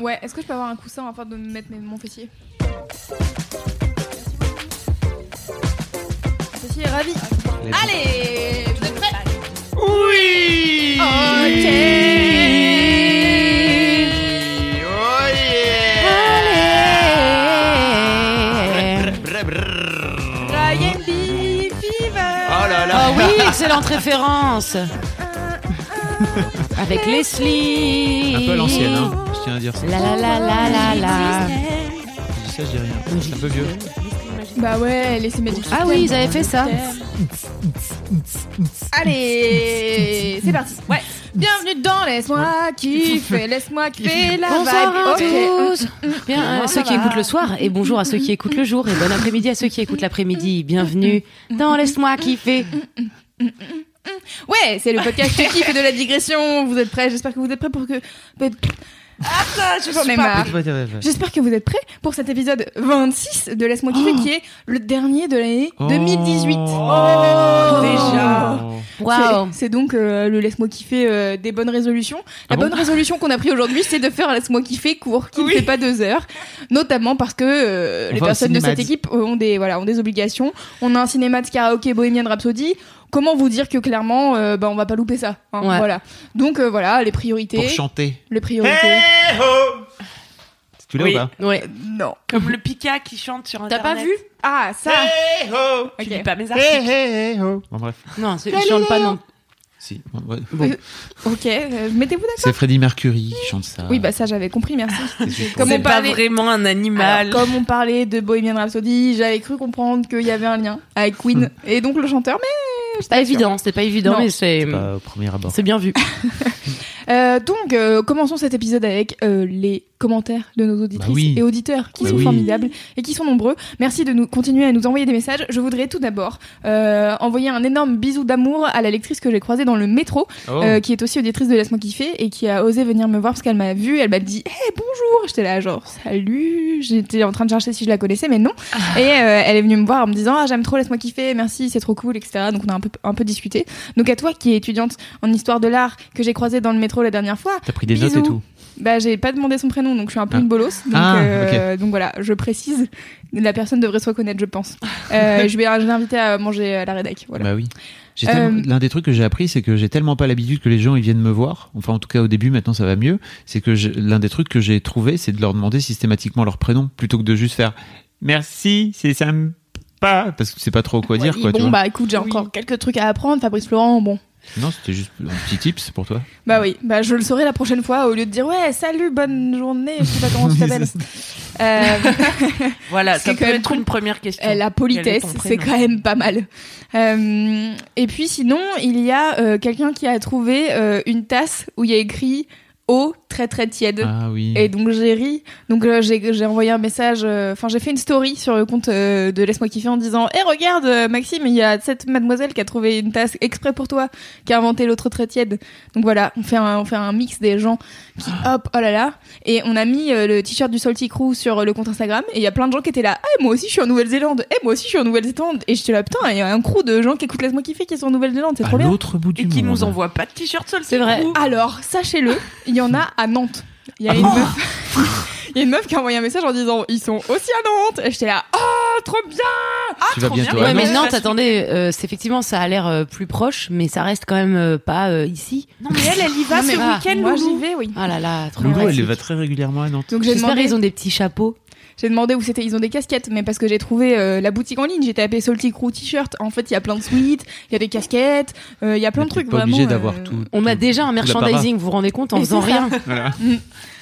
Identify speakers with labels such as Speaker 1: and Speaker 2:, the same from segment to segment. Speaker 1: Ouais, est-ce que je peux avoir un coussin afin de me mettre mes- mon fessier Fessier est ravi. Allez, vous êtes prêts
Speaker 2: Oui
Speaker 1: Ok.
Speaker 2: Oh yeah Brr, brr, brr.
Speaker 1: Ryan B. Fever
Speaker 2: Oh là
Speaker 3: Ah
Speaker 2: là
Speaker 3: oui, excellente référence Avec Leslie
Speaker 4: Un peu à l'ancienne, hein. je tiens à dire ça.
Speaker 3: La la la la la la
Speaker 4: Je dis ça, je dis rien. C'est un peu vieux.
Speaker 1: Bah ouais, laissez mes
Speaker 3: Ah oui, ils avaient fait ça.
Speaker 1: Allez, c'est parti. Ouais. Bienvenue dans Laisse-moi kiffer, laisse-moi kiffer la
Speaker 3: Bonsoir
Speaker 1: vibe.
Speaker 3: à
Speaker 1: Ok.
Speaker 3: tous Bien, à ceux qui écoutent le soir, et bonjour à ceux qui écoutent le jour, et bon après-midi à ceux qui écoutent l'après-midi. Bienvenue dans Laisse-moi kiffer
Speaker 1: Ouais, c'est le podcast qui fait de la digression. Vous êtes prêts J'espère que vous êtes prêts pour que. Ah, je suis marre. J'espère que vous êtes prêts pour cet épisode 26 de Laisse-moi kiffer, qui est le dernier de l'année 2018.
Speaker 4: Oh,
Speaker 1: déjà.
Speaker 3: Waouh
Speaker 1: C'est c'est donc euh, le laisse-moi kiffer euh, des bonnes résolutions. La
Speaker 4: Ah bon
Speaker 1: bonne résolution qu'on a pris aujourd'hui, c'est de faire un laisse-moi kiffer court, qui ne fait pas deux heures. Notamment parce que euh,
Speaker 4: On
Speaker 1: les
Speaker 4: va au
Speaker 1: personnes de cette
Speaker 4: cinéma.
Speaker 1: équipe euh, ont des, voilà, ont des obligations. On a un cinéma de karaoké Bohemian Rhapsody. Comment vous dire que clairement, euh, bah, on va pas louper ça. hein,
Speaker 3: Ouais.
Speaker 1: Voilà. Donc euh, voilà, les priorités.
Speaker 4: Pour chanter.
Speaker 1: les priorités.
Speaker 2: Hey ho
Speaker 4: Tu l'as ou
Speaker 5: Oui.
Speaker 4: pas
Speaker 3: Ouais.
Speaker 1: Non.
Speaker 5: Comme le Pika qui chante sur
Speaker 3: T'as
Speaker 5: Internet.
Speaker 3: pas vu Eh.
Speaker 1: Ah, ça.
Speaker 2: Hey ho
Speaker 5: Tu
Speaker 1: Ok.
Speaker 5: lis pas mes
Speaker 2: Hey
Speaker 5: articles.
Speaker 2: hey hey ho
Speaker 4: Bon, bref.
Speaker 3: Non, c'est- je chante pas non.
Speaker 4: Si. Bon, ouais.
Speaker 1: Ok, euh, mettez-vous d'accord.
Speaker 4: C'est Freddie Mercury qui chante ça.
Speaker 1: Oui, bah ça j'avais compris, merci.
Speaker 4: Qu'est-ce que je
Speaker 1: Comme
Speaker 4: chante
Speaker 1: on
Speaker 5: C'est pas
Speaker 1: parlait-
Speaker 5: vraiment un animal.
Speaker 1: Alors, comme on parlait de Bohemian Rhapsody, j'avais cru comprendre qu'il y avait un lien avec Queen
Speaker 4: Hmm.
Speaker 1: et donc le chanteur, mais
Speaker 3: C'est pas évident, c'est pas évident,
Speaker 1: Non.
Speaker 3: mais c'est...
Speaker 4: pas au premier abord.
Speaker 3: C'est bien vu.
Speaker 1: Euh, donc euh, commençons cet épisode avec euh, les commentaires de nos auditrices
Speaker 4: Bah oui.
Speaker 1: et auditeurs qui
Speaker 4: Bah
Speaker 1: sont
Speaker 4: oui.
Speaker 1: formidables et qui sont nombreux. Merci de nous continuer à nous envoyer des messages. Je voudrais tout d'abord euh, envoyer un énorme bisou d'amour à la lectrice que j'ai croisée dans le métro
Speaker 4: Oh.
Speaker 1: euh, qui est aussi auditrice de Laisse-moi kiffer et qui a osé venir me voir parce qu'elle m'a vue, elle m'a dit Hé, bonjour J'étais là, genre, salut J'étais en train de chercher si je la connaissais, mais non.
Speaker 4: Ah.
Speaker 1: Et euh, elle est venue me voir en me disant Ah, j'aime trop Laisse-moi kiffer, merci, c'est trop cool, etc. Donc on a un peu, un peu discuté. Donc à toi qui es étudiante en histoire de l'art que j'ai croisée dans le métro la dernière fois,
Speaker 4: T'as pris des
Speaker 1: bisous.
Speaker 4: notes et tout.
Speaker 1: bah j'ai pas demandé son prénom donc je suis un peu
Speaker 4: Ah.
Speaker 1: une bolosse. Donc,
Speaker 4: Ah,
Speaker 1: euh, donc voilà, je précise, la personne devrait se reconnaître, je pense. Euh, je vais je vais l'inviter à manger à la rédac. Voilà.
Speaker 4: Bah oui. J'ai
Speaker 1: Euh,
Speaker 4: tellement- L'un des trucs que j'ai appris, c'est que j'ai tellement pas l'habitude que les gens ils viennent me voir. Enfin, en tout cas, au début, maintenant ça va mieux. C'est que je- l'un des trucs que j'ai trouvé, c'est de leur demander systématiquement leur prénom plutôt que de juste faire merci, c'est sympa. Parce que c'est pas trop quoi dire,
Speaker 1: Oui,
Speaker 4: quoi. tu
Speaker 1: bon
Speaker 4: vois.
Speaker 1: bah écoute, j'ai encore quelques trucs à apprendre. Fabrice Florent, bon.
Speaker 4: Non, c'était juste un petit tips pour toi.
Speaker 1: Bah oui, bah je le saurai la prochaine fois au lieu de dire ouais salut bonne journée, je sais pas comment tu t'appelles. Euh,
Speaker 5: Voilà,
Speaker 1: C'est
Speaker 5: ça
Speaker 1: quand
Speaker 5: peut
Speaker 1: même
Speaker 5: être
Speaker 1: con.
Speaker 5: une première question.
Speaker 1: euh, la
Speaker 5: Quel est
Speaker 1: politesse,
Speaker 5: ton
Speaker 1: c'est
Speaker 5: prénom
Speaker 1: quand même pas mal. Euh, et puis sinon, il y a euh, quelqu'un qui a trouvé euh, une tasse où il y a écrit eau très très tiède.
Speaker 4: Ah oui.
Speaker 1: Et donc j'ai ri. Donc euh, j'ai j'ai envoyé un message, euh, enfin j'ai fait une story sur le compte euh, de Laisse-moi kiffer en disant Eh regarde euh, Maxime, il y a cette mademoiselle qui a trouvé une tasse exprès pour toi, qui a inventé l'autre très tiède. Donc voilà, on fait un, on fait un mix des gens qui hop, oh là là. Et on a mis euh, le t-shirt du Salty Crew sur euh, le compte Instagram et il y a plein de gens qui étaient là Ah moi aussi je suis en Nouvelle-Zélande, eh moi aussi je suis en Nouvelle-Zélande. Et j'étais là putain, il y a un crew de gens qui écoutent Laisse-moi kiffer qui sont en Nouvelle-Zélande, c'est
Speaker 4: à
Speaker 1: trop bien.
Speaker 4: l'autre bout du
Speaker 5: Et qui
Speaker 4: monde.
Speaker 5: nous envoie pas de t-shirt seul.
Speaker 3: C'est vrai.
Speaker 1: Alors, sachez-le, il y en a à Nantes. Il y a une
Speaker 4: Ah.
Speaker 1: meuf. Il y a une meuf qui a envoyé un message en disant ils sont aussi à Nantes et j'étais là oh trop bien
Speaker 4: tu vas
Speaker 5: trop bien.
Speaker 4: bientôt.
Speaker 3: Ah, Ouais,
Speaker 4: à
Speaker 5: non,
Speaker 3: mais
Speaker 4: Nantes.
Speaker 5: c'est
Speaker 3: non,
Speaker 5: facile.
Speaker 3: attendez, euh, c'est effectivement, ça a l'air euh, plus proche, mais ça reste quand même euh, pas euh, ici.
Speaker 5: Non, mais elle, elle y va
Speaker 3: Non, mais
Speaker 5: ce
Speaker 3: va.
Speaker 5: week-end,
Speaker 1: moi
Speaker 5: Loulou.
Speaker 1: j'y vais oui
Speaker 3: Ah là là, trop
Speaker 4: Loulou,
Speaker 3: pratique.
Speaker 4: elle va très régulièrement à Nantes.
Speaker 1: donc j'ai
Speaker 3: J'espère
Speaker 1: demandé
Speaker 3: qu'ils ont des petits chapeaux.
Speaker 1: j'ai demandé où c'était ils ont des casquettes mais parce que j'ai trouvé euh, la boutique en ligne j'ai tapé Salty Crew t-shirt en fait il y a plein de sweats il y a des casquettes euh, il y a plein
Speaker 4: Mais
Speaker 1: de
Speaker 4: t'es
Speaker 1: trucs
Speaker 4: Pas
Speaker 1: vraiment
Speaker 4: obligé d'avoir
Speaker 1: euh,
Speaker 4: tout.
Speaker 3: On a
Speaker 4: tout-
Speaker 3: déjà un
Speaker 4: tout l'apparat.
Speaker 3: merchandising, vous vous rendez compte, en
Speaker 1: Et
Speaker 3: faisant
Speaker 1: c'est ça.
Speaker 3: rien.
Speaker 4: Voilà.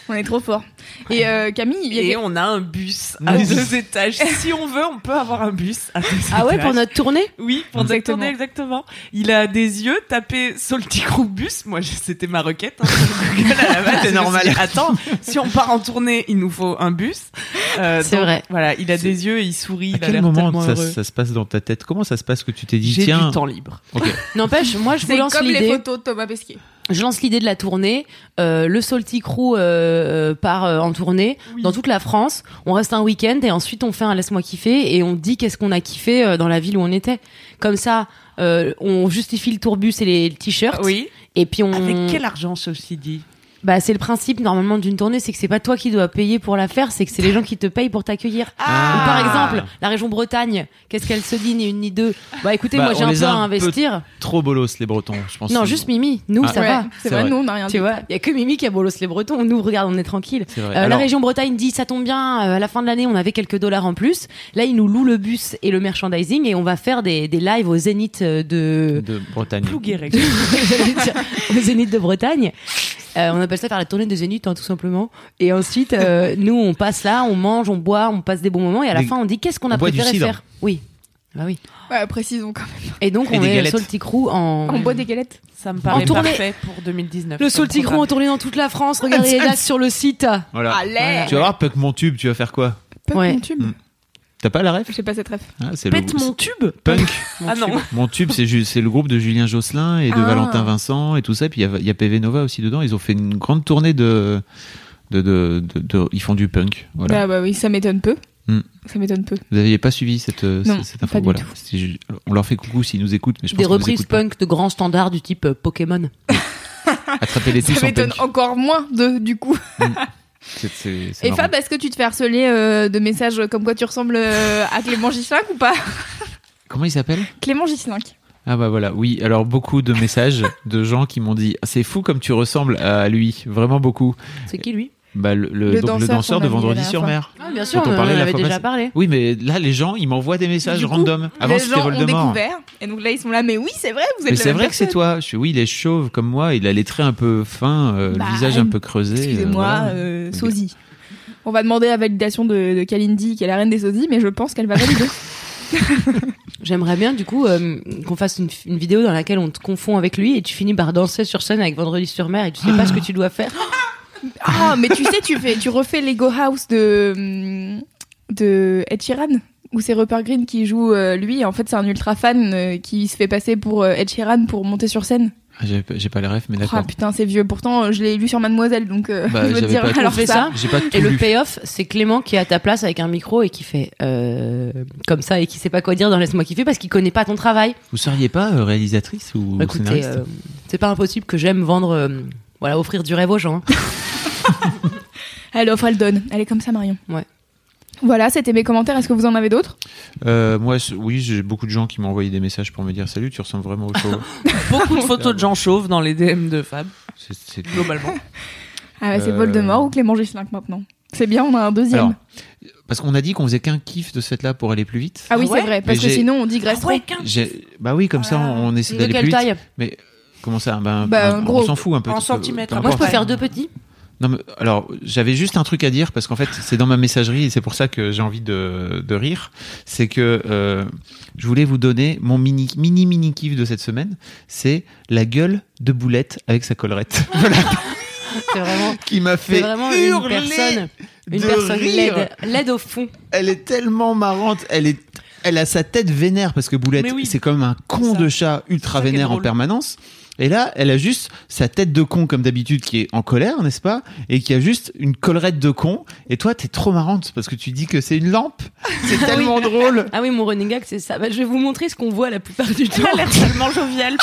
Speaker 1: On est trop fort. Et euh, Camille, il y avait-
Speaker 5: Et on a un bus à
Speaker 4: Ah Oui.
Speaker 5: deux étages. Si on veut, on peut avoir un bus à deux
Speaker 3: Ah ouais,
Speaker 5: étages.
Speaker 3: pour notre tournée
Speaker 5: Oui, pour
Speaker 1: Exactement.
Speaker 5: exactement. exactement. Il a des yeux tapés sur le petit groupe bus. Moi, je- c'était ma requête. hein, sur Google à la
Speaker 4: C'est
Speaker 5: base. Je me suis
Speaker 4: normal.
Speaker 5: dit, Attends, si on part en tournée, il nous faut un bus. Euh,
Speaker 3: C'est
Speaker 5: donc,
Speaker 3: vrai.
Speaker 5: Voilà, il a
Speaker 4: C'est-
Speaker 5: des yeux, il sourit,
Speaker 4: À
Speaker 5: il a
Speaker 4: quel
Speaker 5: l'air
Speaker 4: moment
Speaker 5: tellement
Speaker 4: ça,
Speaker 5: heureux.
Speaker 4: ça se passe dans ta tête Comment ça se passe que tu t'es dit
Speaker 5: J'ai
Speaker 4: tiens
Speaker 5: du temps libre.
Speaker 3: N'empêche, moi je vous
Speaker 1: c'est
Speaker 3: lance
Speaker 1: comme les
Speaker 3: l'idée.
Speaker 1: photos de Thomas Pesquet.
Speaker 3: Je lance l'idée de la tournée. Euh, le Salty Crew euh, euh, part euh, en tournée
Speaker 5: Oui.
Speaker 3: dans toute la France. On reste un week-end et ensuite on fait un laisse-moi kiffer et on dit qu'est-ce qu'on a kiffé euh, dans la ville où on était. Comme ça, euh, on justifie le tourbus et les t-shirts.
Speaker 5: Oui. Mmh.
Speaker 3: Et puis on.
Speaker 5: Avec quel argent, ceci dit
Speaker 3: Bah c'est le principe normalement d'une tournée, c'est que c'est pas toi qui dois payer pour la faire, c'est que c'est les gens qui te payent pour t'accueillir.
Speaker 4: Ah.
Speaker 3: Ou Par exemple, la région Bretagne, qu'est-ce qu'elle se dit ni une ni deux Bah écoutez,
Speaker 4: Bah,
Speaker 3: moi j'ai
Speaker 4: on
Speaker 3: un
Speaker 4: les
Speaker 3: peu
Speaker 4: a
Speaker 3: à
Speaker 4: un peu-
Speaker 3: investir.
Speaker 4: trop bolos les Bretons Je pense
Speaker 3: Non,
Speaker 4: que-
Speaker 3: juste Mimi, nous
Speaker 4: Ah,
Speaker 3: ça
Speaker 1: Ouais,
Speaker 3: va.
Speaker 1: C'est
Speaker 4: c'est
Speaker 1: vrai,
Speaker 4: vrai.
Speaker 1: nous on n'a rien
Speaker 3: Tu
Speaker 1: dit.
Speaker 3: vois, il y a que Mimi qui a bolos les Bretons, nous regarde, on est tranquille.
Speaker 4: C'est
Speaker 3: Euh,
Speaker 4: vrai.
Speaker 3: la
Speaker 4: Alors,
Speaker 3: région Bretagne dit ça tombe bien, euh, à la fin de l'année on avait quelques dollars en plus. Là ils nous louent le bus et le merchandising et on va faire des, des lives au zénith euh, de...
Speaker 4: de Bretagne.
Speaker 5: Plouguérec.
Speaker 3: J'allais dire, au zénith de Bretagne. Euh, on appelle ça faire la tournée de zénith hein, tout simplement. Et ensuite euh, nous on passe là, on mange, on boit, on passe des bons moments et à la
Speaker 4: Des-
Speaker 3: fin on dit qu'est-ce qu'on a
Speaker 4: on boit du
Speaker 3: préféré
Speaker 4: cidre.
Speaker 3: faire. Oui. Bah oui.
Speaker 1: Ouais, précisons quand même.
Speaker 3: Et donc
Speaker 4: Et
Speaker 3: on
Speaker 4: des
Speaker 3: est
Speaker 4: galettes.
Speaker 3: sur le petit crew en...
Speaker 1: On boit des galettes.
Speaker 5: Ça me paraît
Speaker 3: tournée.
Speaker 5: parfait pour 2019.
Speaker 3: Le
Speaker 5: comme
Speaker 3: Salty Crew en
Speaker 5: programme.
Speaker 3: tournée dans toute la France, regardez les dates sur le site.
Speaker 4: Voilà.
Speaker 1: Allez
Speaker 4: Ah. Tu vas voir Puck mon tube, tu vas faire quoi
Speaker 1: Punk
Speaker 3: Ouais.
Speaker 1: mon tube.
Speaker 4: Mm. T'as pas la ref
Speaker 1: Je sais pas cette ref.
Speaker 4: Ah, c'est le-
Speaker 5: Pète mon tube
Speaker 4: Punk.
Speaker 5: Ah non.
Speaker 4: Mon tube, c'est ju- c'est le groupe de Julien Josselin et de
Speaker 1: Ah.
Speaker 4: Valentin Vincent et tout ça. Puis il y a- il y, a PV Nova aussi dedans. Ils ont fait une grande tournée de. de, de, de- de- ils font du punk. Voilà.
Speaker 1: Ah bah oui, ça m'étonne peu.
Speaker 4: Mm.
Speaker 1: Ça m'étonne peu.
Speaker 4: Vous n'aviez pas suivi cette, euh,
Speaker 1: Non,
Speaker 4: cette- cette info
Speaker 1: pas du
Speaker 4: voilà.
Speaker 1: tout.
Speaker 4: C'est ju- On leur fait coucou s'ils nous écoutent. Mais je pense
Speaker 3: Des
Speaker 4: qu'ils nous
Speaker 3: reprises
Speaker 4: écoutent pas.
Speaker 3: punk de grands standards du type euh, Pokémon.
Speaker 4: Attrapez-les tous
Speaker 1: Ça
Speaker 4: en
Speaker 1: m'étonne
Speaker 4: punk.
Speaker 1: encore moins de du coup.
Speaker 4: C'est- c'est- c'est
Speaker 1: Et
Speaker 4: marrant.
Speaker 1: Fab, est-ce que tu te fais harceler euh, de messages comme quoi tu ressembles euh, à Clément Gislac ou pas
Speaker 4: Comment il s'appelle
Speaker 1: Clément Gislac.
Speaker 4: Ah bah voilà, oui, alors beaucoup de messages de gens qui m'ont dit ah, c'est fou comme tu ressembles à lui, vraiment beaucoup.
Speaker 3: C'est qui lui
Speaker 4: Bah, le, le-
Speaker 1: Le
Speaker 4: donc, le
Speaker 1: danseur
Speaker 4: danseur de
Speaker 1: qu'on a mis la
Speaker 4: Vendredi
Speaker 1: dernière
Speaker 4: sur
Speaker 1: fois.
Speaker 4: mer.
Speaker 3: ah, Bien
Speaker 4: sûr, Dont on on en parlait la avait fois déjà passée.
Speaker 3: parlé.
Speaker 4: Oui, mais là les gens, ils m'envoient des messages
Speaker 1: Du coup,
Speaker 4: random. Avant
Speaker 1: Les
Speaker 4: c'était
Speaker 1: gens ont
Speaker 4: Voldemort.
Speaker 1: découvert. Et donc là, ils sont là, mais oui, c'est vrai, vous êtes
Speaker 4: Mais
Speaker 1: la
Speaker 4: c'est
Speaker 1: même
Speaker 4: vrai que c'est
Speaker 1: personne.
Speaker 4: toi. Je suis oui, il est chauve comme moi, il a les traits un peu fins, euh,
Speaker 1: Bah,
Speaker 4: le visage un peu creusé. euh,
Speaker 1: Excusez-moi,
Speaker 4: voilà.
Speaker 1: euh, sosie. On va demander la validation de, de Kalindi, qui est la reine des sosies, mais je pense qu'elle va valider.
Speaker 3: J'aimerais bien du coup euh, qu'on fasse une, une vidéo dans laquelle on te confond avec lui et tu finis par danser sur scène avec Vendredi sur mer et tu sais pas ce que tu dois faire.
Speaker 1: Ah, mais tu sais, tu fais, tu refais l'Ego House de hum, de Ed Sheeran, où c'est Rupert Green qui joue euh, lui. Et En fait, c'est un ultra fan euh, qui se fait passer pour euh, Ed Sheeran pour monter sur scène.
Speaker 4: Ah, J'ai pas, j'ai pas les rêves, mais
Speaker 1: Ah
Speaker 4: d'accord.
Speaker 1: putain, c'est vieux. Pourtant, euh, je l'ai lu sur Mademoiselle, donc euh,
Speaker 4: Bah,
Speaker 1: je veux
Speaker 4: j'avais
Speaker 1: dire.
Speaker 4: pas
Speaker 1: alors
Speaker 3: trouvé
Speaker 1: ça,
Speaker 3: ça.
Speaker 4: J'ai pas tout
Speaker 3: Et le
Speaker 4: lu.
Speaker 3: payoff, c'est Clément qui est à ta place avec un micro et qui fait euh, comme ça et qui sait pas quoi dire dans laisse-moi kiffer parce qu'il connaît pas ton travail.
Speaker 4: Vous seriez pas euh, réalisatrice ou
Speaker 3: Écoutez,
Speaker 4: scénariste
Speaker 3: euh, c'est pas impossible que j'aime vendre, euh, voilà, offrir du rêve aux gens. hein.
Speaker 1: elle offre, elle donne. Elle est comme ça, Marion.
Speaker 3: Ouais.
Speaker 1: Voilà, c'était mes commentaires. Est-ce que vous en avez d'autres
Speaker 4: Euh, Moi, c- oui, j'ai beaucoup de gens qui m'ont envoyé des messages pour me dire salut, tu ressembles vraiment au chauve.
Speaker 5: Beaucoup de photos de gens chauves dans les DM de Fab,
Speaker 4: C'est- c'est-
Speaker 5: globalement.
Speaker 1: Ah, bah, c'est
Speaker 4: Euh,
Speaker 1: Voldemort ou Clément Gislin maintenant. C'est bien, on a un deuxième.
Speaker 4: Alors, parce qu'on a dit qu'on faisait qu'un kiff de cette là pour aller plus vite.
Speaker 1: ah oui,
Speaker 5: Ah ouais Ah
Speaker 1: c'est vrai, parce
Speaker 4: Mais
Speaker 1: que
Speaker 4: j'ai-
Speaker 1: sinon on digresse trop.
Speaker 4: J'ai- Bah oui, comme ça, on on essaie
Speaker 3: De
Speaker 4: d'aller plus
Speaker 3: quelle taille
Speaker 4: vite. Mais comment ça ben,
Speaker 1: Bah,
Speaker 4: on-
Speaker 1: gros.
Speaker 4: On s'en fout un peu.
Speaker 5: En
Speaker 4: peu-
Speaker 5: centimètres.
Speaker 4: peu
Speaker 3: Moi, je peux
Speaker 4: importe.
Speaker 3: faire deux petits.
Speaker 4: Non, mais, alors, j'avais juste un truc à dire parce qu'en fait, c'est dans ma messagerie et c'est pour ça que j'ai envie de, de rire. C'est que euh, je voulais vous donner mon mini, mini, mini kiff de cette semaine. C'est la gueule de boulette avec sa collerette. voilà,
Speaker 3: C'est vraiment,
Speaker 4: qui m'a
Speaker 3: c'est
Speaker 4: fait
Speaker 3: vraiment une
Speaker 4: hurler
Speaker 3: personne, une
Speaker 4: de
Speaker 3: personne
Speaker 4: rire.
Speaker 3: laide, laide au fond.
Speaker 4: Elle est tellement marrante. Elle est, elle a sa tête vénère parce que Boulette,
Speaker 5: Mais oui.
Speaker 4: c'est comme un con
Speaker 5: Ça.
Speaker 4: de chat ultra
Speaker 5: Ça qui est
Speaker 4: vénère en
Speaker 5: drôle.
Speaker 4: permanence. Et là, elle a juste sa tête de con comme d'habitude qui est en colère, n'est-ce pas Et qui a juste une collerette de con. Et toi, t'es trop marrante parce que tu dis que c'est une lampe. C'est tellement drôle.
Speaker 3: Ah oui, mon running gag, c'est ça. Bah, je vais vous montrer ce qu'on voit la plupart du temps.
Speaker 5: Elle a l'air tellement joviale.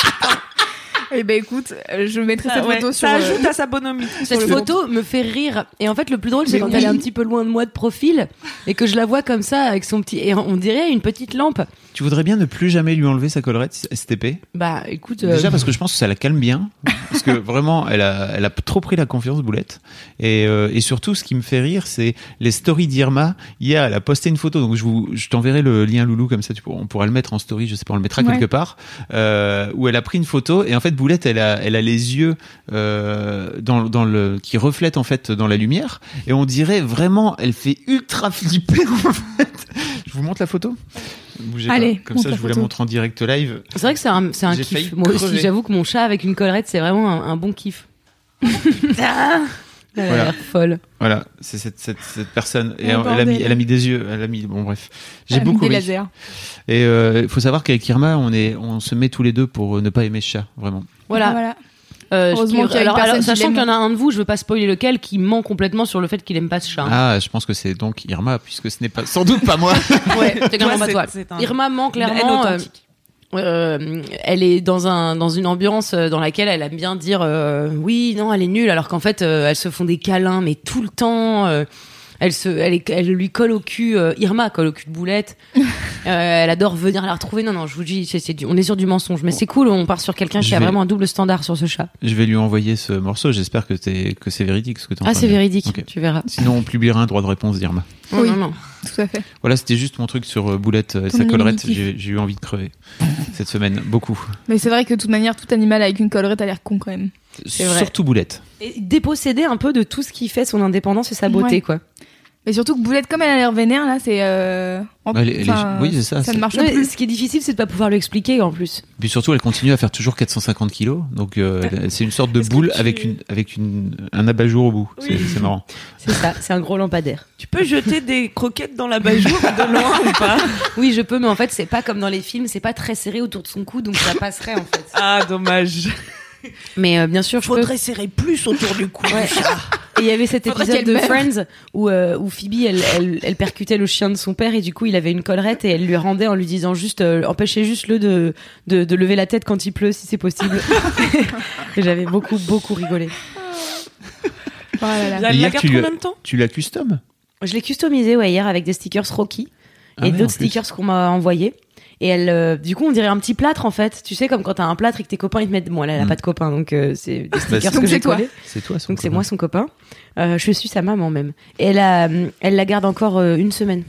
Speaker 1: Eh ben écoute, euh, je mettrai cette
Speaker 5: Ah ouais,
Speaker 1: photo sur.
Speaker 5: ça
Speaker 1: euh,
Speaker 5: ajoute à sa bonhomie.
Speaker 3: Cette
Speaker 1: le
Speaker 3: photo me fait rire. Et en fait, le plus drôle, c'est
Speaker 1: Mais
Speaker 3: quand
Speaker 1: oui.
Speaker 3: elle est un petit peu loin de moi de profil et que je la vois comme ça avec son petit. Et on dirait une petite lampe.
Speaker 4: Tu voudrais bien ne plus jamais lui enlever sa collerette STP
Speaker 3: Bah écoute. euh,
Speaker 4: Déjà parce que je pense que ça la calme bien, parce que vraiment, elle a, elle a trop pris la confiance, Boulette. Et, euh, et surtout, ce qui me fait rire, c'est les stories d'Irma. Hier, elle a posté une photo, donc je, vous, je t'enverrai le lien, Loulou, comme ça, tu, pourras- on pourra le mettre en story, je sais pas, on le mettra
Speaker 1: Ouais.
Speaker 4: quelque part, euh, où elle a pris une photo, et en fait, Boulette, elle a, elle a les yeux euh, dans, dans le, qui reflètent en fait dans la lumière, et on dirait vraiment, elle fait ultra flipper en fait. Je vous montre la photo. Bougez pas.
Speaker 1: Allez,
Speaker 4: comme
Speaker 1: montre
Speaker 4: ça,
Speaker 1: la
Speaker 4: je vous la
Speaker 1: photo.
Speaker 4: montre en direct live.
Speaker 3: C'est vrai que c'est un, c'est un
Speaker 4: J'ai failli
Speaker 3: kiff. Moi aussi,
Speaker 4: crever.
Speaker 3: j'avoue que mon chat avec une collerette, c'est vraiment un, un bon kiff.
Speaker 1: Ah.
Speaker 3: Putain Elle a
Speaker 4: Voilà.
Speaker 3: l'air folle.
Speaker 4: Voilà, c'est cette, cette, cette personne. Et
Speaker 1: Oh,
Speaker 4: elle, a mis,
Speaker 1: bordel.
Speaker 4: elle a mis des yeux. Elle a mis. Bon, bref. J'ai
Speaker 1: Avec
Speaker 4: beaucoup
Speaker 1: des
Speaker 4: ri.
Speaker 1: lasers.
Speaker 4: Et euh, il faut savoir qu'avec Irma, on, est, on se met tous les deux pour euh, ne pas aimer ce chat, vraiment.
Speaker 3: Voilà.
Speaker 1: Ah, voilà.
Speaker 3: Euh, je-
Speaker 1: Heureusement qu'il y a une
Speaker 3: alors- alors,
Speaker 1: personne qui
Speaker 3: sachant
Speaker 1: l'aime.
Speaker 3: qu'il y en a un de vous, je veux pas spoiler lequel, qui ment complètement sur le fait qu'il aime pas ce chat.
Speaker 4: Ah, je pense que c'est donc Irma, puisque ce n'est pas, sans doute pas moi.
Speaker 3: Ouais, c'est clairement
Speaker 5: bah, Toi,
Speaker 3: pas toi.
Speaker 5: c'est- c'est un-
Speaker 3: Irma ment
Speaker 5: Ah. une haine
Speaker 3: clairement. euh,
Speaker 5: authentique.
Speaker 3: euh, elle est dans un dans une ambiance euh, dans laquelle elle aime bien dire euh, oui non elle est nulle alors qu'en fait euh, elles se font des câlins mais tout le temps euh, elle se elle, est- elle lui colle au cul euh, Irma colle au cul de boulette Euh, elle adore venir la retrouver non non je vous dis c'est, c'est du- on est sur du mensonge mais c'est cool on part sur quelqu'un
Speaker 4: Je
Speaker 3: qui a
Speaker 4: vais-
Speaker 3: vraiment un double standard sur ce chat
Speaker 4: je vais lui envoyer ce morceau. J'espère que, t'es- que c'est véridique ce que tu
Speaker 3: ah c'est véridique
Speaker 4: Ok.
Speaker 3: tu verras
Speaker 4: Sinon, on publiera un droit de réponse d'Irma.
Speaker 1: Oui.
Speaker 3: non, non.
Speaker 1: Tout à fait.
Speaker 4: Voilà, c'était juste mon truc sur euh, Boulette euh, et
Speaker 1: Ton
Speaker 4: sa collerette.
Speaker 1: mini-kiff.
Speaker 4: J'ai j'ai eu envie de crever cette semaine, beaucoup.
Speaker 1: Mais c'est vrai que de toute manière, tout animal avec une collerette a l'air con quand même.
Speaker 3: C'est vrai.
Speaker 4: Surtout Boulette.
Speaker 3: Et déposséder un peu de tout ce qui fait son indépendance et sa beauté
Speaker 1: Ouais.
Speaker 3: quoi
Speaker 1: Mais surtout que Boulette, comme elle a l'air vénère, là, c'est. euh, en-
Speaker 4: Bah, Elle est- elle est-
Speaker 1: enfin,
Speaker 4: oui, c'est ça,
Speaker 1: Ça
Speaker 4: c'est-
Speaker 1: ne marche
Speaker 3: Non, mais
Speaker 1: plus.
Speaker 3: ce qui est difficile c'est de pas pouvoir lui expliquer en plus
Speaker 4: Puis surtout, elle continue à faire toujours 450 kilos. Donc, euh, elle- c'est une sorte de
Speaker 5: Est-ce que
Speaker 4: boule
Speaker 5: tu-
Speaker 4: avec, une, avec une, un abat-jour au bout. C'est-
Speaker 5: Oui.
Speaker 4: C'est marrant.
Speaker 3: c'est ça c'est un gros lampadaire
Speaker 5: Tu peux jeter des croquettes dans la bajour de loin ou pas
Speaker 3: Oui, je peux, mais en fait, c'est pas comme dans les films, c'est pas très serré autour de son cou, donc ça passerait en fait.
Speaker 5: Ah, dommage.
Speaker 3: Mais euh, bien sûr, je peux.
Speaker 5: serrer plus autour du cou. Ah.
Speaker 3: Ouais. Et il y avait cet
Speaker 1: Faudrait
Speaker 3: épisode
Speaker 1: qu'elle
Speaker 3: de
Speaker 1: meure.
Speaker 3: Friends où, euh, où Phoebe, elle, elle, elle percutait le chien de son père et du coup, il avait une collerette et elle lui rendait en lui disant juste, euh, empêchez juste le de, de, de lever la tête quand il pleut, si c'est possible. et j'avais beaucoup, beaucoup rigolé.
Speaker 1: Oh là là.
Speaker 5: La, la
Speaker 4: Hier,
Speaker 5: garde
Speaker 4: tu lui as-
Speaker 5: combien de temps
Speaker 4: Tu la custom
Speaker 3: Je l'ai customisé ouais, hier avec des stickers Rocky
Speaker 4: Ah
Speaker 3: et
Speaker 4: ouais, en
Speaker 3: d'autres
Speaker 4: plus.
Speaker 3: stickers qu'on m'a envoyés. Et elle, euh, du coup, on dirait un petit plâtre en fait. Tu sais, comme quand t'as un plâtre et que tes copains ils te mettent. Bon, là, elle a
Speaker 4: Mm. Bah,
Speaker 3: pas de copains, donc euh, c'est des stickers
Speaker 4: c'est-
Speaker 3: que
Speaker 1: Donc
Speaker 3: j'ai
Speaker 1: c'est toi.
Speaker 3: collés.
Speaker 4: C'est toi, son
Speaker 3: Donc c'est
Speaker 4: copain.
Speaker 3: moi son copain. Euh, je suis sa maman même. Et elle, a- elle la garde encore euh, une semaine.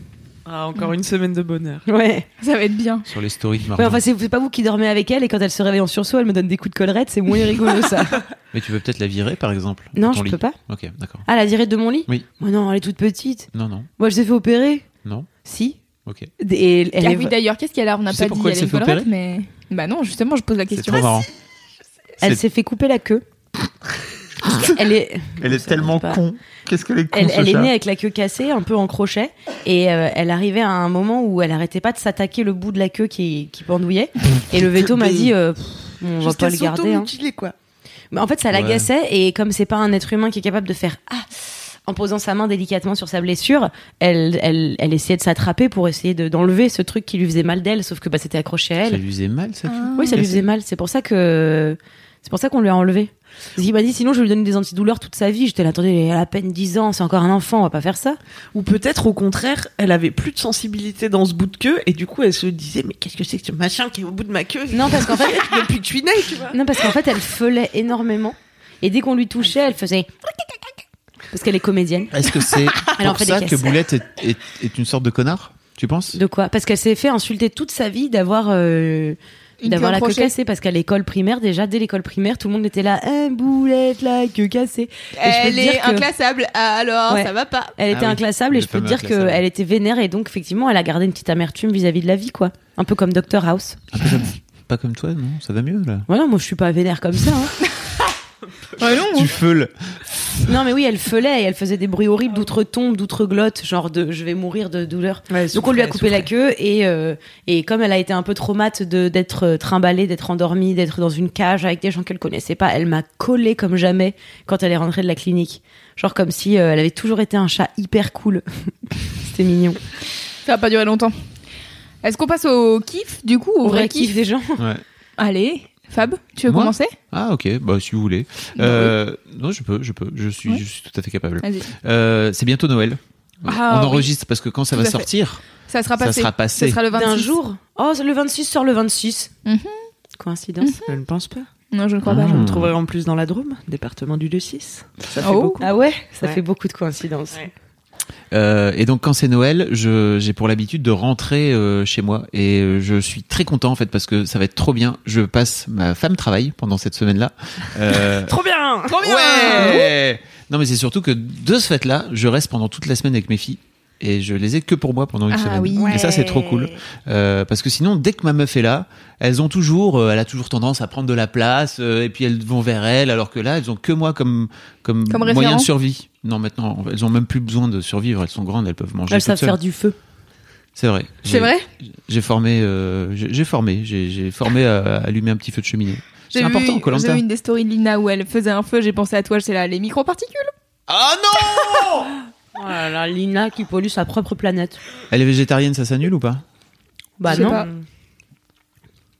Speaker 5: Ah, encore une semaine de bonheur.
Speaker 3: Ouais.
Speaker 1: Ça va être bien.
Speaker 4: Sur les stories de
Speaker 3: Ouais,
Speaker 4: Margot.
Speaker 3: enfin, c'est c'est pas vous qui dormez avec elle et quand elle se réveille en sursaut, elle me donne des coups de collerette. C'est moins rigolo ça.
Speaker 4: Mais tu veux peut-être la virer, par exemple de
Speaker 3: non,
Speaker 4: ton
Speaker 3: je
Speaker 4: lit.
Speaker 3: peux pas.
Speaker 4: Ok, d'accord.
Speaker 3: Ah, la dirette de mon lit
Speaker 4: Oui.
Speaker 3: Moi non, elle est toute petite.
Speaker 4: Non, non,
Speaker 3: Moi, je l'ai fait opérer.
Speaker 4: non.
Speaker 3: Si.
Speaker 4: Ok.
Speaker 3: Et elle
Speaker 1: ah
Speaker 3: est-
Speaker 1: oui, d'ailleurs, qu'est-ce qu'elle a On n'a
Speaker 4: Tu sais
Speaker 1: pas dit
Speaker 4: pourquoi
Speaker 1: elle a
Speaker 4: elle
Speaker 1: une
Speaker 4: s'est fait
Speaker 1: collerette, mais. Bah non, justement, je pose la
Speaker 4: C'est
Speaker 1: question.
Speaker 4: trop marrant.
Speaker 3: elle
Speaker 4: C'est-
Speaker 3: s'est fait couper la queue. elle est.
Speaker 4: Elle
Speaker 3: Ça tellement va pas.
Speaker 4: con. Qu'est-ce qu'elle est con
Speaker 3: Elle, elle est née avec la queue cassée, un peu en crochet, et euh, elle arrivait à un moment où elle arrêtait pas de s'attaquer le bout de la queue qui, qui pendouillait. et le veto m'a dit, euh, Pff, on va pas le garder. hein.
Speaker 5: quoi.
Speaker 3: Mais en fait, ça
Speaker 4: Ouais.
Speaker 3: l'agaçait, et comme c'est pas un être humain qui est capable de faire ah en posant sa main délicatement sur sa blessure, elle, elle, elle essayait de s'attraper pour essayer de- d'enlever ce truc qui lui faisait mal d'elle, sauf que bah, c'était accroché à
Speaker 4: Ça
Speaker 3: elle.
Speaker 4: lui faisait mal, ça.
Speaker 1: Ah.
Speaker 3: Oui, ça lui faisait mal. C'est pour ça que c'est pour ça qu'on lui a enlevé. Parce qu'il m'a dit sinon je vais lui donner des antidouleurs toute sa vie. J'étais là, attendez, elle a à peine 10 ans, c'est encore un enfant, on va pas faire ça.
Speaker 5: Ou peut-être au contraire, elle avait plus de sensibilité dans ce bout de queue et du coup elle se disait mais qu'est-ce que c'est que ce machin qui est au bout de ma queue
Speaker 3: Non, parce qu'en fait-
Speaker 5: depuis que je suis née, tu vois.
Speaker 3: Non, parce qu'en fait, elle feulait énormément. Et dès qu'on lui touchait, elle faisait. Parce qu'elle est comédienne.
Speaker 4: Est-ce que c'est
Speaker 3: Elle en
Speaker 4: pour
Speaker 3: fait des
Speaker 4: ça que
Speaker 3: caisses.
Speaker 4: Boulette est, est, est une sorte de connard Tu penses
Speaker 3: De quoi Parce qu'elle s'est fait insulter toute sa vie d'avoir. euh,
Speaker 1: Une
Speaker 3: D'avoir
Speaker 1: queue
Speaker 3: la queue
Speaker 1: accrochée.
Speaker 3: cassée parce qu'à l'école primaire, déjà dès l'école primaire, tout le monde était là, un boulette, la queue cassée. Et je peux te
Speaker 1: Elle est
Speaker 3: dire que-
Speaker 1: inclassable, alors
Speaker 3: Ouais.
Speaker 1: ça va pas.
Speaker 3: Elle
Speaker 4: Ah
Speaker 3: était
Speaker 4: oui,
Speaker 3: inclassable et
Speaker 4: le
Speaker 3: je peux te
Speaker 4: fameux
Speaker 3: dire
Speaker 4: inclassable.
Speaker 3: qu'elle était vénère et donc effectivement elle a gardé une petite amertume vis-à-vis de la vie quoi. Un peu comme Dr House.
Speaker 4: Un peu comme- Pas comme toi, non Ça va mieux, là.
Speaker 3: Voilà, moi je suis pas vénère comme ça. hein.
Speaker 1: Ouais, non.
Speaker 4: Tu feules.
Speaker 3: non mais oui, elle feulait et elle faisait des bruits horribles d'outre-tombe, d'outre-glotte, genre de je vais mourir de douleur. Donc on lui a coupé la queue et euh, et comme elle a été un peu traumate de d'être euh, trimballée, d'être endormie, d'être dans une cage avec des gens qu'elle connaissait pas, elle m'a collé comme jamais quand elle est rentrée de la clinique. Genre comme si euh, elle avait toujours été un chat hyper cool. C'était mignon.
Speaker 1: Ça va pas durer longtemps. Est-ce qu'on passe au kiff, du coup, au,
Speaker 3: Au
Speaker 1: vrai,
Speaker 3: vrai
Speaker 1: kiff,
Speaker 3: kiff des gens.
Speaker 4: Ouais.
Speaker 1: Allez, Fab, tu veux
Speaker 4: Moi
Speaker 1: commencer
Speaker 4: Ah, ok, bah, si vous voulez. Euh, Non, je peux, je peux. Je suis,
Speaker 1: Ouais.
Speaker 4: je suis tout à fait capable.
Speaker 1: Vas-y.
Speaker 4: Euh, c'est bientôt Noël.
Speaker 1: Ah,
Speaker 4: on
Speaker 1: oui.
Speaker 4: enregistre parce que quand ça
Speaker 1: Tout
Speaker 4: va
Speaker 1: à fait.
Speaker 4: sortir,
Speaker 1: Ça sera
Speaker 4: ça
Speaker 1: passé.
Speaker 4: sera
Speaker 1: Ça
Speaker 4: passé.
Speaker 1: sera le 26.
Speaker 3: d'un jour. Oh, le 26 sort le 26.
Speaker 1: Mhm.
Speaker 3: Coïncidence.
Speaker 5: Je ne pense pas.
Speaker 1: Non, je ne crois
Speaker 4: Ah.
Speaker 1: pas.
Speaker 5: Je me trouverai en plus dans la Drôme, département du 2-6. Ça fait
Speaker 1: Oh.
Speaker 5: beaucoup.
Speaker 3: Ah ouais Ça
Speaker 5: Ouais.
Speaker 3: fait beaucoup de coïncidences.
Speaker 5: Ouais.
Speaker 4: Euh, et donc quand c'est Noël, je- j'ai pour l'habitude de rentrer euh, chez moi et euh, je suis très content en fait parce que ça va être trop bien. Je passe ma femme travaille pendant cette semaine-là. Euh,
Speaker 5: Trop bien
Speaker 1: Trop bien
Speaker 4: ouais Non mais c'est surtout que de ce fait-là, je reste pendant toute la semaine avec mes filles. Et je les ai que pour moi pendant une
Speaker 1: Ah
Speaker 4: semaine.
Speaker 1: oui.
Speaker 4: Et ça, c'est trop cool. Euh, parce que sinon, dès que ma meuf est là, elles ont toujours, euh, elle a toujours tendance à prendre de la place, euh, et puis elles vont vers elle, alors que là, elles ont que moi comme, comme,
Speaker 1: Comme
Speaker 4: moyen
Speaker 1: référent.
Speaker 4: de survie. Non, maintenant, elles ont même plus besoin de survivre, elles sont grandes, elles peuvent manger.
Speaker 3: Elles
Speaker 4: toutes
Speaker 3: savent
Speaker 4: seules.
Speaker 3: faire du feu.
Speaker 4: C'est vrai. J'ai-
Speaker 1: C'est vrai
Speaker 4: J'ai formé, euh, j'ai j'ai formé, j'ai j'ai formé à, à allumer un petit feu de cheminée.
Speaker 1: J'ai
Speaker 4: C'est
Speaker 1: vu-
Speaker 4: important,
Speaker 1: J'ai
Speaker 4: Colanta.
Speaker 1: vu une des stories de Lina où elle faisait un feu, j'ai pensé à toi, c'est là, les microparticules.
Speaker 4: Ah non
Speaker 3: Voilà, Oh Lina qui pollue sa propre planète.
Speaker 4: Elle est végétarienne, ça s'annule ou pas
Speaker 3: Bah
Speaker 1: Je sais
Speaker 3: non.
Speaker 1: pas.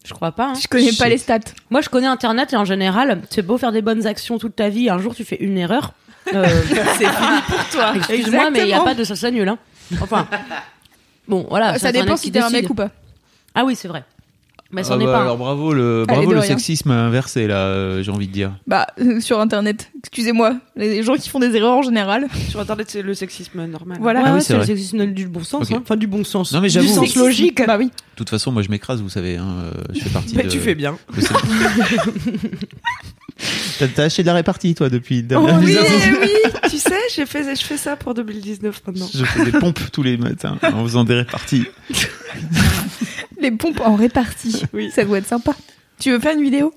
Speaker 3: Je crois pas. hein.
Speaker 1: Je connais pas
Speaker 4: Shit.
Speaker 1: les stats.
Speaker 3: Moi, je connais Internet et en général, c'est beau faire des bonnes actions toute ta vie. Un jour, tu fais une erreur. Euh, c'est fini pour toi. Excuse-moi, mais il n'y a
Speaker 1: Exactement.
Speaker 3: pas de ça, ça nul. Hein. Enfin, bon, voilà.
Speaker 1: Ah, ça
Speaker 3: c'est
Speaker 1: dépend
Speaker 3: Internet qui
Speaker 1: si t'es un mec
Speaker 3: décide.
Speaker 1: ou pas.
Speaker 3: Ah oui, c'est vrai. Mais ça
Speaker 4: Ah
Speaker 3: n'est
Speaker 4: bah
Speaker 3: pas. un.
Speaker 4: Alors bravo le, bravo
Speaker 1: de
Speaker 4: le
Speaker 1: rien.
Speaker 4: sexisme inversé, là, euh, j'ai envie de dire.
Speaker 1: Bah, euh, sur internet, excusez-moi, les gens qui font des erreurs en général.
Speaker 5: Sur Internet, c'est le sexisme normal.
Speaker 1: Voilà.
Speaker 3: Ouais,
Speaker 4: Ah oui,
Speaker 3: ouais,
Speaker 4: c'est
Speaker 3: c'est le
Speaker 4: vrai.
Speaker 3: sexisme du bon sens.
Speaker 4: Ok.
Speaker 3: hein. Enfin, du bon sens.
Speaker 4: Non, mais
Speaker 3: Du
Speaker 4: j'avoue.
Speaker 3: sens logique.
Speaker 1: Bah oui.
Speaker 4: De toute façon, moi je m'écrase, vous savez, hein, euh, je fais partie
Speaker 5: Mais
Speaker 4: de...
Speaker 5: Bah, tu fais bien.
Speaker 4: de cette- T'as- T'as acheté de la répartie, toi, depuis.
Speaker 5: Oh
Speaker 4: depuis-
Speaker 5: oui, oui, tu sais, j'ai fait, je fais ça pour 2019 maintenant.
Speaker 4: Je fais des pompes tous les matins en faisant des réparties.
Speaker 1: Les pompes en répartie.
Speaker 5: Oui.
Speaker 1: Ça doit être sympa. Tu veux faire une vidéo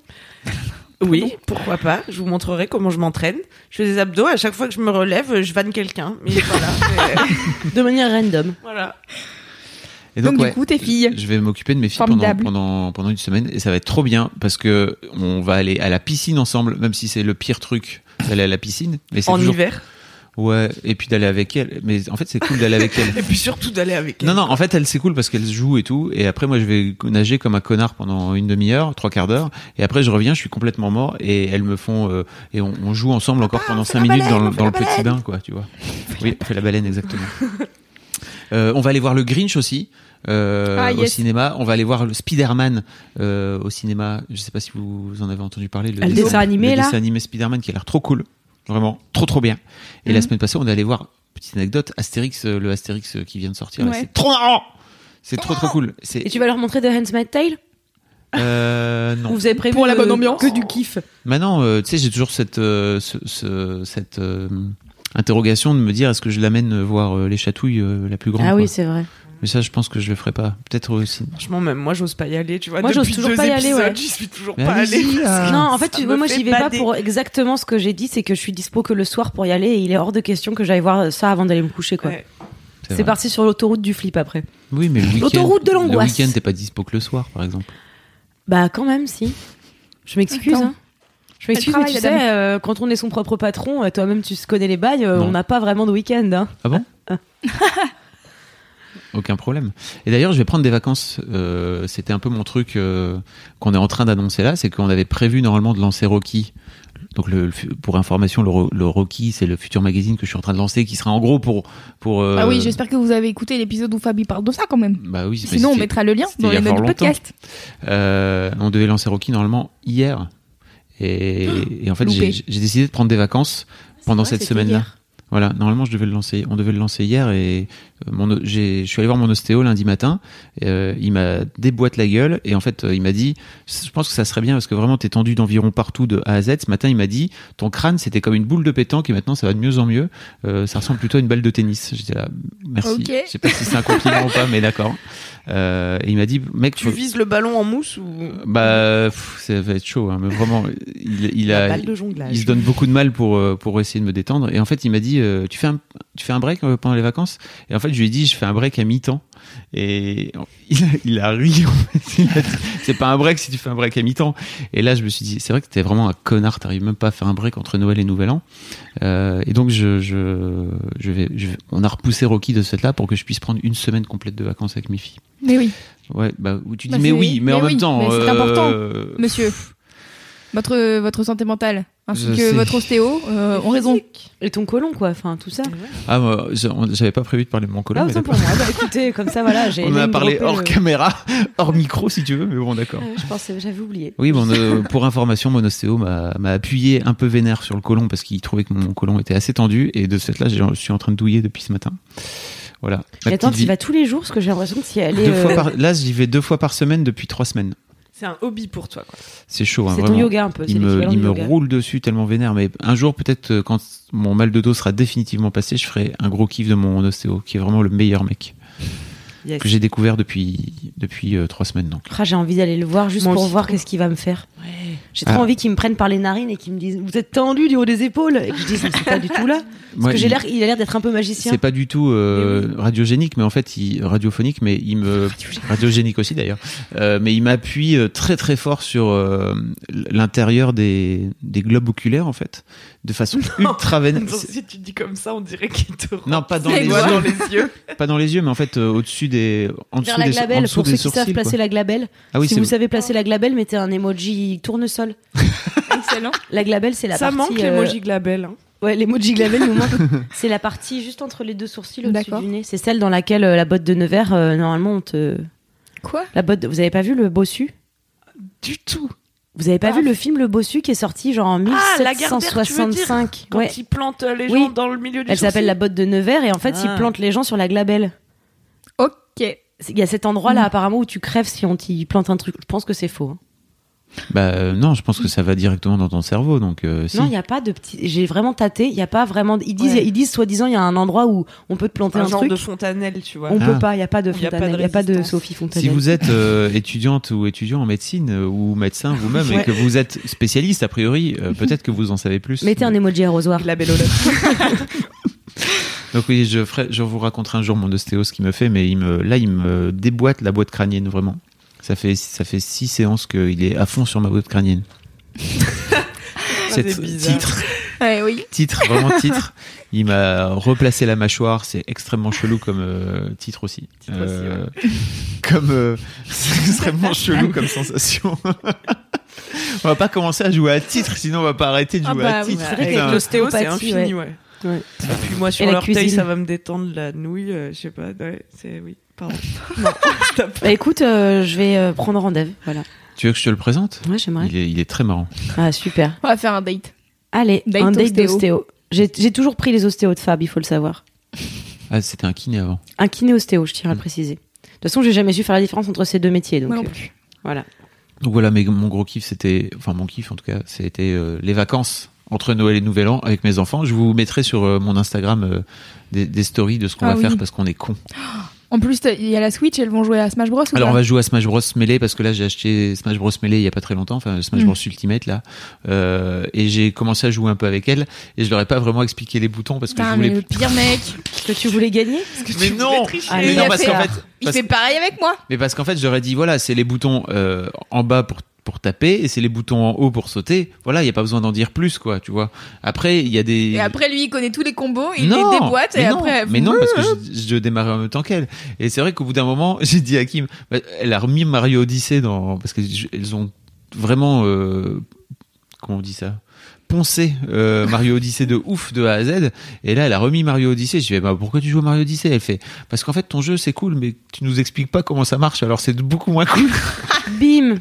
Speaker 5: Oui, pourquoi pas. Je vous montrerai comment je m'entraîne. Je fais des abdos. À chaque fois que je me relève, je vanne quelqu'un. Mais voilà. mais-
Speaker 3: hein, De manière random.
Speaker 5: voilà.
Speaker 4: Et
Speaker 1: Donc, du
Speaker 4: ouais,
Speaker 1: coup, tes filles.
Speaker 4: Je vais m'occuper de mes filles pendant,
Speaker 1: Formidable.
Speaker 4: pendant, pendant une semaine et ça va être trop bien parce que on va aller à la piscine ensemble, même si c'est le pire truc d'aller à la piscine. Mais c'est
Speaker 5: En
Speaker 4: toujours...
Speaker 5: hiver.
Speaker 4: Ouais, et puis d'aller avec elle. Mais en fait, c'est cool d'aller avec elle.
Speaker 5: Et puis surtout d'aller avec. elle.
Speaker 4: Non, non, en fait, elle, c'est cool parce qu'elle se joue et tout. Et après, moi, je vais nager comme un connard pendant une demi-heure, trois quarts d'heure. Et après, je reviens, je suis complètement mort. Et elles me font. euh, et on, on joue ensemble encore pendant cinq minutes dans, le- dans le petit bain, quoi, tu vois. Oui, on fait la baleine, exactement. Euh, on va aller voir le Grinch aussi. euh,
Speaker 1: Ah,
Speaker 4: au
Speaker 1: yes.
Speaker 4: cinéma, on va aller voir le Spider-Man euh, au cinéma. Je sais pas si vous en avez entendu parler. Le
Speaker 3: Ah, le dessin animé,
Speaker 4: le
Speaker 3: là
Speaker 4: dessin animé Spider-Man qui a l'air trop cool, vraiment trop trop bien. Et
Speaker 3: Mhm.
Speaker 4: la semaine passée, on est allé voir petite anecdote Astérix, euh, le Astérix euh, qui vient de sortir. et
Speaker 1: Ouais.
Speaker 4: C'est trop marrant. C'est trop trop cool. C'est
Speaker 3: Et tu vas leur montrer The Handmaid's Tale
Speaker 4: euh,
Speaker 3: Ou
Speaker 4: non.
Speaker 3: Vous avez prévu
Speaker 1: Pour la bonne
Speaker 3: euh,
Speaker 1: ambiance.
Speaker 3: que du kiff.
Speaker 4: Maintenant, euh, tu sais, j'ai toujours cette euh, ce- ce- cette euh, interrogation de me dire est-ce que je l'amène voir euh, les chatouilles euh, la plus grande.
Speaker 3: Ah
Speaker 4: quoi.
Speaker 3: oui, c'est vrai.
Speaker 4: Mais ça, je pense que je le ferai pas. Peut-être aussi.
Speaker 5: Franchement, même moi, j'ose pas y aller. Tu vois,
Speaker 3: Moi, j'ose
Speaker 5: Depuis
Speaker 3: toujours
Speaker 5: deux
Speaker 3: pas y aller,
Speaker 5: épisodes,
Speaker 3: ouais.
Speaker 5: J'y suis toujours
Speaker 4: Mais
Speaker 5: pas allée.
Speaker 4: allez-y, euh. là.
Speaker 3: Non, en Ah, fait, tu-
Speaker 5: me
Speaker 3: moi,
Speaker 5: fait
Speaker 3: j'y vais pas
Speaker 5: bader.
Speaker 3: pour exactement ce que j'ai dit, c'est que je suis dispo que le soir pour y aller et il est hors de question que j'aille voir ça avant d'aller me coucher, quoi.
Speaker 5: Ouais.
Speaker 4: C'est
Speaker 3: C'est
Speaker 4: vrai.
Speaker 3: parti sur l'autoroute du flip après.
Speaker 4: Oui, mais le week-end.
Speaker 3: L'autoroute de l'angoisse.
Speaker 4: Le week-end, t'es pas dispo que le soir, par exemple.
Speaker 3: Bah, quand même, si. Je m'excuse,
Speaker 1: Attends.
Speaker 3: hein. Je m'excuse,
Speaker 1: Elle
Speaker 3: mais tu
Speaker 1: travaille, la
Speaker 3: sais, euh, quand on est son propre patron, euh, toi-même, tu se connais les bails, euh,
Speaker 4: Non.
Speaker 3: on n'a pas vraiment de week-end, hein.
Speaker 4: Ah bon Aucun problème. Et d'ailleurs, je vais prendre des vacances. Euh, C'était un peu mon truc euh, qu'on est en train d'annoncer là, c'est qu'on avait prévu normalement de lancer Rocky. Donc, le, le fu- pour information, le, Ro- le Rocky, c'est le futur magazine que je suis en train de lancer, qui sera en gros pour pour. euh,
Speaker 1: Ah oui, j'espère que vous avez écouté l'épisode où Fabi parle de ça quand même.
Speaker 4: Bah oui. mais
Speaker 1: Sinon, on
Speaker 4: c'était-
Speaker 1: mettra le lien
Speaker 4: c'était
Speaker 1: dans
Speaker 4: il y a
Speaker 1: les notes
Speaker 4: fort
Speaker 1: du
Speaker 4: longtemps.
Speaker 1: podcast.
Speaker 4: Euh, on devait lancer Rocky normalement hier. Et, et en fait, j'ai
Speaker 1: Loupé.
Speaker 4: j'ai décidé de prendre des vacances pendant
Speaker 3: vrai,
Speaker 4: cette
Speaker 3: c'était
Speaker 4: semaine-là.
Speaker 3: hier.
Speaker 4: Voilà, normalement, je devais le lancer. On devait le lancer hier et euh, mon, o- j'ai- je suis allé voir mon ostéo lundi matin. Euh, il m'a déboîte la gueule et en fait, euh, il m'a dit, je pense que ça serait bien parce que vraiment, t'es tendu d'environ partout de A à Z. Ce matin, il m'a dit, ton crâne, c'était comme une boule de pétanque et maintenant, ça va de mieux en mieux. Euh, ça ressemble plutôt à une balle de tennis. J'étais là, merci.
Speaker 1: Ok.
Speaker 4: Je sais pas si c'est un compliment ou pas, mais d'accord. Euh, et il m'a dit, mec,
Speaker 5: Tu
Speaker 4: faut-
Speaker 5: vises le ballon en mousse ou
Speaker 4: bah, pff, ça va être chaud, hein, mais vraiment, il, il
Speaker 5: la
Speaker 4: a,
Speaker 5: balle de jonglage
Speaker 4: il se donne beaucoup de mal pour euh, pour essayer de me détendre. Et en fait, il m'a dit, euh, tu fais un, tu fais un break euh, pendant les vacances. Et en fait, je lui ai dit, je fais un break à mi-temps. Et il a, il a ri. en fait. Il a dit, C'est pas un break si tu fais un break à mi-temps. Et là, je me suis dit, c'est vrai que t'es vraiment un connard. T'arrives même pas à faire un break entre Noël et Nouvel An. Euh, et donc, je, je, je vais, je vais- on a repoussé Rocky de cette là pour que je puisse prendre une semaine complète de vacances avec mes filles.
Speaker 1: Mais oui,
Speaker 4: Ouais, bah, où tu dis,
Speaker 1: Bah,
Speaker 4: mais
Speaker 1: c'est-
Speaker 4: oui, mais, en euh,
Speaker 1: mais
Speaker 4: même
Speaker 1: oui,
Speaker 4: temps.
Speaker 1: mais c'est
Speaker 4: euh,
Speaker 1: important, monsieur. Votre, votre santé mentale, ainsi
Speaker 4: Je
Speaker 1: que
Speaker 4: sais.
Speaker 1: votre ostéo euh, ont raison.
Speaker 3: Et ton colon, quoi, enfin, tout ça.
Speaker 4: Ah, moi, je- on- j'avais pas prévu de parler de mon
Speaker 3: Ah,
Speaker 4: colon. mais
Speaker 3: autant
Speaker 4: d'accord.
Speaker 3: pour moi. Bah, écoutez, comme ça, voilà, j'ai.
Speaker 4: on en a
Speaker 3: même
Speaker 4: parlé
Speaker 3: droppé
Speaker 4: hors
Speaker 3: le-
Speaker 4: caméra, hors micro si tu veux, mais bon, d'accord.
Speaker 3: Je pensais, j'avais oublié.
Speaker 4: Oui, bon, euh, pour information, mon ostéo m'a m'a appuyé un peu vénère sur le colon parce qu'il trouvait que mon colon était assez tendu et de ce fait là, je suis en train de douiller depuis ce matin. Voilà.
Speaker 3: Mais
Speaker 4: Ma
Speaker 3: attends,
Speaker 4: petite
Speaker 3: tu
Speaker 4: vie.
Speaker 3: vas tous les jours, parce que j'ai l'impression que tu y allais.
Speaker 4: Deux fois
Speaker 3: euh,
Speaker 4: par- Là, j'y vais deux fois par semaine depuis trois semaines.
Speaker 5: C'est un hobby pour toi. Quoi.
Speaker 4: C'est chaud, hein,
Speaker 3: C'est ton
Speaker 4: vraiment.
Speaker 3: yoga un peu. c'est
Speaker 4: Il me,
Speaker 3: l'équivalent
Speaker 4: il
Speaker 3: du
Speaker 4: me
Speaker 3: yoga.
Speaker 4: roule dessus tellement vénère, mais un jour peut-être euh, quand mon mal de dos sera définitivement passé, je ferai un gros kiff de mon ostéo, qui est vraiment le meilleur mec
Speaker 5: Yes.
Speaker 4: que j'ai découvert depuis depuis euh, trois semaines donc.
Speaker 3: Ah, j'ai envie d'aller le voir juste
Speaker 5: Moi
Speaker 3: pour
Speaker 5: aussi,
Speaker 3: voir
Speaker 5: trop.
Speaker 3: qu'est-ce qu'il va me faire. J'ai trop
Speaker 4: Ah.
Speaker 3: envie qu'il me prenne par les narines et qu'il me dise Vous êtes tendu du haut des épaules Et que je dise Mais c'est pas du tout là. Parce
Speaker 4: Ouais,
Speaker 3: que j'ai
Speaker 4: il-
Speaker 3: l'air, il a l'air d'être un peu magicien.
Speaker 4: C'est pas du tout
Speaker 3: Eh
Speaker 4: euh, radiogénique, mais en fait, il, radiophonique, mais il me radiogénique aussi d'ailleurs. Euh, mais il m'appuie euh, très très fort sur euh, l'intérieur des, des globes oculaires en fait, de façon ultra vénère.
Speaker 5: Attends, si tu dis comme ça, on dirait qu'il te rentre
Speaker 4: Non, pas dans les
Speaker 5: les
Speaker 4: yeux,
Speaker 5: doigts dans les yeux.
Speaker 4: pas dans les yeux, mais en fait euh, au-dessus des, en dessous
Speaker 3: Vers la
Speaker 4: des, en
Speaker 3: glabelle,
Speaker 4: dessous
Speaker 3: pour
Speaker 4: des
Speaker 3: ceux qui
Speaker 4: sourcils.
Speaker 3: savent placer
Speaker 4: quoi.
Speaker 3: la glabelle.
Speaker 4: Ah oui,
Speaker 3: si
Speaker 4: c'est-
Speaker 3: vous savez placer la glabelle, mettez un emoji tournesol.
Speaker 1: Excellent.
Speaker 3: La glabelle, c'est la
Speaker 5: Ça
Speaker 3: partie.
Speaker 5: manque
Speaker 3: euh,
Speaker 5: l'emoji glabelle. Hein.
Speaker 3: Ouais, l'emoji glabelle nous manque. c'est la partie juste entre les deux sourcils au-dessus
Speaker 1: D'accord.
Speaker 3: du nez. C'est celle dans laquelle euh, la botte de Nevers, euh, normalement, on te.
Speaker 1: Quoi
Speaker 3: La botte. de- Vous avez pas vu le bossu
Speaker 5: Du tout.
Speaker 3: Vous avez pas
Speaker 5: Ah.
Speaker 3: vu le film Le Bossu qui est sorti genre en
Speaker 5: Ah, la Gardère, tu veux dire,
Speaker 3: 1765
Speaker 5: Quand
Speaker 3: Ouais.
Speaker 5: ils plantent euh, les
Speaker 3: Oui.
Speaker 5: gens dans le milieu du
Speaker 3: Elle s'appelle la
Speaker 5: sourcil.
Speaker 3: botte de Nevers et en fait,
Speaker 5: Ah.
Speaker 3: ils plantent les gens sur la glabelle.
Speaker 1: Ok.
Speaker 3: C'est- Il y a cet endroit là
Speaker 1: Mm.
Speaker 3: apparemment où tu crèves si on t'y plante un truc. Je pense que c'est faux. hein.
Speaker 4: Bah euh, non, je pense que ça va directement dans ton cerveau, donc euh, si.
Speaker 3: Non, il n'y a pas de petit. J'ai vraiment tâté. Il y a pas vraiment. Ils disent,
Speaker 5: Ouais.
Speaker 3: ils disent soi-disant, il y a un endroit où on peut te planter un,
Speaker 5: un genre
Speaker 3: truc.
Speaker 5: de fontanelle, tu vois.
Speaker 3: On
Speaker 4: Ah.
Speaker 3: peut pas. Il y a pas de
Speaker 5: Il y a pas de
Speaker 3: Fontanelle. Il y a pas de
Speaker 5: résistance.
Speaker 3: Sophie Fontanelle.
Speaker 4: Si vous êtes euh, étudiante ou étudiant en médecine euh, ou médecin vous-même et
Speaker 5: Ouais.
Speaker 4: que vous êtes spécialiste a priori, euh, peut-être que vous en savez plus.
Speaker 3: Mettez un emoji arrosoir.
Speaker 5: Glabelle au lait.
Speaker 4: Donc oui, je, ferai, je vous raconterai un jour mon ostéo ce qu'il me fait, mais il me, là, il me déboîte la boîte crânienne, vraiment. Ça fait, ça fait six séances qu'il est à fond sur ma boîte crânienne.
Speaker 5: c'est
Speaker 4: Cette-
Speaker 5: Ah, bizarre.
Speaker 4: titre, Ah
Speaker 1: Ouais, oui.
Speaker 4: titre, vraiment titre. Il m'a replacé la mâchoire, c'est extrêmement chelou comme euh, titre aussi. Euh,
Speaker 5: Titre aussi,
Speaker 4: Comme euh, c'est extrêmement chelou comme sensation. on va pas commencer à jouer à titre, sinon on va pas arrêter de
Speaker 1: Ah
Speaker 4: jouer à
Speaker 1: bah oui,
Speaker 4: titre.
Speaker 3: c'est vrai que
Speaker 5: Avec
Speaker 4: Putain.
Speaker 5: l'ostéo, c'est
Speaker 3: l'ostéopathie,
Speaker 5: infini, ouais.
Speaker 3: Ouais.
Speaker 5: Et puis moi, sur
Speaker 3: Et la
Speaker 5: l'orteil,
Speaker 3: cuisine.
Speaker 5: ça va me détendre la nouille, euh, je sais pas. Ouais, c'est... Oui, pardon.
Speaker 3: Bah écoute, euh, je vais euh, prendre rendez-vous. Voilà.
Speaker 4: Tu veux que je te le présente
Speaker 3: Ouais, j'aimerais.
Speaker 4: il, est, il est très marrant.
Speaker 3: Ah super.
Speaker 1: On va faire un date.
Speaker 3: Allez,
Speaker 1: Date
Speaker 3: un date
Speaker 1: ostéo.
Speaker 3: d'ostéo. J'ai j'ai toujours pris les ostéos de Fab, il faut le savoir.
Speaker 4: Ah, c'était un kiné avant.
Speaker 3: Un kinéostéo, je tiens à le
Speaker 4: Mm.
Speaker 3: préciser. De toute façon, j'ai jamais su faire la différence entre ces deux métiers. Donc,
Speaker 1: Moi non
Speaker 3: euh,
Speaker 1: plus.
Speaker 3: voilà.
Speaker 4: Donc voilà, mais mon gros kiff, c'était, enfin mon kiff en tout cas, c'était euh, les vacances entre Noël et Nouvel An avec mes enfants. Je vous mettrai sur euh, mon Instagram euh, des, des stories de ce qu'on
Speaker 1: Ah
Speaker 4: va
Speaker 1: oui.
Speaker 4: faire parce qu'on est con.
Speaker 1: En plus, t'as- il y a la Switch, elles vont jouer à Smash Bros. ou
Speaker 4: Alors on
Speaker 1: pas
Speaker 4: va jouer à Smash Bros Melee parce que là j'ai acheté Smash Bros Melee il y a pas très longtemps, enfin Smash
Speaker 1: Mm.
Speaker 4: Bros Ultimate là, Euh, et j'ai commencé à jouer un peu avec elle et je leur ai pas vraiment expliqué les boutons parce que
Speaker 1: Putain,
Speaker 4: je
Speaker 1: Ah, mais
Speaker 4: voulais.
Speaker 1: le pire mec.
Speaker 3: Est-ce que tu voulais gagner
Speaker 4: Mais non,
Speaker 3: Ah,
Speaker 4: mais
Speaker 3: il
Speaker 4: non
Speaker 3: a
Speaker 4: parce
Speaker 3: fait
Speaker 4: qu'en
Speaker 3: un-
Speaker 4: fait,
Speaker 1: Il
Speaker 4: parce-
Speaker 1: fait pareil avec moi.
Speaker 4: mais parce qu'en fait j'aurais dit voilà c'est les boutons euh, en bas pour pour taper et c'est les boutons en haut pour sauter. Voilà, il y a pas besoin d'en dire plus quoi, tu vois. Après il y a des
Speaker 1: Et après, lui, il connaît tous les combos, il les déboîte
Speaker 4: mais
Speaker 1: et
Speaker 4: non,
Speaker 1: après.
Speaker 4: Mais non, parce que je, je démarrais en même temps qu'elle. Et c'est vrai qu'au bout d'un moment, j'ai dit à Kim, bah, elle a remis Mario Odyssey dans. Parce qu'elles ont vraiment. euh, comment on dit ça Poncé euh, Mario Odyssey de ouf de A à Z. Et là, elle a remis Mario Odyssey. Je lui ai dit, bah, pourquoi tu joues à Mario Odyssey Elle fait, parce qu'en fait, ton jeu, c'est cool, mais tu nous expliques pas comment ça marche, alors c'est beaucoup moins cool.
Speaker 3: Bim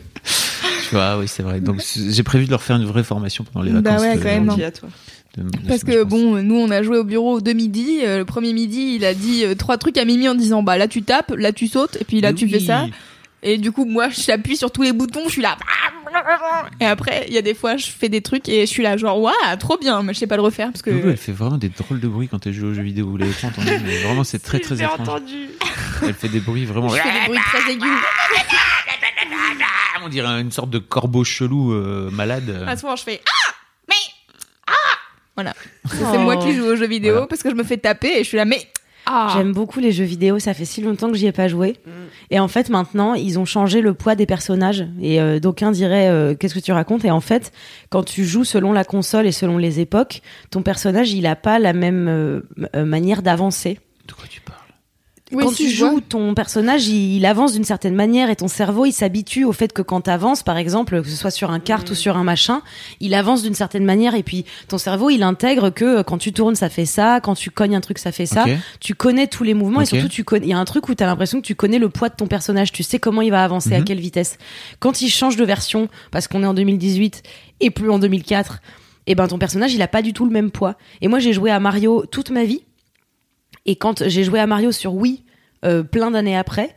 Speaker 4: Tu vois, ah oui, c'est vrai. Donc, c'est- j'ai prévu de leur faire une vraie formation pendant les
Speaker 1: Bah
Speaker 4: vacances.
Speaker 1: ouais,
Speaker 4: de-
Speaker 1: quand même,
Speaker 4: de-
Speaker 1: hein.
Speaker 5: Dis à toi.
Speaker 4: de- de-
Speaker 1: Parce
Speaker 4: de-
Speaker 1: que
Speaker 4: je pense.
Speaker 1: bon, nous on a joué au bureau de midi. euh, le premier midi, il a dit euh, trois trucs à Mimi en disant bah là tu tapes, là tu sautes, et puis là
Speaker 4: Mais
Speaker 1: tu fais
Speaker 4: oui.
Speaker 1: ça. Et du coup, moi, j'appuie sur tous les boutons, je suis là. Et après, il y a des fois, je fais des trucs et je suis là, genre, waouh, trop bien, mais je sais pas le refaire parce
Speaker 4: Loulou,
Speaker 1: que.
Speaker 4: elle fait vraiment des drôles de bruits quand elle joue aux jeux vidéo. Vous l'avez pas entendu, mais vraiment, c'est très très
Speaker 5: J'ai
Speaker 4: étrange.
Speaker 5: entendu.
Speaker 4: Elle fait des bruits vraiment.
Speaker 1: Je fais des bruits très aigus.
Speaker 4: Ah, on dirait une sorte de corbeau chelou euh, malade.
Speaker 1: À ce moment, je fais Ah Mais Ah Voilà. C'est moi qui joue aux jeux vidéo
Speaker 4: Voilà.
Speaker 1: parce que je me fais taper et je suis là, mais Ah Mm.
Speaker 3: J'aime beaucoup les jeux vidéo, ça fait si longtemps que j'y ai pas joué. Et en fait, maintenant, ils ont changé le poids des personnages. Et euh, d'aucuns diraient euh, Qu'est-ce que tu racontes Et en fait, quand tu joues selon la console et selon les époques, ton personnage, il a pas la même euh, m- euh, manière d'avancer.
Speaker 4: De quoi tu parles
Speaker 1: Oui,
Speaker 3: quand
Speaker 1: si,
Speaker 3: tu
Speaker 1: je vois.
Speaker 3: joues, ton personnage, il, il avance d'une certaine manière et ton cerveau, il s'habitue au fait que quand t'avances, par exemple, que ce soit sur un kart
Speaker 1: Mm.
Speaker 3: ou sur un machin, il avance d'une certaine manière et puis ton cerveau, il intègre que euh, quand tu tournes, ça fait ça, quand tu cognes un truc, ça fait ça.
Speaker 4: Ok.
Speaker 3: Tu connais tous les mouvements et
Speaker 4: Ok.
Speaker 3: surtout, tu connais. Il y a un truc où t'as l'impression que tu connais le poids de ton personnage, tu sais comment il va avancer, à
Speaker 4: Mhm.
Speaker 3: quelle vitesse. Quand il change de version, parce qu'on est en 2018 et plus en 2004, et ben ton personnage, il a pas du tout le même poids. Et moi, j'ai joué à Mario toute ma vie. Et quand j'ai joué à Mario sur Wii, euh, plein d'années après,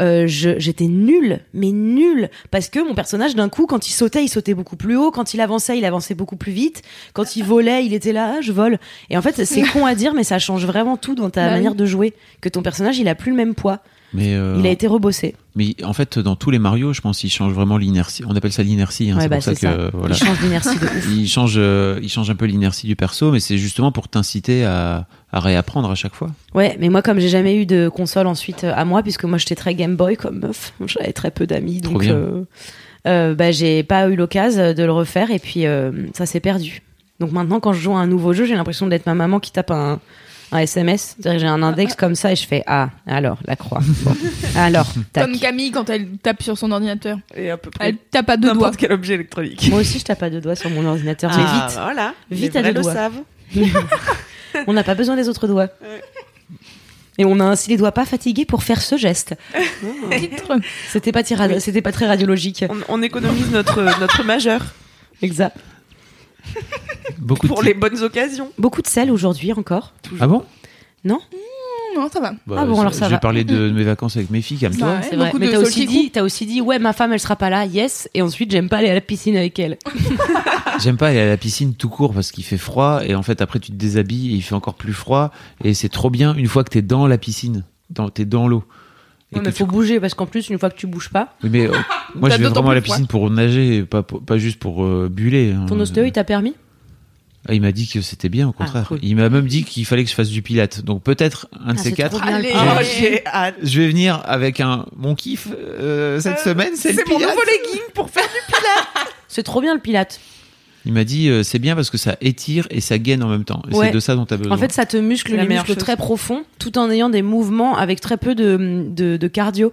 Speaker 3: euh, je- j'étais nulle, mais nulle, parce que mon personnage d'un coup, quand il sautait, il sautait beaucoup plus haut, quand il avançait, il avançait beaucoup plus vite, quand il volait, il était là, ah, je vole. Et en fait, c'est con à dire, mais ça change vraiment tout dans ta
Speaker 1: Bah oui.
Speaker 3: manière de jouer, que ton personnage, il a plus le même poids,
Speaker 4: Mais, euh,
Speaker 3: il a été rebossé,
Speaker 4: mais en fait, dans tous les Mario, je pense qu'ils changent vraiment l'inertie. On appelle ça l'inertie. hein,
Speaker 3: Ouais,
Speaker 4: c'est
Speaker 3: bah,
Speaker 4: pour ça que
Speaker 3: c'est ça.
Speaker 4: euh, voilà.
Speaker 3: il change d'inertie de ouf.
Speaker 4: Il change, euh, il change un peu l'inertie du perso, mais c'est justement pour t'inciter à, à réapprendre à chaque fois.
Speaker 3: Ouais, mais moi, comme j'ai jamais eu de console ensuite euh, à moi, puisque moi j'étais très Game Boy comme meuf, j'avais très peu d'amis,
Speaker 4: Trop
Speaker 3: donc
Speaker 4: bien.
Speaker 3: euh, euh, bah, j'ai pas eu l'occasion de le refaire, et puis euh, ça s'est perdu. Donc maintenant, quand je joue à un nouveau jeu, j'ai l'impression d'être ma maman qui tape un, un SMS. C'est-à-dire que J'ai un index comme ça et je fais Ah, alors, la croix. Bon. Alors, tac.
Speaker 1: Comme Camille quand elle tape sur son ordinateur.
Speaker 5: Et à peu près
Speaker 1: Elle tape à deux doigts.
Speaker 5: n'importe quel objet électronique.
Speaker 3: Moi aussi, je tape à deux doigts sur mon ordinateur,
Speaker 5: Ah,
Speaker 3: mais
Speaker 5: Voilà.
Speaker 3: Vite
Speaker 5: les
Speaker 3: à
Speaker 5: vrais
Speaker 3: deux
Speaker 5: le
Speaker 3: doigts.
Speaker 5: savent.
Speaker 3: vite. on n'a pas besoin des autres doigts. Et on a ainsi les doigts pas fatigués pour faire ce geste.
Speaker 1: Titre.
Speaker 3: C'était pas, tira- c'était pas très radiologique.
Speaker 5: On, on économise notre, notre majeur
Speaker 3: Exact.
Speaker 4: Beaucoup
Speaker 5: pour
Speaker 4: de...
Speaker 5: les bonnes occasions.
Speaker 3: Beaucoup de sel aujourd'hui encore.
Speaker 4: Ah bon
Speaker 1: Non, ça va.
Speaker 4: Bah,
Speaker 3: Ah bon,
Speaker 4: je-
Speaker 3: alors ça
Speaker 4: Je vais
Speaker 3: va.
Speaker 4: parler de, de mes vacances avec mes filles, calme-toi.
Speaker 1: Bah, ouais,
Speaker 3: C'est vrai.
Speaker 1: beaucoup
Speaker 3: Mais
Speaker 1: de
Speaker 3: t'as aussi,
Speaker 1: solfège.
Speaker 3: dit- t'as aussi dit, ouais, ma femme, elle sera pas là, yes. Et ensuite, j'aime pas aller à la piscine avec elle.
Speaker 4: J'aime pas aller à la piscine tout court parce qu'il fait froid et en fait après tu te déshabilles et il fait encore plus froid et c'est trop bien une fois que t'es dans la piscine, dans, t'es dans l'eau. Et
Speaker 3: Non,
Speaker 4: que
Speaker 3: mais
Speaker 4: tu-
Speaker 3: faut bouger parce qu'en plus, une fois que tu bouges pas,
Speaker 4: Oui, mais, euh, moi
Speaker 1: T'as
Speaker 4: je vais
Speaker 1: d'autant
Speaker 4: vraiment à la
Speaker 1: plus froid.
Speaker 4: piscine pour nager, et pas, pour- pas juste pour euh, buller. hein.
Speaker 3: ton ostéo, il t'a permis
Speaker 4: Ah, il m'a dit que c'était bien au contraire.
Speaker 3: cool.
Speaker 4: Il m'a même dit qu'il fallait que je fasse du pilate. Donc peut-être un
Speaker 3: Ah,
Speaker 4: de ces
Speaker 3: c'est
Speaker 4: quatre.
Speaker 3: trop bien, le
Speaker 1: Allez.
Speaker 3: pilate.
Speaker 5: Oh,
Speaker 1: Et-
Speaker 5: j'ai hâte.
Speaker 4: Je vais venir avec un mon kiff euh, cette
Speaker 5: Euh,
Speaker 4: semaine, c'est le
Speaker 5: mon
Speaker 4: pilate.
Speaker 5: nouveau legging pour faire.
Speaker 3: C'est trop bien le pilate.
Speaker 4: Il m'a dit euh, c'est bien parce que ça étire et ça gaine en même temps. Et
Speaker 3: Ouais.
Speaker 4: C'est de ça dont t'as besoin.
Speaker 3: En fait, ça te muscle
Speaker 5: La
Speaker 3: les
Speaker 5: meilleure
Speaker 3: muscles
Speaker 5: chose.
Speaker 3: très profonds tout en ayant des mouvements avec très peu de, de, de cardio.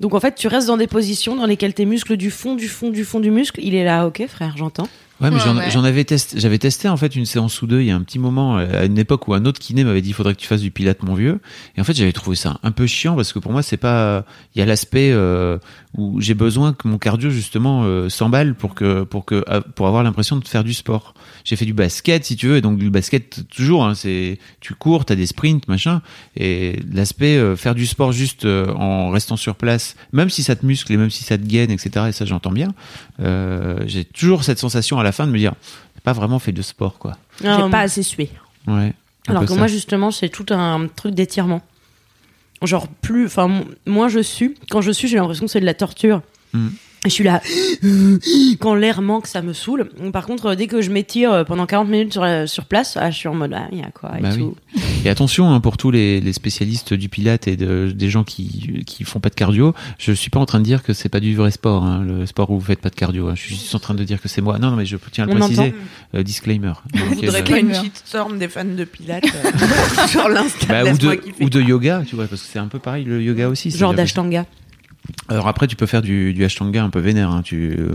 Speaker 3: Donc en fait, tu restes dans des positions dans lesquelles tes muscles du fond, du fond, du fond du muscle, il est là, ok frère, j'entends.
Speaker 4: Ouais, mais
Speaker 1: Ouais,
Speaker 4: j'en
Speaker 1: ouais.
Speaker 4: j'en avais testé, j'avais testé en fait une séance ou deux il y a un petit moment euh, à une époque où un autre kiné m'avait dit faudrait que tu fasses du pilate mon vieux et en fait j'avais trouvé ça un peu chiant parce que pour moi c'est pas il y a l'aspect euh, où j'ai besoin que mon cardio justement euh, s'emballe pour que pour que à- pour avoir l'impression de faire du sport. J'ai fait du basket si tu veux et donc du basket toujours hein, c'est tu cours, tu as des sprints machin et l'aspect euh, faire du sport juste euh, en restant sur place même si ça te muscle et même si ça te gaine etc et ça j'entends bien euh, j'ai toujours cette sensation à la fin de me dire j'ai pas vraiment fait de sport quoi
Speaker 3: J'ai
Speaker 5: Ah,
Speaker 3: pas assez sué.
Speaker 4: ouais un
Speaker 3: Alors
Speaker 4: peu
Speaker 3: que
Speaker 4: ça.
Speaker 3: moi justement c'est tout un truc d'étirement. Genre plus, enfin mo- moins je sue. Quand je sue j'ai l'impression que c'est de la torture.
Speaker 5: Hmm.
Speaker 4: Mm.
Speaker 3: Et je suis là, quand l'air manque ça me saoule. Par contre dès que je m'étire euh, pendant 40 minutes sur, la- sur place, ah, je suis en mode ah il y a quoi et
Speaker 4: Bah oui.
Speaker 3: tout.
Speaker 4: et attention hein, pour tous les, les spécialistes du pilate et de- des gens qui qui font pas de cardio je suis pas en train de dire que c'est pas du vrai sport hein, le sport où vous faites pas de cardio hein. je suis juste en train de dire que c'est moi non non mais je tiens à le
Speaker 3: On
Speaker 4: préciser
Speaker 5: entend.
Speaker 4: Euh, disclaimer
Speaker 5: On
Speaker 4: Donc,
Speaker 5: voudrait
Speaker 4: euh,
Speaker 5: pas une
Speaker 1: Disclaimer.
Speaker 5: shitstorm des fans de Pilates euh, sur l'Insta.
Speaker 4: bah, ou,
Speaker 5: Laisse-moi
Speaker 4: de,
Speaker 5: kiffer.
Speaker 4: ou de yoga tu vois parce que c'est un peu pareil le yoga aussi
Speaker 3: Genre
Speaker 4: c'est-à-dire que-
Speaker 3: d'ashtanga.
Speaker 4: Alors après, tu peux faire du, du Ashtanga un peu vénère. hein, tu, euh,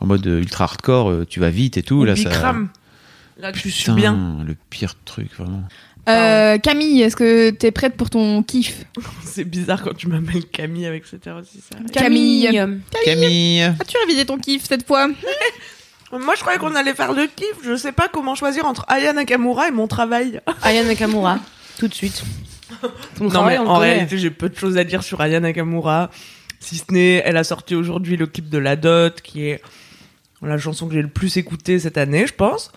Speaker 4: en mode euh, ultra hardcore, euh, tu vas vite et tout.
Speaker 5: Ou
Speaker 4: là,
Speaker 5: Bikram.
Speaker 4: ça.
Speaker 5: Là, tu suis
Speaker 4: Putain,
Speaker 5: bien.
Speaker 4: Le pire truc, vraiment.
Speaker 1: Euh, Camille, est-ce que t'es prête pour ton kiff
Speaker 5: C'est bizarre quand tu m'appelles Camille avec cet air aussi. ça.
Speaker 1: Camille.
Speaker 4: Camille
Speaker 1: As-tu révisé ton kiff cette fois
Speaker 5: Moi, je croyais qu'on allait faire le kiff. Je sais pas comment choisir entre Aya Nakamura et mon travail.
Speaker 3: Aya Nakamura, tout de suite. Ton
Speaker 5: Non,
Speaker 3: travail,
Speaker 5: mais
Speaker 3: on le
Speaker 5: en
Speaker 3: connaît.
Speaker 5: réalité, j'ai peu de choses à dire sur Aya Nakamura. Si ce n'est, elle a sorti aujourd'hui le clip de La Dot, qui est la chanson que j'ai le plus écoutée cette année, je pense.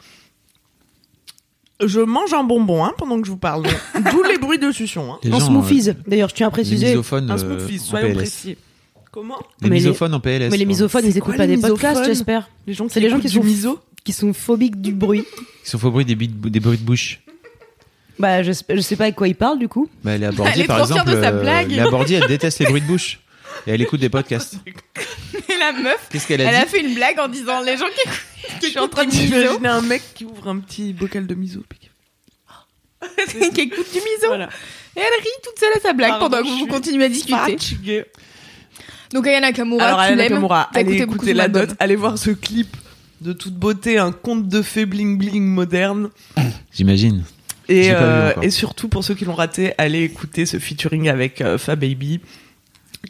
Speaker 5: Je mange un bonbon hein, pendant que je vous parle. donc. D'où les bruits de succion. Hein.
Speaker 4: Les
Speaker 3: En
Speaker 4: gens,
Speaker 3: smoothies. D'ailleurs, je tiens à
Speaker 4: euh, Les
Speaker 3: préciser.
Speaker 4: misophones
Speaker 5: Un
Speaker 4: euh,
Speaker 5: smoothie,
Speaker 4: en
Speaker 5: soyons
Speaker 4: PLS.
Speaker 5: précis. Comment
Speaker 4: Les
Speaker 3: Mais les-
Speaker 4: misophones en PLS.
Speaker 3: Mais les
Speaker 4: hein.
Speaker 3: misophones, ils
Speaker 5: C'est
Speaker 3: écoutent
Speaker 5: quoi,
Speaker 3: pas
Speaker 5: les
Speaker 3: des podcasts,
Speaker 5: misophones
Speaker 3: j'espère.
Speaker 5: Les gens
Speaker 3: C'est les gens qui
Speaker 5: écoutent
Speaker 3: sont
Speaker 5: du miso
Speaker 3: qui sont phobiques du bruit.
Speaker 4: Ils sont faux bruit des, bites- des bruits de bouche.
Speaker 3: Bah, je sais, je sais pas avec quoi ils parlent du coup.
Speaker 4: Bah, la Bordy,
Speaker 1: Elle est
Speaker 4: par
Speaker 1: trop fière
Speaker 4: exemple. euh,
Speaker 1: de sa blague.
Speaker 4: la Bordy, elle déteste les bruits de bouche. Et elle écoute des podcasts.
Speaker 1: Et la meuf,
Speaker 4: Qu'est-ce qu'elle a
Speaker 1: elle a
Speaker 4: dit
Speaker 1: fait une blague en disant les gens qui écoutent, je suis en train de
Speaker 5: J'imagine
Speaker 1: miser.
Speaker 5: un mec qui ouvre un petit bocal de miso. puis qui-
Speaker 1: qui écoute du miso.
Speaker 5: Voilà.
Speaker 1: Et elle rit toute seule à sa blague
Speaker 5: Pardon,
Speaker 1: pendant que
Speaker 5: je
Speaker 1: vous
Speaker 5: suis
Speaker 1: continuez à discuter.
Speaker 5: Fatigué.
Speaker 1: Donc Ayana Kamura,
Speaker 5: Alors,
Speaker 1: tu
Speaker 5: Ayana
Speaker 1: l'aimes.
Speaker 5: Nakamura,
Speaker 1: T'as
Speaker 5: allez
Speaker 1: écouté beaucoup
Speaker 5: écouter
Speaker 1: son
Speaker 5: la
Speaker 1: album.
Speaker 5: dot, allez voir ce clip de toute beauté, un conte de fées bling bling moderne.
Speaker 4: J'imagine.
Speaker 5: Et,
Speaker 4: J'ai pas vu
Speaker 5: euh,
Speaker 4: encore.
Speaker 5: et surtout, pour ceux qui l'ont raté, allez écouter ce featuring avec euh, Fababy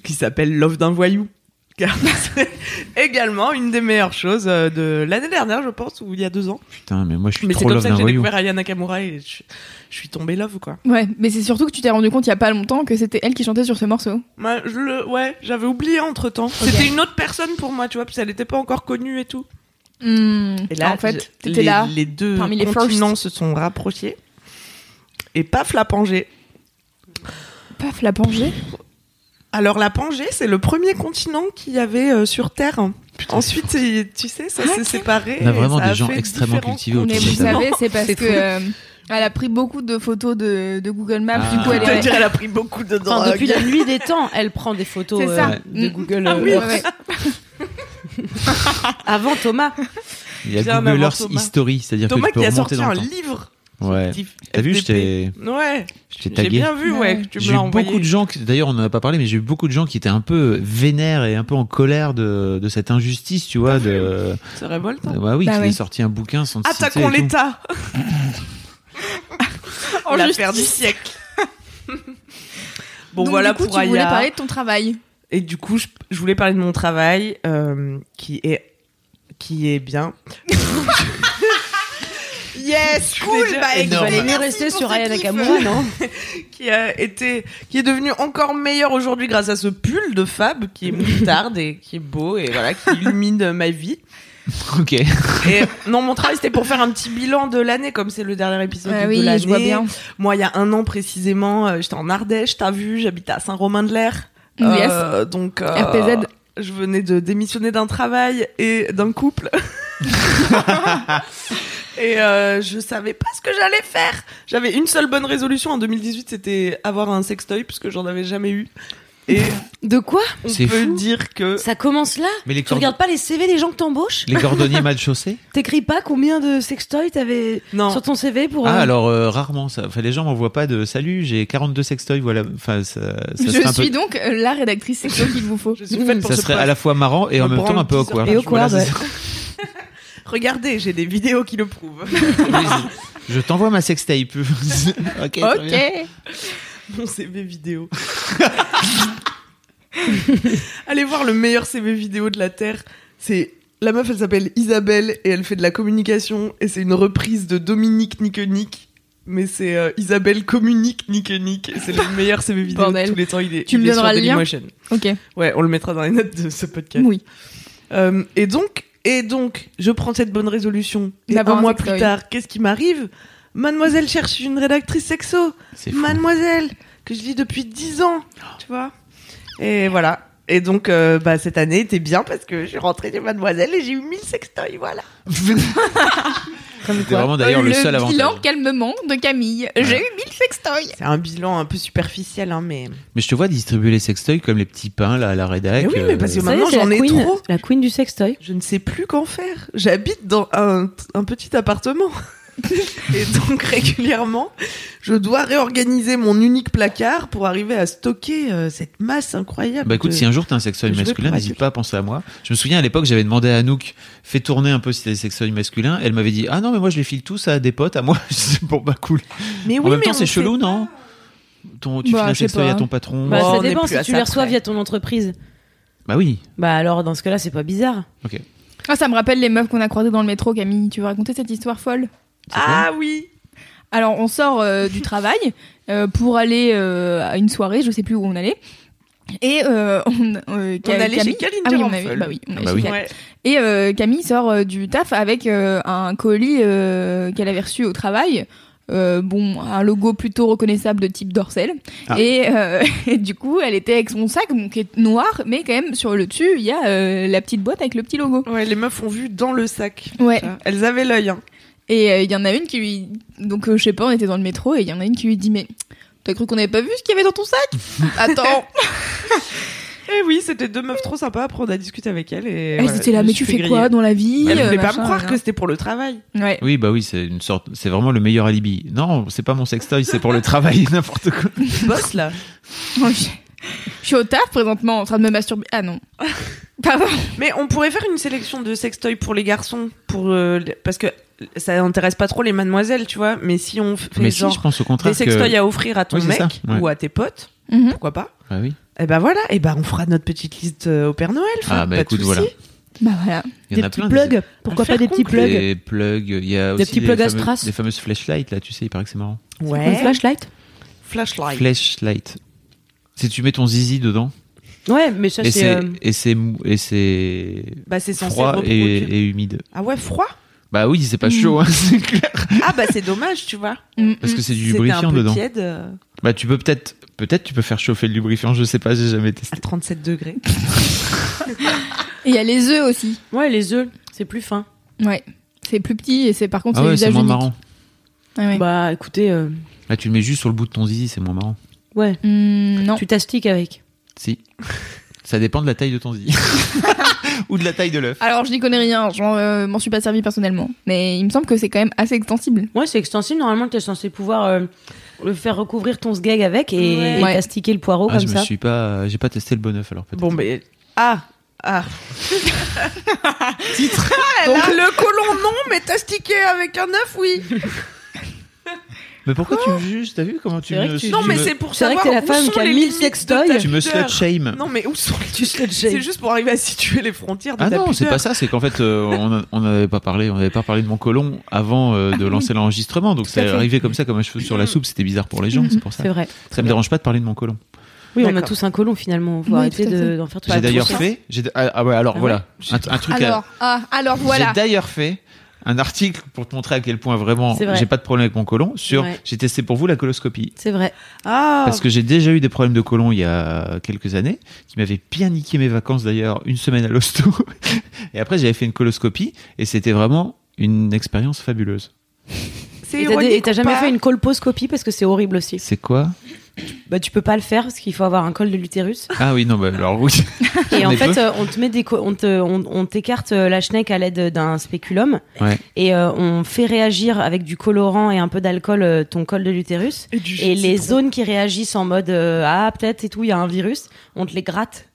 Speaker 5: qui s'appelle Love d'un voyou. Car c'est également une des meilleures choses euh, de l'année dernière, je pense, ou il y a deux ans.
Speaker 4: Putain, mais moi je suis
Speaker 5: Mais c'est
Speaker 4: trop
Speaker 5: comme
Speaker 4: love
Speaker 5: ça que
Speaker 4: d'un
Speaker 5: j'ai
Speaker 4: voyou.
Speaker 5: découvert Ayana Nakamura et je, suis- je suis tombée love, quoi.
Speaker 1: Ouais, mais c'est surtout que tu t'es rendu compte il y a pas longtemps que c'était elle qui chantait sur ce morceau.
Speaker 5: Moi, je le, ouais, j'avais oublié entre temps. C'était une autre personne pour moi, tu vois, parce qu'elle n'était pas encore connue et tout. Hmm. Et là,
Speaker 1: en fait,
Speaker 5: je-
Speaker 1: t'étais
Speaker 5: les,
Speaker 1: là.
Speaker 5: Les deux
Speaker 1: parmi les
Speaker 5: continents se sont rapprochés. Et paf, la Pangée.
Speaker 1: Paf, la pangée.
Speaker 5: Alors, la Pangée, c'est le premier continent qu'il y avait euh, sur Terre.
Speaker 4: Putain,
Speaker 5: Ensuite, il- tu sais, ça s'est séparé.
Speaker 4: On a
Speaker 5: et
Speaker 4: vraiment
Speaker 5: ça
Speaker 4: des gens
Speaker 5: fait
Speaker 4: extrêmement
Speaker 5: différents
Speaker 4: cultivés
Speaker 1: On est,
Speaker 4: autour
Speaker 1: vous
Speaker 4: de la table.
Speaker 1: savez, c'est parce
Speaker 3: C'est
Speaker 1: que
Speaker 3: fou.
Speaker 1: euh, elle a pris beaucoup de photos de, de Google Maps.
Speaker 4: Ah.
Speaker 1: Du coup, elle est-
Speaker 5: C'est-à-dire, elle a pris beaucoup de drogue.
Speaker 3: Enfin, depuis la nuit des temps, elle prend des photos
Speaker 1: C'est
Speaker 3: euh,
Speaker 1: ça.
Speaker 3: de
Speaker 1: Mm.
Speaker 3: Google
Speaker 1: Ah oui,
Speaker 3: Earth.
Speaker 1: ouais, ouais.
Speaker 3: avant Thomas.
Speaker 4: Il y a
Speaker 5: Bien
Speaker 4: Google
Speaker 5: avant
Speaker 4: Earth
Speaker 5: Thomas.
Speaker 4: History, c'est-à-dire que
Speaker 5: Thomas
Speaker 4: je peux
Speaker 5: qui a
Speaker 4: remonter
Speaker 5: sorti
Speaker 4: dans
Speaker 5: un
Speaker 4: le temps.
Speaker 5: livre.
Speaker 4: Ouais.
Speaker 5: Diff-
Speaker 4: T'as vu, je
Speaker 5: FDP.
Speaker 4: t'ai
Speaker 5: Ouais.
Speaker 4: je t'ai
Speaker 5: J'ai
Speaker 4: tagué.
Speaker 5: bien vu, ouais. que Tu me
Speaker 4: J'ai
Speaker 5: l'as
Speaker 4: eu
Speaker 5: envoyé.
Speaker 4: beaucoup de gens, qui- d'ailleurs on en a pas parlé, mais j'ai eu beaucoup de gens qui étaient un peu vénères et un peu en colère de, de cette injustice, tu
Speaker 5: Bah
Speaker 4: vois. De,
Speaker 5: C'est révoltant.
Speaker 4: de- bah oui,
Speaker 1: Bah
Speaker 4: qui
Speaker 1: ouais.
Speaker 4: avaient sorti un bouquin sans le citer et
Speaker 5: Attaquons
Speaker 4: tout.
Speaker 5: l'État.
Speaker 1: En
Speaker 5: L'affaire du
Speaker 1: justice.
Speaker 5: siècle. bon,
Speaker 1: Donc,
Speaker 5: voilà
Speaker 1: du coup,
Speaker 5: pour
Speaker 1: tu voulais
Speaker 5: Aya.
Speaker 1: parler de ton travail.
Speaker 5: Et du coup, je, je voulais parler de mon travail euh, qui est qui est bien.
Speaker 1: Yes, cool.
Speaker 5: déjà
Speaker 1: Bah,
Speaker 3: Il
Speaker 4: énorme.
Speaker 1: allez
Speaker 3: fallait mieux
Speaker 1: merci
Speaker 3: rester
Speaker 1: pour
Speaker 3: sur hein.
Speaker 1: ce
Speaker 3: Aya
Speaker 1: kiff.
Speaker 3: Nakamura, non
Speaker 5: qui a été qui est devenu encore meilleur aujourd'hui grâce à ce pull de Fab qui est moutarde et qui est beau et voilà qui illumine euh, ma vie.
Speaker 4: Ok.
Speaker 5: Et non, mon travail c'était pour faire un petit bilan de l'année comme c'est le dernier épisode
Speaker 1: Ouais,
Speaker 5: de
Speaker 1: oui,
Speaker 5: l'année.
Speaker 1: je vois bien.
Speaker 5: Moi, il y a un an précisément, euh, j'étais en Ardèche, t'as vu, j'habite à Saint-Romain-de-l'Air.
Speaker 1: Yes.
Speaker 5: Euh, donc euh,
Speaker 1: RPZ.
Speaker 5: Je venais de démissionner d'un travail et d'un couple. et euh, je savais pas ce que j'allais faire. J'avais une seule bonne résolution en 2018, c'était avoir un sextoy puisque j'en avais jamais eu. Et
Speaker 3: De quoi
Speaker 5: on
Speaker 4: C'est
Speaker 5: peut
Speaker 4: fou.
Speaker 5: dire que
Speaker 3: Ça commence là
Speaker 4: Mais les,
Speaker 3: Tu regardes pas les CV des gens que t'embauches
Speaker 4: les cordonniers mal chaussés
Speaker 3: T'écris pas combien de sextoys t'avais
Speaker 5: non.
Speaker 3: sur ton CV pour...
Speaker 4: Ah
Speaker 3: euh,
Speaker 4: alors euh, rarement ça. Enfin les gens m'envoient pas de salut, j'ai 42 sextoys voilà. Enfin ça, ça
Speaker 1: Je
Speaker 4: serait un
Speaker 1: suis
Speaker 4: peu
Speaker 1: donc euh, la rédactrice sexo qu'il vous faut.
Speaker 5: Je suis faite pour
Speaker 4: ça
Speaker 5: ce
Speaker 4: serait
Speaker 5: poste.
Speaker 4: à la fois marrant et en
Speaker 5: Me
Speaker 4: même temps un peu
Speaker 5: branle dix heures
Speaker 4: awkward.
Speaker 3: par jour. Et awkward,
Speaker 4: Voilà, c'est
Speaker 5: Regardez, j'ai des vidéos qui le prouvent.
Speaker 4: ça. Oui, je je t'envoie ma sextape. ok. très bien.
Speaker 1: Ok.
Speaker 5: Mon CV vidéo. Allez voir le meilleur CV vidéo de la Terre. C'est la meuf, elle s'appelle Isabelle et elle fait de la communication et c'est une reprise de Dominique Niconic. Mais c'est euh, Isabelle communique Niconic. C'est le meilleur CV vidéo de
Speaker 1: Bordel.
Speaker 5: tous les temps. Il est,
Speaker 1: Tu me
Speaker 5: il est
Speaker 1: donneras
Speaker 5: sur
Speaker 1: le lien
Speaker 5: Dailymotion.
Speaker 1: Ok.
Speaker 5: Ouais, on le mettra dans les notes de ce podcast.
Speaker 1: Oui.
Speaker 5: Euh, et donc, et donc, je prends cette bonne résolution. Et
Speaker 1: D'avoir
Speaker 5: un
Speaker 1: un
Speaker 5: mois
Speaker 1: sextoy.
Speaker 5: plus tard, qu'est-ce qui m'arrive Mademoiselle cherche une rédactrice sexo.
Speaker 4: C'est fou.
Speaker 5: Mademoiselle, que je lis depuis 10 ans, tu vois. Et voilà. Et donc, euh, bah, cette année était bien parce que je suis rentrée chez Mademoiselle et j'ai eu 1000 sextoys, voilà.
Speaker 4: C'était vraiment d'ailleurs le,
Speaker 1: le
Speaker 4: seul avantage.
Speaker 1: bilan calmement de Camille. J'ai eu 1000 sextoys.
Speaker 5: C'est un bilan un peu superficiel, hein, mais.
Speaker 4: Mais je te vois distribuer les sextoys comme les petits pains là à la rédac.
Speaker 5: Mais oui, mais parce que
Speaker 4: euh,
Speaker 3: ça y est,
Speaker 5: maintenant,
Speaker 3: c'est
Speaker 5: j'en
Speaker 3: la
Speaker 5: ai
Speaker 3: queen-
Speaker 5: trop.
Speaker 3: La queen du sextoy.
Speaker 5: Je ne sais plus qu'en faire. J'habite dans un, un petit appartement. et donc, régulièrement, je dois réorganiser mon unique placard pour arriver à stocker euh, cette masse incroyable.
Speaker 4: Bah écoute,
Speaker 5: de-
Speaker 4: si un jour t'as un sextoy
Speaker 5: Je vais
Speaker 4: masculin,
Speaker 5: pour
Speaker 4: n'hésite
Speaker 5: adulte.
Speaker 4: pas à penser à moi. Je me souviens à l'époque, j'avais demandé à Anouk, fais tourner un peu si t'as des sextoys masculins. Elle m'avait dit, ah non, mais moi je les file tous à des potes, à moi. Je dis, bon bah cool.
Speaker 5: Mais
Speaker 4: en même temps,
Speaker 5: on
Speaker 4: c'est
Speaker 5: sait
Speaker 4: chelou,
Speaker 5: pas.
Speaker 4: non Ton, Tu
Speaker 1: Bah,
Speaker 4: files un
Speaker 1: je sais
Speaker 4: sextoy
Speaker 1: pas.
Speaker 4: à ton patron
Speaker 3: Bah,
Speaker 5: Oh,
Speaker 3: ça
Speaker 5: on est
Speaker 3: dépend
Speaker 5: plus
Speaker 3: si
Speaker 5: à
Speaker 3: tu
Speaker 5: ça
Speaker 3: les reçois
Speaker 5: près.
Speaker 3: via ton entreprise.
Speaker 4: Bah oui.
Speaker 3: Bah alors, dans ce cas-là, c'est pas bizarre.
Speaker 1: Ah, ça me rappelle les meufs qu'on a croisées dans le métro, Camille. Tu veux raconter cette histoire folle
Speaker 5: Ah oui
Speaker 1: Alors, on sort euh, du travail euh, pour aller euh, à une soirée, je sais plus où on allait. Et euh, on, euh, Ca-
Speaker 5: On
Speaker 1: Camille-
Speaker 5: allait chez Caline
Speaker 1: ah, oui, on
Speaker 5: Duranfol.
Speaker 1: avait, bah oui, on allait
Speaker 4: bah
Speaker 1: chez
Speaker 4: oui.
Speaker 1: Caline. Et euh, Camille sort euh, du taf avec euh, un colis euh, qu'elle avait reçu au travail. Euh, bon, un logo plutôt reconnaissable de type dorsel.
Speaker 4: Ah.
Speaker 1: Et, euh, et du coup, elle était avec son sac, bon, qui est noir, mais quand même sur le dessus, il y a euh, la petite boîte avec le petit logo.
Speaker 5: Ouais, les meufs ont vu dans le sac.
Speaker 1: Ouais.
Speaker 5: Ça, Elles avaient l'œil. Hein.
Speaker 1: Et euh, il y en a une qui lui. Donc, euh, je sais pas, on était dans le métro et il y en a une qui lui dit Mais t'as cru qu'on avait pas vu ce qu'il y avait dans ton sac Attends
Speaker 5: Et Eh oui, c'était deux meufs trop sympas. Après, on a discuté avec elles. Et
Speaker 1: Elles
Speaker 5: voilà,
Speaker 1: étaient
Speaker 5: je
Speaker 1: là,
Speaker 5: me
Speaker 1: mais
Speaker 5: suis
Speaker 1: tu
Speaker 5: fait
Speaker 1: fais quoi
Speaker 5: griller.
Speaker 1: dans la vie
Speaker 5: Elles
Speaker 1: euh,
Speaker 5: voulaient pas
Speaker 1: machin,
Speaker 5: me croire
Speaker 1: rien.
Speaker 5: que c'était pour le travail.
Speaker 1: Ouais.
Speaker 4: Oui, bah oui, c'est une sorte, c'est vraiment le meilleur alibi. Non, c'est pas mon sextoy, c'est pour le travail, n'importe quoi.
Speaker 5: Boss là.
Speaker 1: Je suis au taf présentement en train de me masturber. Ah non. Pardon.
Speaker 5: Mais on pourrait faire une sélection de sextoys pour les garçons, pour euh, les- parce que ça intéresse pas trop les mademoiselles, tu vois. Mais si on f- fait
Speaker 4: Mais si,
Speaker 5: genre
Speaker 4: je pense au
Speaker 5: des
Speaker 4: contraire que.
Speaker 5: sextoys à offrir à ton
Speaker 4: Oui, c'est
Speaker 5: mec
Speaker 4: ça, ouais.
Speaker 5: ou à tes potes,
Speaker 1: Mhm.
Speaker 5: pourquoi pas
Speaker 4: Ah oui.
Speaker 5: Et ben voilà, et ben on fera notre petite liste euh, au Père Noël. enfin,
Speaker 4: Ah bah
Speaker 5: pas de
Speaker 4: écoute,
Speaker 5: soucis.
Speaker 4: voilà.
Speaker 1: Bah voilà.
Speaker 4: Il y
Speaker 3: des
Speaker 4: en a
Speaker 3: petits
Speaker 4: plein.
Speaker 3: plugs. Pourquoi
Speaker 5: Faire
Speaker 3: pas des petits
Speaker 5: conclure.
Speaker 3: plugs
Speaker 4: Des plugs. Il y a aussi
Speaker 3: petits
Speaker 4: les
Speaker 3: plugs à
Speaker 4: fameux-
Speaker 3: strass.
Speaker 4: Des fameuses flashlights, là, tu sais, il paraît que c'est marrant.
Speaker 3: Une
Speaker 5: Ouais.
Speaker 3: flashlight
Speaker 5: Flashlight.
Speaker 4: Flashlight. Si tu mets ton zizi dedans,
Speaker 3: Ouais, mais ça
Speaker 4: et
Speaker 3: c'est.
Speaker 4: c'est
Speaker 3: euh,
Speaker 4: et c'est mou- et c'est
Speaker 5: Bah c'est censé
Speaker 4: froid et,
Speaker 5: reproduire.
Speaker 4: et humide.
Speaker 5: Ah ouais, froid.
Speaker 4: Bah oui, c'est pas chaud, hein, c'est clair.
Speaker 5: Ah bah c'est dommage, tu vois.
Speaker 1: Mm,
Speaker 4: Parce
Speaker 1: mm.
Speaker 4: que c'est du
Speaker 5: C'était un
Speaker 4: lubrifiant
Speaker 5: peu
Speaker 4: dedans.
Speaker 5: tiède euh,
Speaker 4: Bah tu peux peut-être, peut-être tu peux faire chauffer le lubrifiant. Je sais pas, j'ai jamais testé.
Speaker 5: à 37 degrés.
Speaker 1: Et il y a les œufs aussi.
Speaker 3: Ouais, les œufs, c'est plus fin.
Speaker 1: Ouais. C'est plus petit et c'est par contre
Speaker 4: Ah
Speaker 1: c'est
Speaker 4: ouais, c'est
Speaker 1: usage
Speaker 4: moins
Speaker 1: unique. Ah
Speaker 4: marrant.
Speaker 1: Ouais, ouais.
Speaker 3: Bah écoutez, euh,
Speaker 4: Là, tu le mets juste sur le bout de ton zizi, c'est moins marrant.
Speaker 3: ouais,
Speaker 1: Mm, non.
Speaker 3: tu t'astiques avec.
Speaker 4: Si. Ça dépend de la taille de ton zizi. Ou de la taille de l'œuf.
Speaker 1: Alors je n'y connais rien. Je euh, m'en suis pas servi personnellement. Mais il me semble que c'est quand même assez extensible.
Speaker 3: Ouais, c'est extensible. Normalement, t'es censé pouvoir euh, le faire recouvrir ton sgeg avec et,
Speaker 5: Ouais.
Speaker 3: et
Speaker 1: Ouais.
Speaker 3: t'astiquer le poireau
Speaker 4: Ah, je
Speaker 3: comme
Speaker 4: me
Speaker 3: ça.
Speaker 4: suis pas, j'ai pas testé le bon œuf alors peut-être.
Speaker 5: Bon ben ah ah.
Speaker 4: titre.
Speaker 5: Donc le colon non, mais t'astiqué avec un œuf oui.
Speaker 4: Mais pourquoi tu me juges T'as vu comment tu
Speaker 3: C'est vrai
Speaker 4: me
Speaker 3: que tu-
Speaker 4: tu
Speaker 5: Non, mais
Speaker 4: me-
Speaker 5: c'est pour
Speaker 3: C'est vrai
Speaker 5: savoir
Speaker 3: que t'es la
Speaker 5: où
Speaker 3: femme
Speaker 5: sont
Speaker 3: qui a
Speaker 5: les
Speaker 3: mille
Speaker 5: limites de
Speaker 3: sextoys.
Speaker 5: ta
Speaker 4: tu me
Speaker 5: pudeur.
Speaker 4: slut shame.
Speaker 5: Non, mais où sont les
Speaker 3: Tu slut shame.
Speaker 5: C'est juste pour arriver à situer les frontières de
Speaker 4: Ah
Speaker 5: ta
Speaker 4: non, c'est
Speaker 5: pudeur.
Speaker 4: pas ça, c'est qu'en fait euh, on a- on n'avait pas parlé, on n'avait pas parlé de mon colon avant euh, de lancer l'enregistrement, donc
Speaker 1: Tout à
Speaker 4: c'est
Speaker 1: fait.
Speaker 4: arrivé comme ça comme un cheveu sur la soupe, c'était bizarre pour les gens, c'est pour ça.
Speaker 3: C'est vrai.
Speaker 4: Ça me dérange pas de parler de mon colon.
Speaker 3: Oui, on a
Speaker 5: D'accord.
Speaker 3: tous un colon finalement. Faut
Speaker 1: Oui,
Speaker 3: arrêter
Speaker 1: tout à
Speaker 3: de-
Speaker 1: fait.
Speaker 3: d'en faire tout
Speaker 4: J'ai
Speaker 3: un
Speaker 4: d'ailleurs
Speaker 3: truc.
Speaker 4: fait, j'ai d- ah, ah ouais, alors
Speaker 3: Ah
Speaker 4: voilà, un, un truc à-
Speaker 1: Alors ah alors voilà.
Speaker 4: J'ai d'ailleurs fait un article pour te montrer à quel point vraiment
Speaker 3: C'est vrai.
Speaker 4: j'ai pas de problème avec mon colon sur
Speaker 3: Ouais. Oh.
Speaker 4: j'ai testé pour vous la coloscopie.
Speaker 3: C'est vrai.
Speaker 5: Ah,
Speaker 4: Parce que j'ai déjà eu des problèmes de colon il y a quelques années, qui m'avaient bien niqué mes vacances d'ailleurs, une semaine à l'hosto. Et après, j'avais fait une coloscopie et c'était vraiment une expérience fabuleuse.
Speaker 5: c'est
Speaker 3: Et t'as
Speaker 5: ironique
Speaker 3: des- et t'as
Speaker 5: ou
Speaker 3: jamais
Speaker 5: pas
Speaker 3: fait une colposcopie parce que c'est horrible aussi.
Speaker 4: C'est quoi
Speaker 3: Bah tu peux pas le faire parce qu'il faut avoir un col de l'utérus.
Speaker 4: Ah oui, non, bah alors oui.
Speaker 3: Et
Speaker 4: On
Speaker 3: en
Speaker 4: est
Speaker 3: fait,
Speaker 4: deux.
Speaker 3: euh, on te met des, co- on te- on, on t'écarte euh, la schneck à l'aide d'un spéculum
Speaker 4: Ouais.
Speaker 3: et euh, on fait réagir avec du colorant et un peu d'alcool euh, ton col de l'utérus.
Speaker 5: Et du jus
Speaker 3: Et
Speaker 5: de
Speaker 3: les
Speaker 5: citron.
Speaker 3: zones qui réagissent en mode euh, ah peut-être et tout, il y a un virus, on te les gratte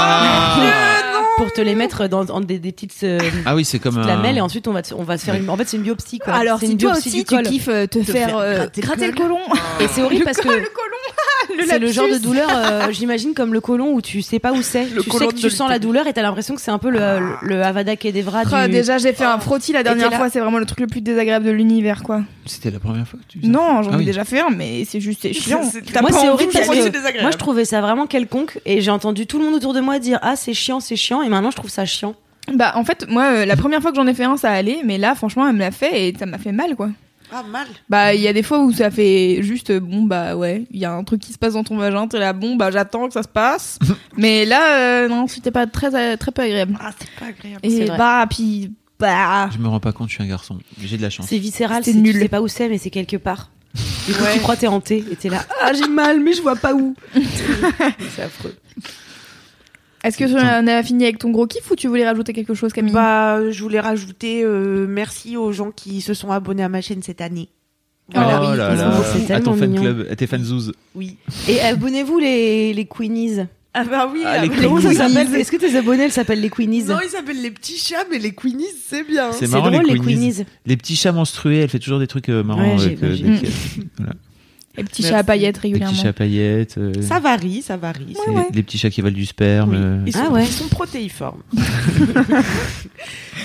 Speaker 4: Ah,
Speaker 3: pour te les mettre dans, dans des, des petites euh,
Speaker 4: Ah oui, c'est comme
Speaker 3: petites
Speaker 4: un.
Speaker 3: lamelles et ensuite on va te- on va se faire une, en fait c'est une biopsie quoi.
Speaker 1: Alors
Speaker 3: C'est
Speaker 1: si
Speaker 3: une
Speaker 1: toi
Speaker 3: biopsie
Speaker 1: aussi
Speaker 3: du
Speaker 1: tu
Speaker 3: col.
Speaker 1: kiffes euh, te faire euh, gratter, le colon.
Speaker 3: et c'est horrible parce que
Speaker 1: le colon. le
Speaker 3: c'est le genre de
Speaker 1: lapsus.
Speaker 3: douleur, euh, j'imagine, comme le colon où tu sais pas où c'est.
Speaker 5: Le
Speaker 3: Tu sais
Speaker 5: colon
Speaker 3: que
Speaker 5: de
Speaker 3: tu sens la
Speaker 5: l'utérus.
Speaker 3: douleur et t'as l'impression que c'est un peu le, le, le Avada Kedavra du- Oh.
Speaker 1: Ah, déjà, j'ai fait un frottis la
Speaker 3: Et
Speaker 1: dernière
Speaker 3: t'es là.
Speaker 1: fois, c'est vraiment le truc le plus désagréable de l'univers, quoi.
Speaker 4: C'était la première fois que tu faisais
Speaker 1: Non, j'en
Speaker 4: Ah
Speaker 1: ai
Speaker 4: oui.
Speaker 1: déjà fait un, mais c'est juste c'est chiant.
Speaker 5: C'est- c'est- t'as
Speaker 3: Moi,
Speaker 5: pas
Speaker 3: c'est
Speaker 5: envie,
Speaker 3: horrible
Speaker 5: c'est
Speaker 3: parce
Speaker 5: aussi
Speaker 3: que
Speaker 5: désagréable.
Speaker 3: moi je trouvais ça vraiment quelconque et j'ai entendu tout le monde autour de moi dire ah c'est chiant c'est chiant et maintenant je trouve ça chiant.
Speaker 1: Bah, en fait, moi, euh, la première fois que j'en ai fait un, ça allait, mais là, franchement, elle me l'a fait et ça m'a fait mal, quoi.
Speaker 5: Ah, mal.
Speaker 1: Bah, il y a des fois où ça fait juste, euh, bon, bah ouais, il y a un truc qui se passe dans ton vagin, t'es là, bon, bah j'attends que ça se passe. mais là, euh, non, c'était pas très, euh, très peu agréable.
Speaker 5: Ah, c'est pas agréable.
Speaker 3: C'est
Speaker 1: Et
Speaker 3: vrai.
Speaker 1: bah, puis, bah.
Speaker 4: Je me rends pas compte, je suis un garçon. J'ai de la chance.
Speaker 3: C'est viscéral,
Speaker 1: C'est
Speaker 3: c'est nul.
Speaker 1: nul.
Speaker 3: Tu sais pas où c'est mais c'est quelque part. Du coup tu crois t'es hanté et t'es là ah j'ai mal mais je vois pas où. c'est affreux.
Speaker 1: Est-ce que tu
Speaker 4: Putain.
Speaker 1: en as fini avec ton gros kiff ou tu voulais rajouter quelque chose, Camille
Speaker 5: Bah, je voulais rajouter euh, merci aux gens qui se sont abonnés à ma chaîne cette année. Voilà.
Speaker 4: Oh
Speaker 3: oui,
Speaker 4: là
Speaker 3: ils
Speaker 4: là.
Speaker 3: sont- c'est
Speaker 4: à ton
Speaker 3: tellement
Speaker 4: fan
Speaker 3: mignon.
Speaker 4: club, à tes fanzouz.
Speaker 5: Oui.
Speaker 3: Et abonnez-vous les les queenies.
Speaker 5: Ah bah oui.
Speaker 4: Ah, les
Speaker 5: alors-
Speaker 3: Comment ça
Speaker 4: queenies.
Speaker 3: s'appelle Est-ce que tes abonnés elles s'appellent les queenies
Speaker 5: Non, ils s'appellent les petits chats, mais les queenies, c'est bien.
Speaker 4: C'est
Speaker 3: C'est
Speaker 4: marrant,
Speaker 3: drôle
Speaker 4: les
Speaker 3: les
Speaker 4: queenies.
Speaker 3: queenies.
Speaker 4: Les petits chats menstrués, elle fait toujours des trucs euh, marrants
Speaker 3: Ouais, j'ai-
Speaker 4: avec euh,
Speaker 3: j'ai-
Speaker 4: des,
Speaker 1: Les petits chats à paillettes
Speaker 4: des petits
Speaker 1: Mmh, régulièrement.
Speaker 4: chats paillettes, euh,
Speaker 5: Ça varie, ça varie.
Speaker 4: les,
Speaker 1: ouais.
Speaker 4: les petits chats qui valent du sperme.
Speaker 5: Oui,
Speaker 4: euh.
Speaker 5: Ils, sont,
Speaker 3: Ah ouais.
Speaker 5: ils sont protéiformes.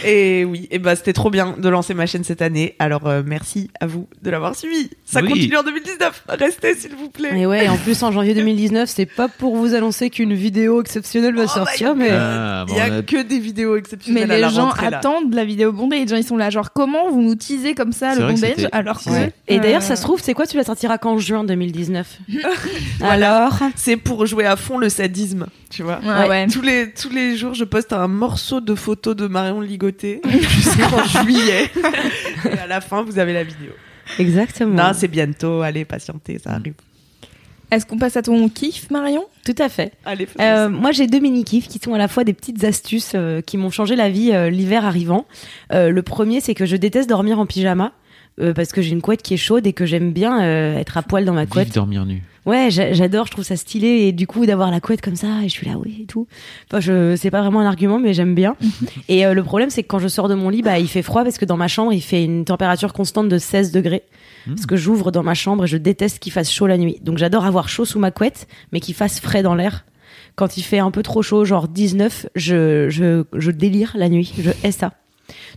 Speaker 5: et oui, et bah c'était trop bien de lancer ma chaîne cette année. Alors euh, merci à vous de l'avoir suivi. Ça
Speaker 4: Oui.
Speaker 5: continue en 2019. Restez s'il vous plaît.
Speaker 3: Et ouais, en plus en janvier 2019, c'est pas pour vous annoncer qu'une vidéo exceptionnelle va
Speaker 5: Oh
Speaker 3: sortir,
Speaker 5: my
Speaker 3: mais
Speaker 4: Ah,
Speaker 5: Il
Speaker 4: bon,
Speaker 5: n'y
Speaker 4: on
Speaker 5: a
Speaker 4: a-
Speaker 5: que des vidéos
Speaker 1: Mais
Speaker 5: exceptionnelles à
Speaker 1: les
Speaker 5: la
Speaker 1: gens
Speaker 5: rentrée, là.
Speaker 1: attendent la vidéo bondage. Les gens, ils sont là, genre, comment vous nous teasez comme ça
Speaker 4: C'est
Speaker 1: le
Speaker 4: vrai que
Speaker 1: bondage
Speaker 4: c'était
Speaker 1: alors que.
Speaker 4: teasé.
Speaker 3: Et d'ailleurs,
Speaker 1: Euh,
Speaker 3: ça se trouve, c'est quoi Tu la sortiras qu'en juin 2019. Alors
Speaker 5: C'est pour jouer à fond le sadisme, tu vois.
Speaker 1: Ouais, ouais.
Speaker 5: Tous les tous les jours, je poste un morceau de photo de Marion Ligoté jusqu'en juillet. Et à la fin, vous avez la vidéo.
Speaker 3: Exactement.
Speaker 5: Non, c'est bientôt. Allez, patientez, ça arrive.
Speaker 1: Est-ce qu'on passe à ton kiff, Marion
Speaker 3: Tout à fait.
Speaker 5: Allez, fais
Speaker 3: Euh, moi, j'ai deux mini-kifs qui sont à la fois des petites astuces euh, qui m'ont changé la vie euh, l'hiver arrivant. Euh, le premier, c'est que je déteste dormir en pyjama. euh, parce que j'ai une couette qui est chaude et que j'aime bien euh, être à poil dans ma couette.
Speaker 4: Vive dormir nu.
Speaker 3: Ouais, j'a- j'adore, je trouve ça stylé et du coup d'avoir la couette comme ça, et je suis là oui et tout. Enfin, je c'est pas vraiment un argument mais j'aime bien.
Speaker 5: Mhm.
Speaker 3: et euh, le problème c'est que quand je sors de mon lit, bah il fait froid parce que dans ma chambre, il fait une température constante de 16 degrés. Parce que j'ouvre dans ma chambre et je déteste qu'il fasse chaud la nuit. Donc j'adore avoir chaud sous ma couette mais qu'il fasse frais dans l'air. Quand il fait un peu trop chaud, genre 19, je je je délire la nuit, je hais ça.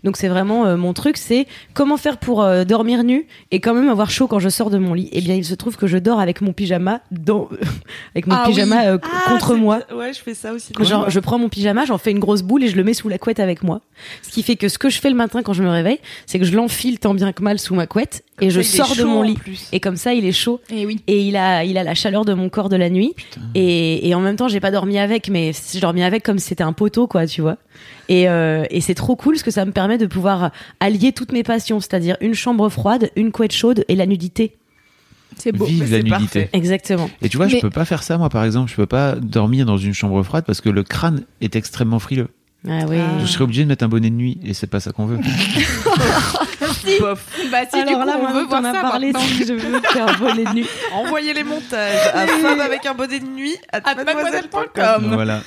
Speaker 3: Donc c'est vraiment euh, mon truc, c'est comment faire pour euh, dormir nu et quand même avoir chaud quand je sors de mon lit. Eh bien, il se trouve que je dors avec mon pyjama dans, avec mon
Speaker 5: Ah
Speaker 3: pyjama
Speaker 5: oui.
Speaker 3: euh, c-
Speaker 5: Ah,
Speaker 3: contre
Speaker 5: c'est-
Speaker 3: moi.
Speaker 5: Ouais, je fais ça aussi.
Speaker 3: Genre, je prends mon pyjama, j'en fais une grosse boule et je le mets sous la couette avec moi. Ce qui fait que ce que je fais le matin quand je me réveille, c'est que je l'enfile tant bien que mal sous ma couette et je sors de mon
Speaker 4: hein.
Speaker 3: lit. Et comme ça, il est chaud
Speaker 1: Eh oui.
Speaker 3: et il a, il a la chaleur de mon corps de la nuit. Et, et en même temps, j'ai pas dormi avec, mais j'ai dormi avec comme si c'était un poteau, quoi, tu vois. Et, euh, et c'est trop cool parce que ça me permet de pouvoir allier toutes mes passions, c'est-à-dire une chambre froide, une couette chaude et la nudité.
Speaker 1: C'est beau.
Speaker 4: Vive
Speaker 5: mais
Speaker 4: la
Speaker 5: c'est
Speaker 4: nudité.
Speaker 5: parfait.
Speaker 3: Exactement.
Speaker 4: Et tu vois, je
Speaker 1: Mais-
Speaker 4: peux pas faire ça, moi, par exemple. Je peux pas dormir dans une chambre froide parce que le crâne est extrêmement frileux.
Speaker 3: Ah oui.
Speaker 4: Je serais obligé de mettre un bonnet de nuit et c'est pas ça qu'on veut.
Speaker 1: Bah si, du coup, on veut voir ça
Speaker 3: parlé,
Speaker 1: maintenant.
Speaker 3: je veux faire voler de nuit.
Speaker 5: Envoyez les montages à femme avec un bonnet de nuit à,
Speaker 1: À
Speaker 5: mademoiselle.com.
Speaker 4: voilà.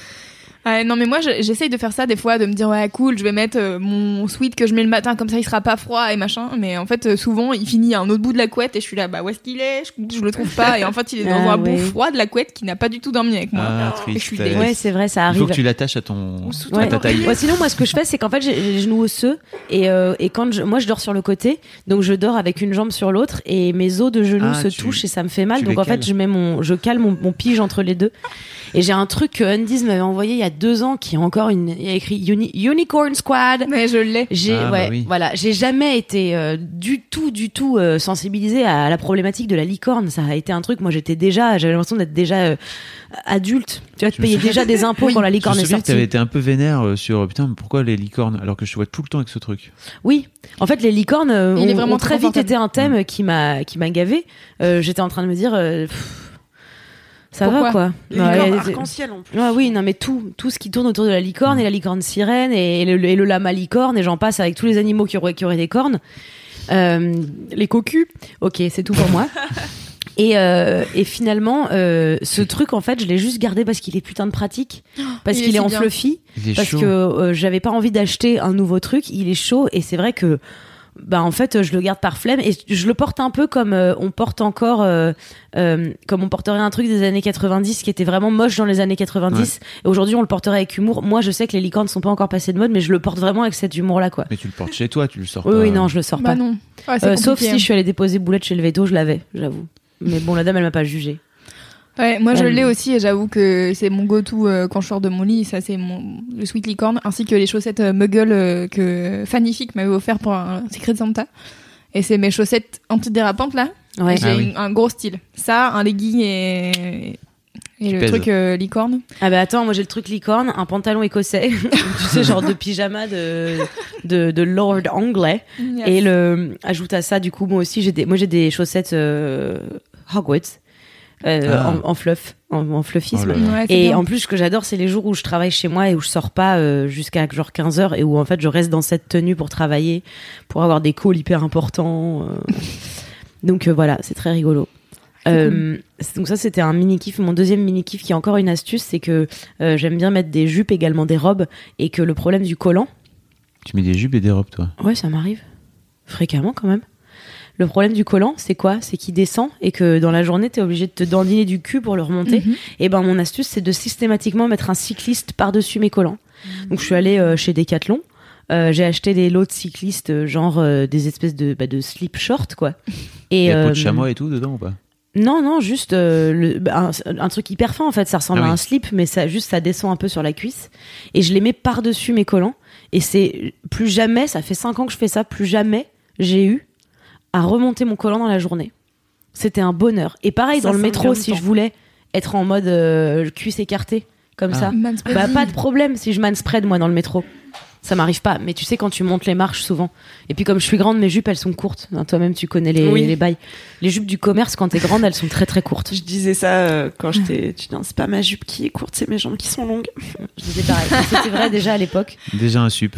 Speaker 1: Ouais, non mais moi je- j'essaye de faire ça des fois, de me dire ouais cool, je vais mettre euh, mon sweat que je mets le matin comme ça il sera pas froid et machin. Mais en fait euh, souvent il finit à un autre bout de la couette et je suis là bah où est-ce qu'il est je, je le trouve pas et en fait il est dans
Speaker 3: Ah
Speaker 1: un
Speaker 3: ouais.
Speaker 1: bout froid de la couette qui n'a pas du tout dormi avec moi.
Speaker 4: Ah,
Speaker 1: je suis
Speaker 4: tristesse.
Speaker 3: Ouais, c'est vrai, ça
Speaker 4: Il faut
Speaker 3: arrive.
Speaker 4: que tu l'attaches à ton
Speaker 3: Ouais.
Speaker 4: à ta taille.
Speaker 3: Ouais, sinon, moi, ce que je fais, c'est qu'en fait, j'ai j'ai les genoux osseux et, euh, et quand je, moi, je dors sur le côté, donc je dors avec une jambe sur l'autre et mes os de genoux
Speaker 4: Ah,
Speaker 3: se
Speaker 4: tu-
Speaker 3: touchent et ça me fait mal.
Speaker 4: tu
Speaker 3: Donc
Speaker 4: les
Speaker 3: en fait,
Speaker 4: cales.
Speaker 3: je mets mon, je cale mon, mon pige entre les deux. Et j'ai un truc que Undies m'avait envoyé il y a deux ans qui est encore une, il y a écrit Uni- Unicorn Squad.
Speaker 1: Mais je l'ai.
Speaker 3: J'ai
Speaker 4: Ah, bah
Speaker 3: ouais,
Speaker 4: oui.
Speaker 3: voilà, j'ai jamais été euh, du tout du tout euh, sensibilisée à la problématique de la licorne, ça a été un truc moi j'étais déjà j'avais l'impression d'être déjà euh, adulte. Tu vois, tu
Speaker 4: Je me
Speaker 3: payais
Speaker 4: souviens-
Speaker 3: déjà des impôts quand la
Speaker 4: Je me
Speaker 3: licorne est
Speaker 4: souviens que t'avais
Speaker 3: sortie.
Speaker 4: été un peu vénère euh, sur euh, putain mais pourquoi les licornes alors que je te vois tout le temps avec ce truc.
Speaker 3: Oui, en fait les licornes euh,
Speaker 1: Il est
Speaker 3: ont-
Speaker 1: vraiment
Speaker 3: ont très
Speaker 1: trop
Speaker 3: vite
Speaker 1: confortable.
Speaker 3: été un thème qui m'a qui m'a gavé. J'étais en train de me dire euh, pff, ça va
Speaker 1: Pourquoi
Speaker 3: quoi.
Speaker 5: Les
Speaker 3: Ouais,
Speaker 5: licornes
Speaker 3: les-
Speaker 5: arc-en-ciel en plus.
Speaker 3: Ouais, oui, non, mais tout, tout ce qui tourne autour de la licorne et la licorne sirène et le, et le lama licorne et j'en passe avec tous les animaux qui auraient, qui auraient des cornes. Euh, les cocus. Ok, c'est tout pour moi. Et, euh, et finalement, euh, ce truc, en fait, je l'ai juste gardé parce qu'il est putain de pratique, parce
Speaker 1: Oh, il est
Speaker 3: qu'il
Speaker 1: si
Speaker 3: est, en
Speaker 1: bien.
Speaker 3: fluffy,
Speaker 4: Il est
Speaker 3: parce
Speaker 4: chaud.
Speaker 3: que euh, j'avais pas envie d'acheter un nouveau truc. Il est chaud et c'est vrai que, bah, en fait, je le garde par flemme et je le porte un peu comme euh, on porte encore, euh, euh, comme on porterait un truc des années 90 qui était vraiment moche dans les années 90. Et aujourd'hui, on le porterait avec humour. Moi, je sais que les licornes sont pas encore passées de mode, mais je le porte vraiment avec cet humour-là, quoi.
Speaker 4: Mais tu le portes chez toi, tu le sors
Speaker 3: Oui,
Speaker 4: pas.
Speaker 3: oui, non, je le sors
Speaker 1: Bah
Speaker 3: pas.
Speaker 1: non. Ouais, c'est
Speaker 3: Euh, sauf
Speaker 1: compliqué. hein.
Speaker 3: si je suis allée déposer boulette chez le veto, je l'avais, j'avoue. Mais bon, la dame, elle m'a pas jugé.
Speaker 1: Ouais, moi je
Speaker 3: Euh,
Speaker 1: l'ai aussi et j'avoue que c'est mon go-to euh, quand je sors de mon lit. Ça, c'est mon le sweet licorne ainsi que les chaussettes euh, Muggle euh, que Fanific m'avait offert pour un secret de Santa. Et c'est mes chaussettes antidérapantes là.
Speaker 3: Ouais.
Speaker 1: J'ai
Speaker 4: Ah oui.
Speaker 1: une- un gros style. Ça, un legging et, et le
Speaker 4: pèse.
Speaker 1: truc euh, licorne.
Speaker 3: Ah bah attends, moi j'ai le truc licorne, un pantalon écossais, tu sais, genre de pyjama de, de, de lord anglais. Et le, ajoute à ça, du coup, moi aussi, j'ai des, moi j'ai des chaussettes euh, Hogwarts, euh,
Speaker 4: Ah.
Speaker 3: en, en fluff, en, en fluffisme.
Speaker 4: Oh là là.
Speaker 1: Ouais, Ah, c'est
Speaker 3: Et
Speaker 1: bien.
Speaker 3: en plus, ce que j'adore, c'est les jours où je travaille chez moi et où je sors pas euh, jusqu'à genre 15 heures et où en fait je reste dans cette tenue pour travailler, pour avoir des calls hyper importants. euh. donc euh, voilà, c'est très rigolo. Euh, c'est- donc ça, c'était un mini kiff. Mon deuxième mini kiff, qui est encore une astuce, c'est que euh, j'aime bien mettre des jupes également des robes et que le problème du collant,
Speaker 4: Tu mets des jupes et des robes toi.
Speaker 3: ouais, ça m'arrive fréquemment quand même. Le problème du collant, c'est quoi C'est qu'il descend et que dans la journée, t'es obligé de te dandiner du cul pour le remonter.
Speaker 1: Mhm.
Speaker 3: Et ben mon astuce c'est de systématiquement mettre un cycliste par-dessus mes collants. Donc je suis allée euh, chez Decathlon, euh, j'ai acheté des lots de cyclistes euh, genre euh, des espèces de bah, de slip short quoi.
Speaker 4: Il
Speaker 3: Et
Speaker 4: y a peau
Speaker 3: euh,
Speaker 4: de chamois et tout dedans ou pas
Speaker 3: Non non, juste euh, le- bah, un, un truc hyper fin en fait, ça ressemble
Speaker 4: Ah
Speaker 3: à
Speaker 4: oui.
Speaker 3: un slip mais ça juste ça descend un peu sur la cuisse et je les mets par-dessus mes collants et c'est plus jamais, ça fait 5 ans que je fais ça, plus jamais j'ai eu à remonter mon collant dans la journée. C'était un bonheur. Et pareil
Speaker 5: Ça,
Speaker 3: dans le
Speaker 5: ça me
Speaker 3: métro
Speaker 5: vient
Speaker 3: si
Speaker 5: de
Speaker 3: je voulais être en mode euh, cuisse écartée comme
Speaker 4: Ah.
Speaker 3: ça.
Speaker 1: Manspreading.
Speaker 3: Bah pas de problème si je manspread moi dans le métro. ça m'arrive pas. Mais tu sais, quand tu montes les marches souvent, et puis comme je suis grande, mes jupes, elles sont courtes. Hein, Toi-même, tu connais les,
Speaker 6: Oui.
Speaker 3: les bails. Les jupes du commerce, quand t'es grande, elles sont très très courtes.
Speaker 6: Je disais ça euh, quand j'étais étudiante. C'est pas ma jupe qui est courte, c'est mes jambes qui sont longues.
Speaker 3: Je disais pareil. Mais C'était vrai déjà à l'époque.
Speaker 4: Déjà un sup.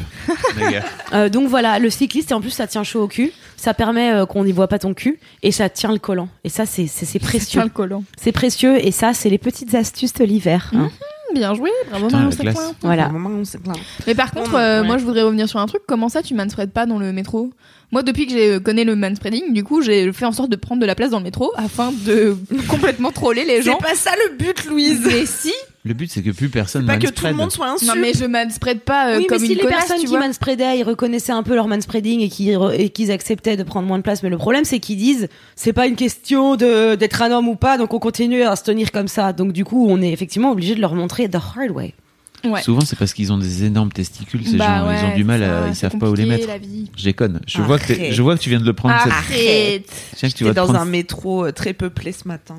Speaker 4: les gars.
Speaker 3: Euh, donc voilà, le cycliste, et en plus, ça tient chaud au cul. Ça permet euh, qu'on n'y voit pas ton cul. Et ça tient le collant. Et ça, c'est c'est- c'est précieux.
Speaker 1: Tiens le collant.
Speaker 3: C'est précieux. Et ça, c'est les petites astuces de l'hiver. hein.
Speaker 1: Bien joué, bravo
Speaker 4: Putain,
Speaker 1: Marion,
Speaker 4: la
Speaker 1: c'est
Speaker 4: classe.
Speaker 1: point.
Speaker 6: Au
Speaker 3: Voilà.
Speaker 6: moment où on s'est plaint.
Speaker 1: Mais par contre,
Speaker 6: Ouais.
Speaker 1: euh, moi je voudrais revenir sur un truc. Comment ça, tu manspreads pas dans le métro Moi, depuis que j'ai euh, connais le manspreading, du coup, j'ai fait en sorte de prendre de la place dans le métro afin de complètement troller les gens.
Speaker 6: C'est pas ça le but, Louise.
Speaker 1: Mais si,
Speaker 4: Le but, c'est que plus personne
Speaker 6: Pas que tout le
Speaker 4: manspread.
Speaker 6: monde soit un
Speaker 1: non mais je manspread pas euh,
Speaker 3: oui,
Speaker 1: comme
Speaker 3: mais si
Speaker 1: une
Speaker 3: les
Speaker 1: connasse,
Speaker 3: personnes
Speaker 1: tu
Speaker 3: qui
Speaker 1: vois.
Speaker 3: manspreadaient, ils reconnaissaient un peu leur manspreading et qu'ils re- et qu'ils acceptaient de prendre moins de place. Mais le problème, c'est qu'ils disent, c'est pas une question de d'être un homme ou pas, donc on continue à se tenir comme ça. Donc du coup, on est effectivement obligé de leur montrer the hard way.
Speaker 1: Ouais.
Speaker 4: Souvent, c'est parce qu'ils ont des énormes testicules, ces
Speaker 1: Bah
Speaker 4: gens. ils
Speaker 1: ouais,
Speaker 4: ont du mal,
Speaker 1: ça,
Speaker 4: à, ils
Speaker 1: c'est
Speaker 4: savent pas où les
Speaker 1: compliqué,
Speaker 4: mettre.
Speaker 1: la vie.
Speaker 4: Je déconne. Je vois, que t'es-
Speaker 6: Arrête.
Speaker 4: je vois que tu viens de le prendre. cette-
Speaker 1: Arrête.
Speaker 4: Tiens, que tu
Speaker 6: J'étais
Speaker 4: vas te
Speaker 6: dans
Speaker 4: prendre-
Speaker 6: un métro euh, très peuplé ce matin.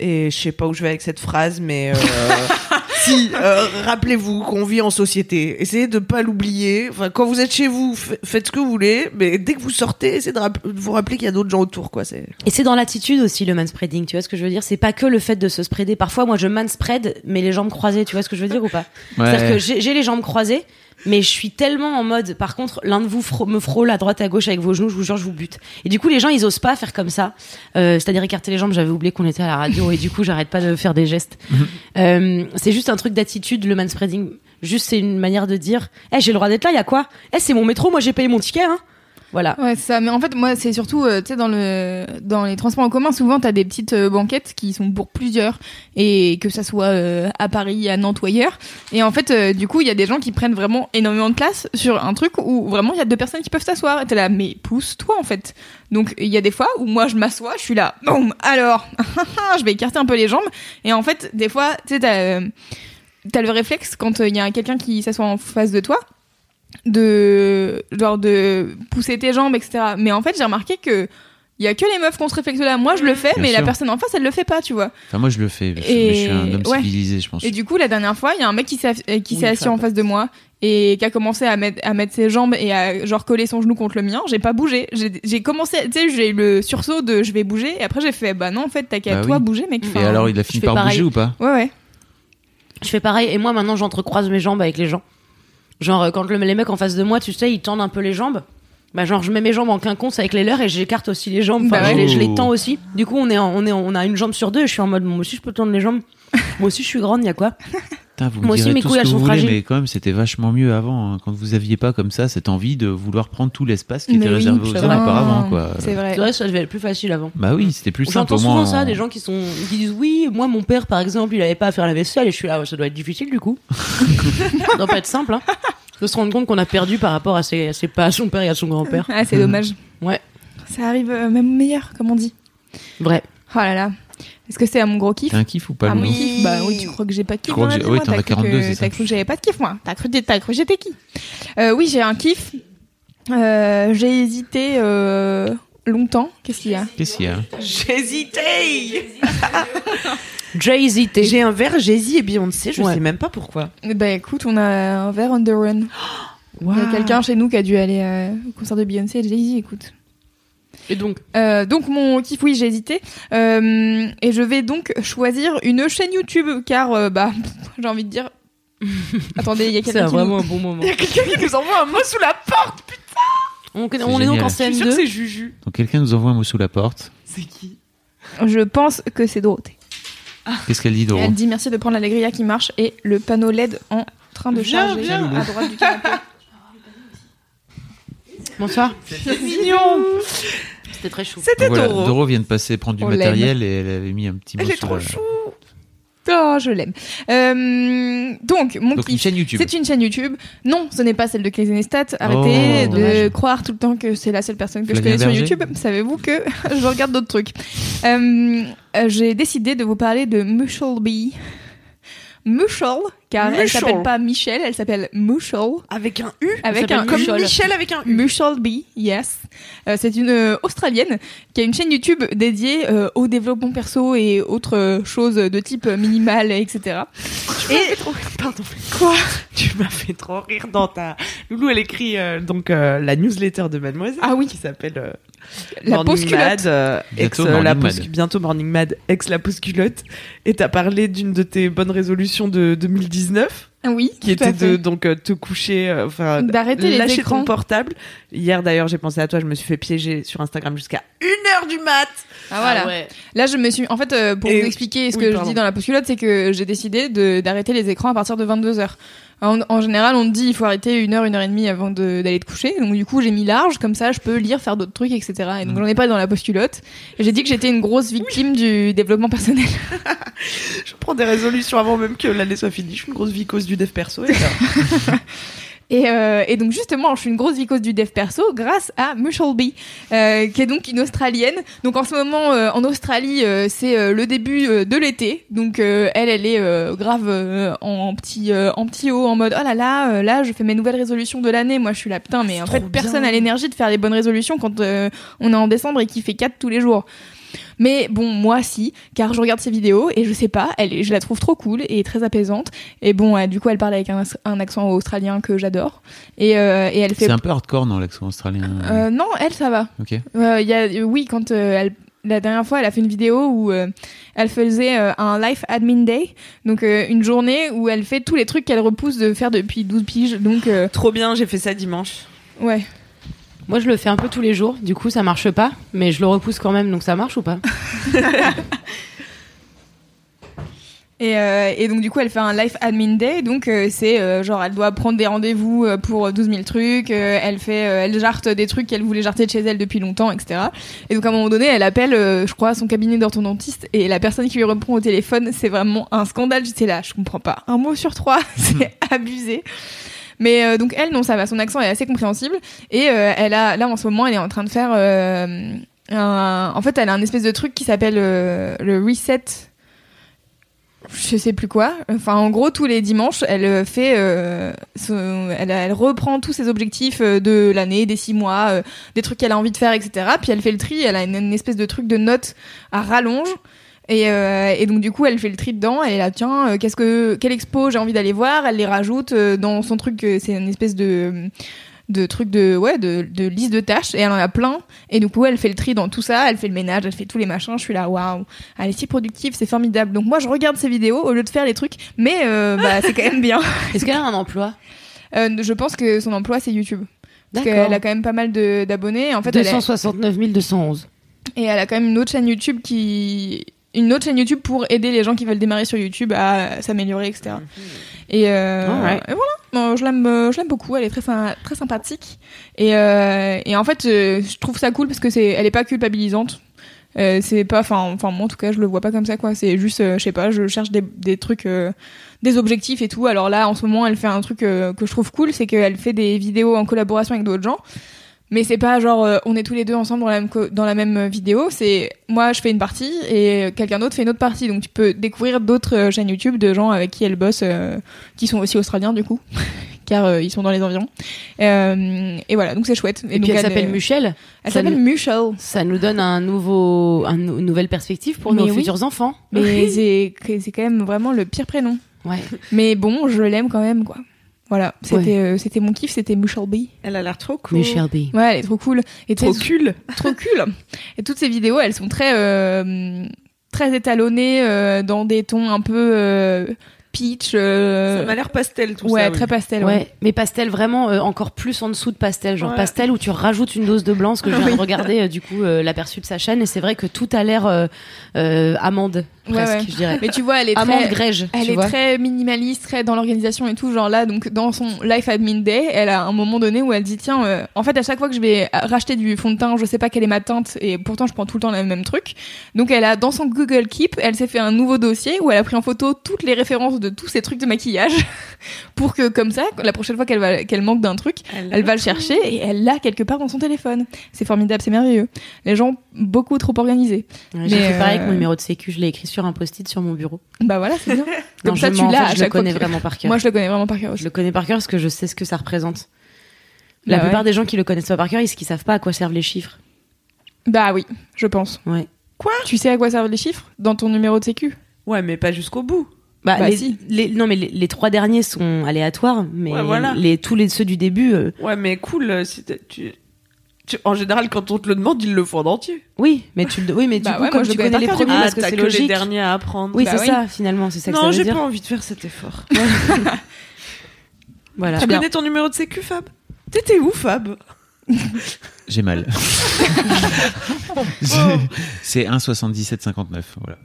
Speaker 5: Et je sais pas où je vais avec cette phrase, mais euh, si, euh, rappelez-vous qu'on vit en société. Essayez de pas l'oublier. Enfin, quand vous êtes chez vous, f- faites ce que vous voulez, mais dès que vous sortez, essayez de, rapp- de vous rappeler qu'il y a d'autres gens autour, quoi. C'est
Speaker 3: Et c'est dans l'attitude aussi le manspreading, tu vois ce que je veux dire C'est pas que le fait de se spreader. Parfois, moi, je manspread, mais les jambes croisées, tu vois ce que je veux dire ou pas
Speaker 4: Ouais.
Speaker 3: C'est-à-dire que j'ai j'ai les jambes croisées, mais je suis tellement en mode. Par contre, l'un de vous frô- me frôle à droite, à gauche avec vos genoux, je vous jure, je vous bute. Et du coup, les gens, ils osent pas faire comme ça. Euh, C'est-à-dire écarter les jambes. J'avais oublié qu'on était à la radio et du coup, j'arrête pas de faire des gestes. Euh, c'est juste un truc d'attitude, le manspreading. Juste, c'est une manière de dire Eh, j'ai le droit d'être là, il y a quoi Eh, c'est mon métro, moi, j'ai payé mon ticket, hein Voilà.
Speaker 1: Ouais, c'est ça. Mais en fait, moi, c'est surtout, euh, tu sais, dans le dans les transports en commun, souvent, t'as des petites euh, banquettes qui sont pour plusieurs, et que ça soit euh, à Paris, à Nantes ou ailleurs. Et en fait, euh, du coup, il y a des gens qui prennent vraiment énormément de place sur un truc où vraiment il y a deux personnes qui peuvent s'asseoir. Et t'es là, mais pousse-toi en fait. Donc il y a des fois où moi je m'assois, je suis là, bon, alors, je vais écarter un peu les jambes. Et en fait, des fois, tu sais, t'as euh, t'as le réflexe quand euh, il y a quelqu'un qui s'assoit en face de toi de genre de pousser tes jambes etc mais en fait j'ai remarqué que il y a que les meufs qu'on se réflexe là moi je le fais
Speaker 4: Mmh. Bien
Speaker 1: mais la
Speaker 4: sûr.
Speaker 1: personne en face elle le fait pas tu vois
Speaker 4: Enfin, moi, je le fais. parce que-
Speaker 1: Et-
Speaker 4: mais je suis un homme
Speaker 1: ouais.
Speaker 4: civilisé, je pense.
Speaker 1: et du coup la dernière fois il y a un mec qui s'est euh, qui
Speaker 5: Ou
Speaker 1: s'est
Speaker 5: une
Speaker 1: assis
Speaker 5: femme.
Speaker 1: en face de moi et qui a commencé à mettre à mettre ses jambes et à genre coller son genou contre le mien j'ai pas bougé j'ai j'ai commencé tu sais j'ai eu le sursaut de je vais bouger et après j'ai fait bah non en fait t'as qu'à
Speaker 4: Bah
Speaker 1: toi
Speaker 4: oui.
Speaker 1: bouger mec
Speaker 4: Et
Speaker 1: Enfin,
Speaker 4: alors, il a fini
Speaker 3: fais
Speaker 4: par
Speaker 3: pareil.
Speaker 4: bouger ou pas
Speaker 1: ouais ouais
Speaker 3: Je fais pareil et moi maintenant j'entrecroise mes jambes avec les gens. Genre euh, quand le- les mecs en face de moi, tu sais, ils tendent un peu les jambes. Bah genre je mets mes jambes en quinconce avec les leurs et j'écarte aussi les jambes. Enfin,
Speaker 1: Bah
Speaker 3: je,
Speaker 4: ouais.
Speaker 3: les, je les tends aussi. Du coup on est en- on est en- on a une jambe sur deux. Et je suis en mode moi aussi je peux tendre les jambes. moi aussi je suis grande, y a quoi
Speaker 4: Putain, vous me
Speaker 3: Moi aussi,
Speaker 4: direz
Speaker 3: mes
Speaker 4: tout
Speaker 3: couilles,
Speaker 4: ce que
Speaker 3: elles
Speaker 4: vous
Speaker 3: sont
Speaker 4: voulez,
Speaker 3: fragiles.
Speaker 4: mais quand même, c'était vachement mieux avant. hein. Quand vous aviez pas comme ça cette envie de vouloir prendre tout l'espace qui
Speaker 1: Mais
Speaker 4: était
Speaker 1: oui,
Speaker 4: réservé aux
Speaker 1: putain,
Speaker 4: hommes auparavant, quoi.
Speaker 1: c'est vrai
Speaker 3: C'est vrai ça devait être plus facile avant.
Speaker 4: Bah oui, c'était plus simple.
Speaker 3: J'entends
Speaker 4: au moins, hein.
Speaker 3: souvent ça
Speaker 4: on-
Speaker 3: des gens qui sont qui disent oui moi mon père par exemple il avait pas à faire la vaisselle et je suis là ouais, ça doit être difficile du coup. ça doit pas être simple hein. De se rendre compte qu'on a perdu par rapport à ses, à ses pas à son père et à son grand père.
Speaker 1: ah c'est dommage
Speaker 3: Ouais.
Speaker 1: ça arrive euh, même meilleur comme on dit
Speaker 3: Vrai.
Speaker 1: oh là là est-ce que c'est à mon gros kiff
Speaker 4: T'as un kiff ou pas
Speaker 1: Ah,
Speaker 4: Lou
Speaker 1: mon kiff Bah oui, tu crois que j'ai pas de
Speaker 4: Tu
Speaker 1: kiff
Speaker 4: crois
Speaker 1: dans
Speaker 4: que
Speaker 1: la
Speaker 4: j'ai-
Speaker 1: vie,
Speaker 4: oui,
Speaker 1: moi
Speaker 4: t'en as
Speaker 1: T'as cru
Speaker 4: 42, c'est
Speaker 1: que
Speaker 4: ça.
Speaker 1: t'as cru que j'avais pas de kiff, moi T'as cru, t'as cru que j'étais qui Euh, Oui, j'ai un kiff. Euh, j'ai hésité euh, longtemps. Qu'est-ce qu'il y a
Speaker 4: Qu'est-ce qu'il y a
Speaker 6: J'hésitais
Speaker 3: Jay-Z t'es-
Speaker 5: J'ai un verre Jay-Z et Beyoncé, je
Speaker 3: Ouais.
Speaker 5: sais même pas pourquoi.
Speaker 1: Eh Ben écoute, on a un verre on the run. Il y
Speaker 3: Ah.
Speaker 1: a quelqu'un chez nous qui a dû aller euh, au concert de Beyoncé et Jay-Z, écoute.
Speaker 3: Et donc
Speaker 1: Euh, donc mon kiff, oui, j'ai hésité. Euh, et je vais donc choisir une chaîne YouTube, car, euh, bah, j'ai envie de dire... Attendez, il y a
Speaker 3: C'est
Speaker 1: quelqu'un qui, nous...
Speaker 3: un bon moment.
Speaker 5: Il y a quelqu'un qui nous envoie un mot sous la porte.
Speaker 3: On,
Speaker 4: C'est on est donc génial. en
Speaker 5: Je suis sûre que c'est Juju.
Speaker 4: Donc, quelqu'un nous envoie un mot sous la porte.
Speaker 5: C'est qui
Speaker 1: Je pense que c'est Dorothée.
Speaker 4: Qu'est-ce qu'elle
Speaker 1: Et
Speaker 4: dit,
Speaker 1: Elle
Speaker 4: Doro
Speaker 1: dit merci de prendre la grilla qui marche et le panneau LED en train de
Speaker 5: Viens,
Speaker 1: charger
Speaker 5: viens.
Speaker 1: à droite du canapé.
Speaker 3: Bonsoir.
Speaker 5: C'est mignon.
Speaker 3: C'était très chou.
Speaker 5: C'était
Speaker 4: Voilà,
Speaker 5: Doro.
Speaker 4: Doro vient de passer prendre du
Speaker 1: On
Speaker 4: matériel et elle avait mis un petit mot
Speaker 5: Elle est
Speaker 4: sur
Speaker 5: trop
Speaker 4: la-
Speaker 5: chou.
Speaker 1: Oh, je l'aime. Euh, donc, mon
Speaker 4: Donc, une
Speaker 1: kiff.
Speaker 4: chaîne YouTube.
Speaker 1: C'est une chaîne YouTube. Non, ce n'est pas celle de Crazy Stat. Arrêtez
Speaker 4: Oh,
Speaker 1: de
Speaker 4: dommage.
Speaker 1: croire tout le temps que c'est la seule personne que
Speaker 4: Flavien
Speaker 1: je connais
Speaker 4: Berger.
Speaker 1: sur YouTube. Savez-vous que je regarde d'autres trucs. Euh, euh, J'ai décidé de vous parler de Mushelby. Mushel, car elle
Speaker 5: Mushel.
Speaker 1: s'appelle pas Michelle, elle s'appelle Mushel.
Speaker 5: Avec un U
Speaker 1: Avec
Speaker 5: Elle
Speaker 1: un
Speaker 5: s'appelle Comme
Speaker 1: Michel.
Speaker 5: Michel avec un U.
Speaker 1: Mushel B, yes. Euh, c'est une euh, Australienne qui a une chaîne YouTube dédiée euh, au développement perso et autres euh, choses de type euh, minimal, etc.
Speaker 5: Et... Pardon. Quoi Tu m'as fait trop rire dans ta. Loulou, elle écrit euh, donc euh, la newsletter de Mademoiselle.
Speaker 1: Ah oui.
Speaker 5: Qui s'appelle euh,
Speaker 1: La
Speaker 5: Morning
Speaker 1: pause culotte.
Speaker 5: Mad, euh, ex,
Speaker 4: Bientôt
Speaker 5: euh, la
Speaker 4: Morning
Speaker 5: pause-
Speaker 4: Mad.
Speaker 5: bientôt Morning Mad, ex la pause culotte. Et t'as parlé d'une de tes bonnes résolutions de 2019,
Speaker 1: Ah Oui,
Speaker 5: qui
Speaker 1: tout à
Speaker 5: était de
Speaker 1: fait.
Speaker 5: donc euh, te coucher, euh, enfin
Speaker 1: D'arrêter Bah, les
Speaker 5: lâcher
Speaker 1: écrans.
Speaker 5: ton portable. Hier d'ailleurs, j'ai pensé à toi, je me suis fait piéger sur Instagram jusqu'à 1h du mat.
Speaker 1: Ah voilà. Là, je me suis. En fait, euh, pour
Speaker 5: Et-
Speaker 1: vous expliquer ce
Speaker 5: oui,
Speaker 1: que je
Speaker 5: pardon.
Speaker 1: dis dans la postulate, c'est que j'ai décidé de- d'arrêter les écrans à partir de 22 heures. En, en général, on me dit il faut arrêter une heure, une heure et demie avant de- d'aller te coucher. Donc du coup, j'ai mis large, comme ça, je peux lire, faire d'autres trucs, etc. Et donc
Speaker 4: Mm.
Speaker 1: j'en ai pas dans la postulate. J'ai dit que j'étais une grosse victime du développement personnel.
Speaker 5: Je prends des résolutions avant même que l'année soit finie. Je suis une grosse vicose du dev perso. Et ça.
Speaker 1: Et, euh, et donc justement, je suis une grosse vicose du dev perso grâce à Mushelby, euh, qui est donc une Australienne. Donc en ce moment, euh, en Australie, euh, c'est euh, le début euh, de l'été. Donc euh, elle, elle est euh, grave euh, en, petit euh, en petit haut, en mode oh là là, euh, là je fais mes nouvelles résolutions de l'année. Moi je suis là putain, mais en fait personne a l'énergie de faire les bonnes résolutions quand euh, on est en décembre et qu'il fait 4 tous les jours. Mais bon, moi si, car je regarde ses vidéos et je sais pas, elle, est- je la trouve trop cool et très apaisante. Et bon, euh, du coup, elle parle avec un, un accent australien que j'adore. Et, euh, et elle fait.
Speaker 4: C'est un peu hardcore, non, l'accent australien
Speaker 1: Euh, non, elle, ça va.
Speaker 4: Ok.
Speaker 1: Euh, il y a, euh, oui, quand euh, elle. La dernière fois, elle a fait une vidéo où euh, elle faisait euh, un life admin day, donc euh, une journée où elle fait tous les trucs qu'elle repousse de faire depuis 12 piges. Donc euh,
Speaker 5: Trop bien, j'ai fait ça dimanche.
Speaker 1: ouais,
Speaker 3: Moi, je le fais un peu tous les jours. Du coup, ça marche pas, mais je le repousse quand même. Donc, ça marche ou pas
Speaker 1: Et, euh, et donc du coup elle fait un life admin day, donc euh, c'est euh, genre elle doit prendre des rendez-vous euh, pour 12 000 trucs, euh, elle fait, euh, elle jarte des trucs qu'elle voulait jarter de chez elle depuis longtemps, etc. Et donc à un moment donné elle appelle, euh, je crois, son cabinet d'orthodontiste et la personne qui lui reprend au téléphone, c'est vraiment un scandale. J'étais là, je comprends pas, un mot sur trois, c'est abusé. Mais euh, donc elle non ça va, son accent est assez compréhensible et euh, elle a là en ce moment elle est en train de faire, euh, un- en fait elle a un espèce de truc qui s'appelle euh, le reset je sais plus quoi. Enfin, en gros, tous les dimanches, elle euh, fait, euh, son- elle, elle reprend tous ses objectifs euh, de l'année, des six mois, euh, des trucs qu'elle a envie de faire, etc. Puis elle fait le tri. Elle a une, une espèce de truc de notes à rallonge. Et, euh, et donc du coup, elle fait le tri dedans. Elle est là, tiens, euh, qu'est-ce que, quelle expo j'ai envie d'aller voir Elle les rajoute euh, dans son truc. euh, C'est une espèce de de truc de ouais de, de liste de tâches et elle en a plein et du coup elle fait le tri dans tout ça elle fait le ménage elle fait tous les machins je suis là waouh elle est si productive, c'est formidable. Donc moi, je regarde ses vidéos au lieu de faire les trucs, mais euh, bah, c'est quand même bien.
Speaker 3: Est-ce qu'elle a un emploi
Speaker 1: Euh, je pense que son emploi, c'est YouTube. Parce qu'elle a quand même pas mal de- d'abonnés. En fait, elle a-
Speaker 3: 269 211.
Speaker 1: et elle a quand même une autre chaîne YouTube qui une autre chaîne YouTube pour aider les gens qui veulent démarrer sur YouTube à s'améliorer, etc. Et, euh,
Speaker 3: Alright.
Speaker 1: et voilà, Bon, je l'aime, euh, je l'aime beaucoup. Elle est très, sym- très sympathique. Et, euh, et en fait, euh, je trouve ça cool parce que c'est, elle est pas culpabilisante. Euh, c'est pas, enfin, enfin moi en tout cas, je le vois pas comme ça quoi. C'est juste, euh, je sais pas, je cherche des, des trucs, euh, des objectifs et tout. Alors là, en ce moment, elle fait un truc euh, que je trouve cool, c'est qu'elle fait des vidéos en collaboration avec d'autres gens. Mais c'est pas genre euh, on est tous les deux ensemble dans la même, co- dans la même euh, vidéo, c'est moi je fais une partie et euh, quelqu'un d'autre fait une autre partie. Donc tu peux découvrir d'autres euh, chaînes YouTube de gens avec qui elle bosse, euh, qui sont aussi australiens du coup, car euh, ils sont dans les environs. Euh, et voilà, donc c'est chouette.
Speaker 3: Et, puis,
Speaker 1: donc,
Speaker 3: elle s'appelle
Speaker 1: est-
Speaker 3: Michel.
Speaker 1: Elle
Speaker 3: Ça
Speaker 1: s'appelle
Speaker 3: nous-
Speaker 1: Mushel.
Speaker 3: Ça nous donne un nouveau, un nou- une nouvelle perspective pour
Speaker 1: Mais
Speaker 3: nos
Speaker 1: oui.
Speaker 3: futurs enfants.
Speaker 1: Mais c'est que- c'est quand même vraiment le pire prénom.
Speaker 3: Ouais.
Speaker 1: Mais bon, je l'aime quand même quoi. Voilà, c'était
Speaker 3: Ouais.
Speaker 1: euh, c'était mon kiff, c'était Mushel B.
Speaker 6: Elle a l'air trop cool.
Speaker 3: Mais cher B.
Speaker 1: Ouais, elle est trop cool. Et
Speaker 5: Trop
Speaker 1: t'es-
Speaker 5: cool.
Speaker 1: trop cool. Et toutes ces vidéos, elles sont très euh, très étalonnées euh, dans des tons un peu euh, peach. euh,
Speaker 5: Ça m'a l'air pastel tout
Speaker 1: ouais,
Speaker 5: ça. oui.
Speaker 1: très pastel. ouais.
Speaker 3: Ouais, mais pastel vraiment euh, encore plus en dessous de pastel, genre
Speaker 5: Ouais.
Speaker 3: pastel où tu rajoutes une dose de blanc, ce que je viens
Speaker 1: Oui.
Speaker 3: de regarder euh, du coup euh, l'aperçu de sa chaîne et c'est vrai que tout a l'air euh, euh, amande
Speaker 1: Ouais,
Speaker 3: presque,
Speaker 1: ouais.
Speaker 3: je dirais.
Speaker 1: Mais tu vois, elle est
Speaker 3: amande
Speaker 1: très
Speaker 3: grège,
Speaker 1: elle
Speaker 3: tu
Speaker 1: est
Speaker 3: vois.
Speaker 1: très minimaliste, très dans l'organisation et tout. Genre là, donc dans son Life Admin Day, elle a un moment donné où elle dit tiens, euh, en fait à chaque fois que je vais racheter du fond de teint, je sais pas quelle est ma teinte et pourtant je prends tout le temps le même truc. Donc elle a dans son Google Keep, elle s'est fait un nouveau dossier où elle a pris en photo toutes les références de tous ces trucs de maquillage pour que comme ça, la prochaine fois qu'elle va qu'elle manque d'un truc, elle va le chercher et elle l'a quelque part dans son téléphone. C'est formidable, c'est merveilleux. Les gens beaucoup trop organisés.
Speaker 3: Ouais, J'ai
Speaker 1: Mais,
Speaker 3: fait pareil avec
Speaker 1: euh,
Speaker 3: mon numéro de sécu, je l'ai écrit sur sur un post-it sur mon bureau.
Speaker 1: Bah voilà, c'est bien. Comme
Speaker 3: non,
Speaker 1: ça,
Speaker 3: je
Speaker 1: tu
Speaker 3: mens, en
Speaker 1: l'as
Speaker 3: fait,
Speaker 1: à
Speaker 3: je le
Speaker 1: chaque fois.
Speaker 3: connais
Speaker 1: que-
Speaker 3: vraiment par cœur.
Speaker 1: Moi, je le connais vraiment par cœur
Speaker 3: Je
Speaker 1: aussi.
Speaker 3: le connais par cœur parce que je sais ce que ça représente. La
Speaker 1: Bah ouais.
Speaker 3: plupart des gens qui le connaissent pas par cœur, ils ne savent pas à quoi servent les chiffres.
Speaker 1: Bah oui, je pense.
Speaker 3: Ouais.
Speaker 1: Quoi Tu sais à quoi servent les chiffres dans ton numéro de sécu
Speaker 5: Ouais, mais pas jusqu'au bout.
Speaker 3: Bah,
Speaker 1: Bah,
Speaker 3: les,
Speaker 1: si.
Speaker 3: les- non, mais les, les trois derniers sont aléatoires, mais
Speaker 5: Ouais, voilà.
Speaker 3: les, tous les, ceux du début, euh,
Speaker 5: Ouais, mais cool. euh, Si t'es- tu... tu- En général, quand on te le demande, ils le font en entier.
Speaker 3: oui, mais tu, le- oui, mais du
Speaker 1: Bah
Speaker 3: coup,
Speaker 1: ouais,
Speaker 3: comme
Speaker 1: moi, je
Speaker 3: tu
Speaker 1: le connais
Speaker 3: connais les
Speaker 1: par cœur, du Ah,
Speaker 3: premiers
Speaker 1: coup,
Speaker 3: parce que
Speaker 5: t'as
Speaker 3: c'est
Speaker 5: que les
Speaker 3: logique.
Speaker 5: derniers à apprendre.
Speaker 3: Oui,
Speaker 1: Bah
Speaker 3: c'est
Speaker 1: oui.
Speaker 3: ça, finalement, c'est ça que
Speaker 5: non,
Speaker 3: ça veut
Speaker 5: j'ai
Speaker 3: dire.
Speaker 5: pas envie de faire cet effort.
Speaker 3: Voilà. Ah,
Speaker 5: Tu
Speaker 1: bien.
Speaker 5: connais ton numéro de sécu, Fab T'étais où, Fab
Speaker 4: J'ai mal. C'est- c'est 1,7759. Voilà.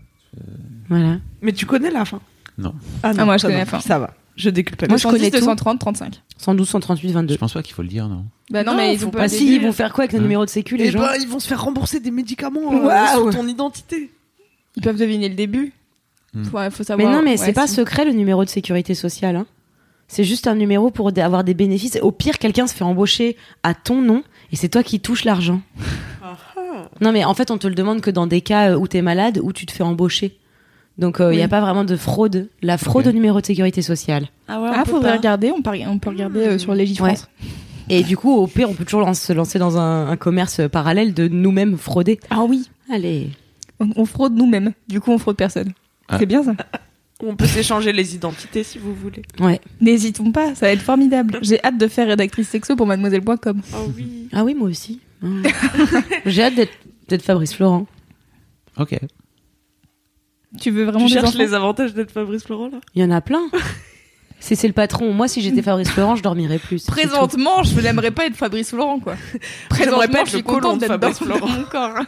Speaker 3: Voilà.
Speaker 5: Mais tu connais la fin
Speaker 4: Non.
Speaker 1: Ah, moi, je
Speaker 5: ça
Speaker 1: connais la
Speaker 5: va.
Speaker 1: fin.
Speaker 5: Ça va, je déculpabilise.
Speaker 3: Moi, je connais tout.
Speaker 1: 230, 35.
Speaker 3: 112, 138,
Speaker 4: Je
Speaker 3: 22.
Speaker 4: pense pas qu'il faut le dire, non.
Speaker 1: Bah non,
Speaker 5: Non,
Speaker 1: mais
Speaker 5: faut
Speaker 1: ils ont
Speaker 5: pas
Speaker 1: pas bah,
Speaker 3: Ah
Speaker 1: des-
Speaker 3: si, ils vont faire quoi avec nos
Speaker 4: Hein.
Speaker 3: numéros de sécu, les
Speaker 5: Eh
Speaker 3: gens
Speaker 5: ben, ils vont se faire rembourser des médicaments euh,
Speaker 3: Waouh.
Speaker 5: sur ton identité.
Speaker 1: Ils peuvent deviner le début.
Speaker 4: Hmm.
Speaker 1: Faut, faut
Speaker 3: Mais
Speaker 1: savoir.
Speaker 3: non, mais
Speaker 1: ouais,
Speaker 3: c'est pas
Speaker 1: si.
Speaker 3: secret le numéro de sécurité sociale. hein. C'est juste un numéro pour d- avoir des bénéfices. Au pire, quelqu'un se fait embaucher à ton nom et c'est toi qui touches l'argent. non, mais en fait, on te le demande que dans des cas euh, où t'es malade, où tu te fais embaucher. Donc, euh, il n'y a
Speaker 1: Oui.
Speaker 3: pas vraiment de fraude. La fraude
Speaker 4: Ok.
Speaker 3: au numéro de sécurité sociale.
Speaker 6: Ah ouais,
Speaker 1: Ah, faudrait regarder, on peut, reg- on peut
Speaker 3: Hmm.
Speaker 1: regarder euh, sur Légifrance.
Speaker 3: Et du coup, au pire, on peut toujours lan- se lancer dans un, un commerce parallèle de nous-mêmes frauder.
Speaker 1: Ah oui.
Speaker 3: Allez.
Speaker 1: On, on fraude nous-mêmes. Du coup, on fraude personne.
Speaker 4: Ah.
Speaker 1: C'est bien ça.
Speaker 5: On peut s'échanger les identités si vous voulez.
Speaker 3: Ouais.
Speaker 1: N'hésitons pas, ça va être formidable. J'ai hâte de faire rédactrice sexo pour mademoiselle.com.
Speaker 5: Ah oui.
Speaker 3: Ah oui, moi aussi. Mmh. J'ai hâte d'être- d'être Fabrice Florent.
Speaker 4: Ok.
Speaker 1: Tu veux vraiment
Speaker 5: Tu
Speaker 1: des
Speaker 5: cherches
Speaker 1: enfants
Speaker 5: les avantages d'être Fabrice Florent là
Speaker 3: Il y en a plein. Si c'est le patron, moi si j'étais Fabrice Florent, je dormirais plus. c'est tout.
Speaker 1: Présentement, je n'aimerais pas être Fabrice Florent, quoi.
Speaker 5: J'aimerais pas
Speaker 1: Présentement,
Speaker 5: être
Speaker 1: je suis
Speaker 5: le colon
Speaker 1: contente
Speaker 5: de
Speaker 1: d'être dans,
Speaker 5: Fabrice Florent.
Speaker 1: dans mon corps.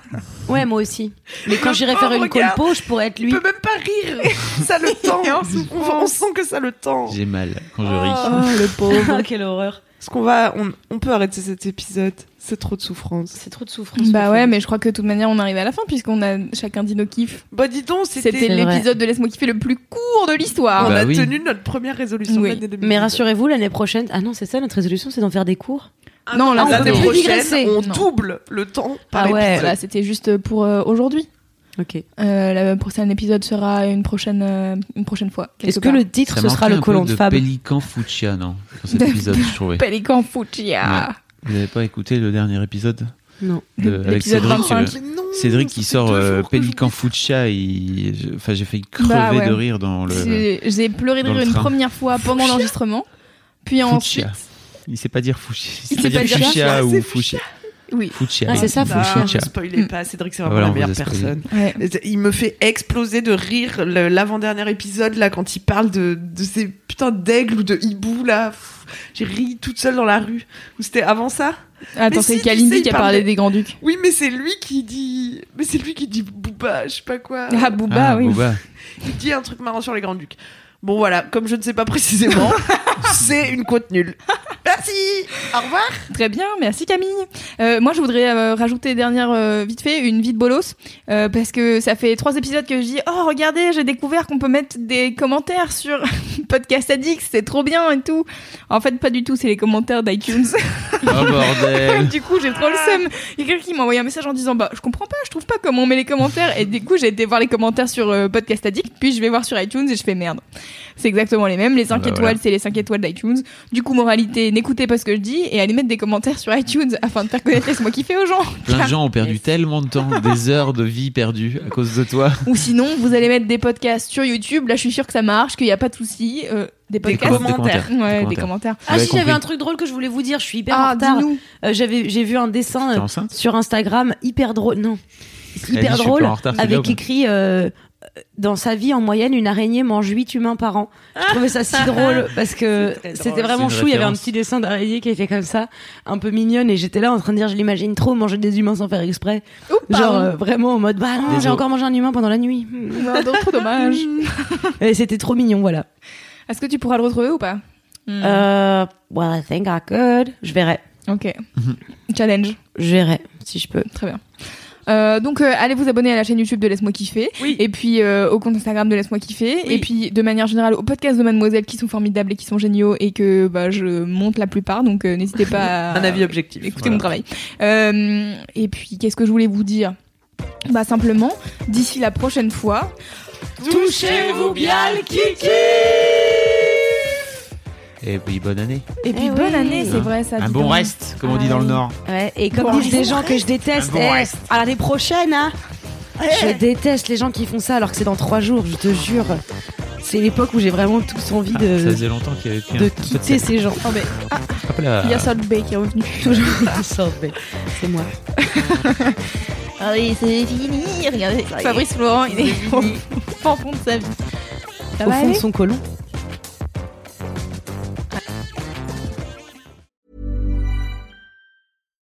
Speaker 3: Ouais, moi aussi. Mais quand
Speaker 5: Le
Speaker 3: j'irai faire
Speaker 5: pauvre
Speaker 3: une
Speaker 5: gars.
Speaker 3: colpo, je pourrais être
Speaker 5: Il
Speaker 3: lui.
Speaker 5: peut même pas rire Ça le tend
Speaker 1: Et en
Speaker 5: on, on sent que ça le tend
Speaker 4: J'ai mal quand je ris.
Speaker 5: Ah.
Speaker 3: Oh, le pauvre, quelle horreur.
Speaker 5: Est-ce qu'on va, on, on peut arrêter cet épisode C'est trop de souffrance.
Speaker 3: C'est trop de souffrance.
Speaker 1: Bah ouais, mais je crois que de toute manière, on arrive à la fin puisqu'on a chacun dit nos kiffs.
Speaker 5: Bah dis donc,
Speaker 1: C'était
Speaker 5: c'était.
Speaker 3: C'est vrai.
Speaker 1: l'épisode de Laisse-moi kiffer le plus court de l'histoire.
Speaker 5: On
Speaker 4: Bah
Speaker 5: a
Speaker 4: oui.
Speaker 5: tenu notre première résolution
Speaker 1: Oui.
Speaker 5: de l'année 2020.
Speaker 3: Mais rassurez-vous, l'année prochaine. Ah non, c'est ça notre résolution, c'est d'en faire des cours.
Speaker 5: Ah
Speaker 1: Non, là,
Speaker 3: on peut
Speaker 5: l'année
Speaker 3: plus
Speaker 5: prochaine,
Speaker 3: digresser.
Speaker 5: on
Speaker 1: Non.
Speaker 5: double le temps par
Speaker 3: Ah ouais,
Speaker 5: épisode.
Speaker 1: Voilà, c'était juste pour euh, aujourd'hui.
Speaker 3: Ok.
Speaker 1: Euh, le prochain épisode sera une prochaine, euh, une prochaine fois. quelque
Speaker 3: Est-ce que
Speaker 1: part.
Speaker 3: le titre
Speaker 4: Ça
Speaker 3: ce sera
Speaker 4: manquait
Speaker 3: le
Speaker 4: un
Speaker 3: colon
Speaker 4: peu
Speaker 3: de Fab
Speaker 4: Pélican Fuchsia, non Dans cet épisode, je trouvais.
Speaker 1: Pélican Fuchsia
Speaker 4: Vous n'avez pas écouté le dernier épisode
Speaker 3: Non.
Speaker 4: de, avec
Speaker 1: L'épisode
Speaker 4: Cédric euh,
Speaker 1: 25.
Speaker 5: Mais non,
Speaker 4: Cédric
Speaker 5: ça
Speaker 4: qui
Speaker 5: fait
Speaker 4: sort
Speaker 5: deux
Speaker 4: euh,
Speaker 5: jours que je vous
Speaker 4: Pélican
Speaker 5: dis ça.
Speaker 4: Fuchsia, il- je- enfin j'ai failli crever
Speaker 1: Bah ouais.
Speaker 4: de rire dans le.
Speaker 1: J'ai j'ai pleuré de
Speaker 4: dans
Speaker 1: rire
Speaker 4: le
Speaker 1: une
Speaker 4: train.
Speaker 1: première fois pendant l'enregistrement. Puis ensuite.
Speaker 4: Fuchsia. Il sait pas dire Fuchsia.
Speaker 1: Il sait pas dire
Speaker 4: Fuchsia
Speaker 5: Fuchsia,
Speaker 4: ou Bah,
Speaker 5: c'est
Speaker 4: Fuchsia.
Speaker 1: Oui.
Speaker 4: Fuchsia.
Speaker 3: Ah, c'est ça, Hmm.
Speaker 5: Ah,
Speaker 3: Fuchsia.
Speaker 5: Ne spoilez pas, Cédric c'est vraiment
Speaker 4: Ah, Voilà,
Speaker 5: la
Speaker 4: on vous
Speaker 5: meilleure
Speaker 4: a spoilé.
Speaker 5: personne.
Speaker 1: Ouais.
Speaker 5: Il me fait exploser de rire le- l'avant-dernier épisode là quand il parle de, de ces putains d'aigles ou de hibou là. Pff, J'ai ri toute seule dans la rue. Ou c'était avant ça
Speaker 1: Attends,
Speaker 5: Mais
Speaker 1: c'est
Speaker 5: si, tu sais,
Speaker 1: Kalindi
Speaker 5: il
Speaker 1: qui a
Speaker 5: parle
Speaker 1: parlé
Speaker 5: de-
Speaker 1: des Grands Ducs.
Speaker 5: Oui, mais c'est lui qui dit. Mais c'est lui qui dit Booba, je sais pas quoi.
Speaker 1: Ah, Booba,
Speaker 4: Ah,
Speaker 1: oui.
Speaker 4: Booba.
Speaker 5: Il dit un truc marrant sur les Grands Ducs. Bon voilà, comme je ne sais pas précisément, c'est une côte nulle. Merci. Au revoir.
Speaker 1: Très bien, merci Camille. Euh, moi, je voudrais euh, rajouter dernière euh, vite fait une vie de bolos euh, parce que ça fait trois épisodes que je dis oh regardez j'ai découvert qu'on peut mettre des commentaires sur podcast addict c'est trop bien et tout. En fait, pas du tout, c'est les commentaires d'iTunes.
Speaker 4: Oh bordel.
Speaker 1: du coup, j'ai trop
Speaker 3: Ah.
Speaker 1: le seum. Il y a quelqu'un qui m'a envoyé un message en disant bah je comprends pas, je trouve pas comment on met les commentaires et du coup j'ai été voir les commentaires sur euh, podcast addict puis je vais voir sur iTunes et je fais merde. C'est exactement les mêmes. Les 5
Speaker 4: Ah bah
Speaker 1: étoiles,
Speaker 4: voilà.
Speaker 1: c'est les 5 étoiles d'iTunes. Du coup, moralité, n'écoutez pas ce que je dis et allez mettre des commentaires sur iTunes afin de faire connaître laisse-moi kiffer aux gens.
Speaker 4: Plein de gens ont perdu tellement de temps, des heures de vie perdues à cause de toi.
Speaker 1: Ou sinon, vous allez mettre des podcasts sur YouTube. Là, je suis sûre que ça marche, qu'il n'y a pas de souci. Euh, des podcasts.
Speaker 4: com- commentaires.
Speaker 1: Ouais,
Speaker 4: Des
Speaker 1: des commentaires.
Speaker 4: Vous
Speaker 3: Ah
Speaker 4: avez
Speaker 3: si, j'avais
Speaker 4: compris.
Speaker 3: un truc drôle que je voulais vous dire. Je suis hyper en
Speaker 1: Ah,
Speaker 3: retard.
Speaker 1: dis-nous.
Speaker 3: Euh, j'avais, j'ai vu un dessin
Speaker 4: T'es
Speaker 3: euh,
Speaker 4: enceinte
Speaker 3: sur Instagram hyper drôle. Non.
Speaker 4: Elle dit, je
Speaker 3: Hyper
Speaker 4: suis
Speaker 3: drôle.
Speaker 4: pas en retard, c'est
Speaker 3: avec
Speaker 4: bien,
Speaker 3: écrit euh, dans sa vie en moyenne une araignée mange 8 humains par an. Je trouvais ça si drôle parce que
Speaker 5: C'est très drôle.
Speaker 3: c'était vraiment
Speaker 4: C'est une
Speaker 3: chou, il y avait un
Speaker 4: référence.
Speaker 3: petit dessin d'araignée qui était comme ça, un peu mignonne et j'étais là en train de dire je l'imagine trop manger des humains sans faire exprès.
Speaker 1: Oh, pardon.
Speaker 3: Genre euh, vraiment en mode bah non,
Speaker 4: Désolé.
Speaker 3: j'ai encore mangé un humain pendant la nuit. Hmm.
Speaker 1: Non, non, trop dommage.
Speaker 3: Et c'était trop mignon, voilà.
Speaker 1: Est-ce que tu pourras le retrouver ou pas Hmm.
Speaker 3: Euh, well, I think I could. Je verrai.
Speaker 1: Ok.
Speaker 4: Mhm.
Speaker 1: Challenge.
Speaker 3: Je verrai si je peux.
Speaker 1: Très bien. Euh, donc euh, allez vous abonner à la chaîne YouTube de Laisse-moi kiffer
Speaker 5: Oui.
Speaker 1: et puis euh, au compte Instagram de Laisse-moi kiffer
Speaker 5: Oui.
Speaker 1: et puis de manière générale au podcast de Mademoiselle qui sont formidables et qui sont géniaux et que bah, je monte la plupart donc euh, n'hésitez pas à
Speaker 5: Un avis objectif.
Speaker 1: écouter mon travail Euh, et puis qu'est-ce que je voulais vous dire bah simplement d'ici la prochaine fois
Speaker 3: Touchez-vous bien le kiki
Speaker 4: Et puis Eh bonne année.
Speaker 3: Et
Speaker 1: Puis bonne année, c'est
Speaker 4: Hein
Speaker 1: vrai ça.
Speaker 4: Un
Speaker 1: dis
Speaker 4: bon
Speaker 1: donc.
Speaker 4: reste, comme on dit
Speaker 1: Ah
Speaker 4: dans le
Speaker 1: oui.
Speaker 4: Nord.
Speaker 3: Ouais, et comme
Speaker 1: Bon
Speaker 3: disent des gens que je déteste,
Speaker 4: Un Ah bon
Speaker 3: eh,
Speaker 4: reste.
Speaker 3: à l'année prochaine, hein Je déteste les gens qui font ça alors que c'est dans trois jours, je te jure. C'est l'époque où j'ai vraiment tous envie
Speaker 4: Ah, ça hein.
Speaker 3: de,
Speaker 4: faisait longtemps qu'il y avait plus
Speaker 3: Euh, de quitter ces gens.
Speaker 1: Oh, mais
Speaker 4: Hop là.
Speaker 1: il y a Salt Bay qui est revenu toujours.
Speaker 3: C'est moi.
Speaker 1: Ah oui, c'est fini, regardez. Fabrice Florent, il est au au fond de sa vie. Ça
Speaker 3: Au
Speaker 1: va
Speaker 3: fond de
Speaker 1: aller
Speaker 3: son colon.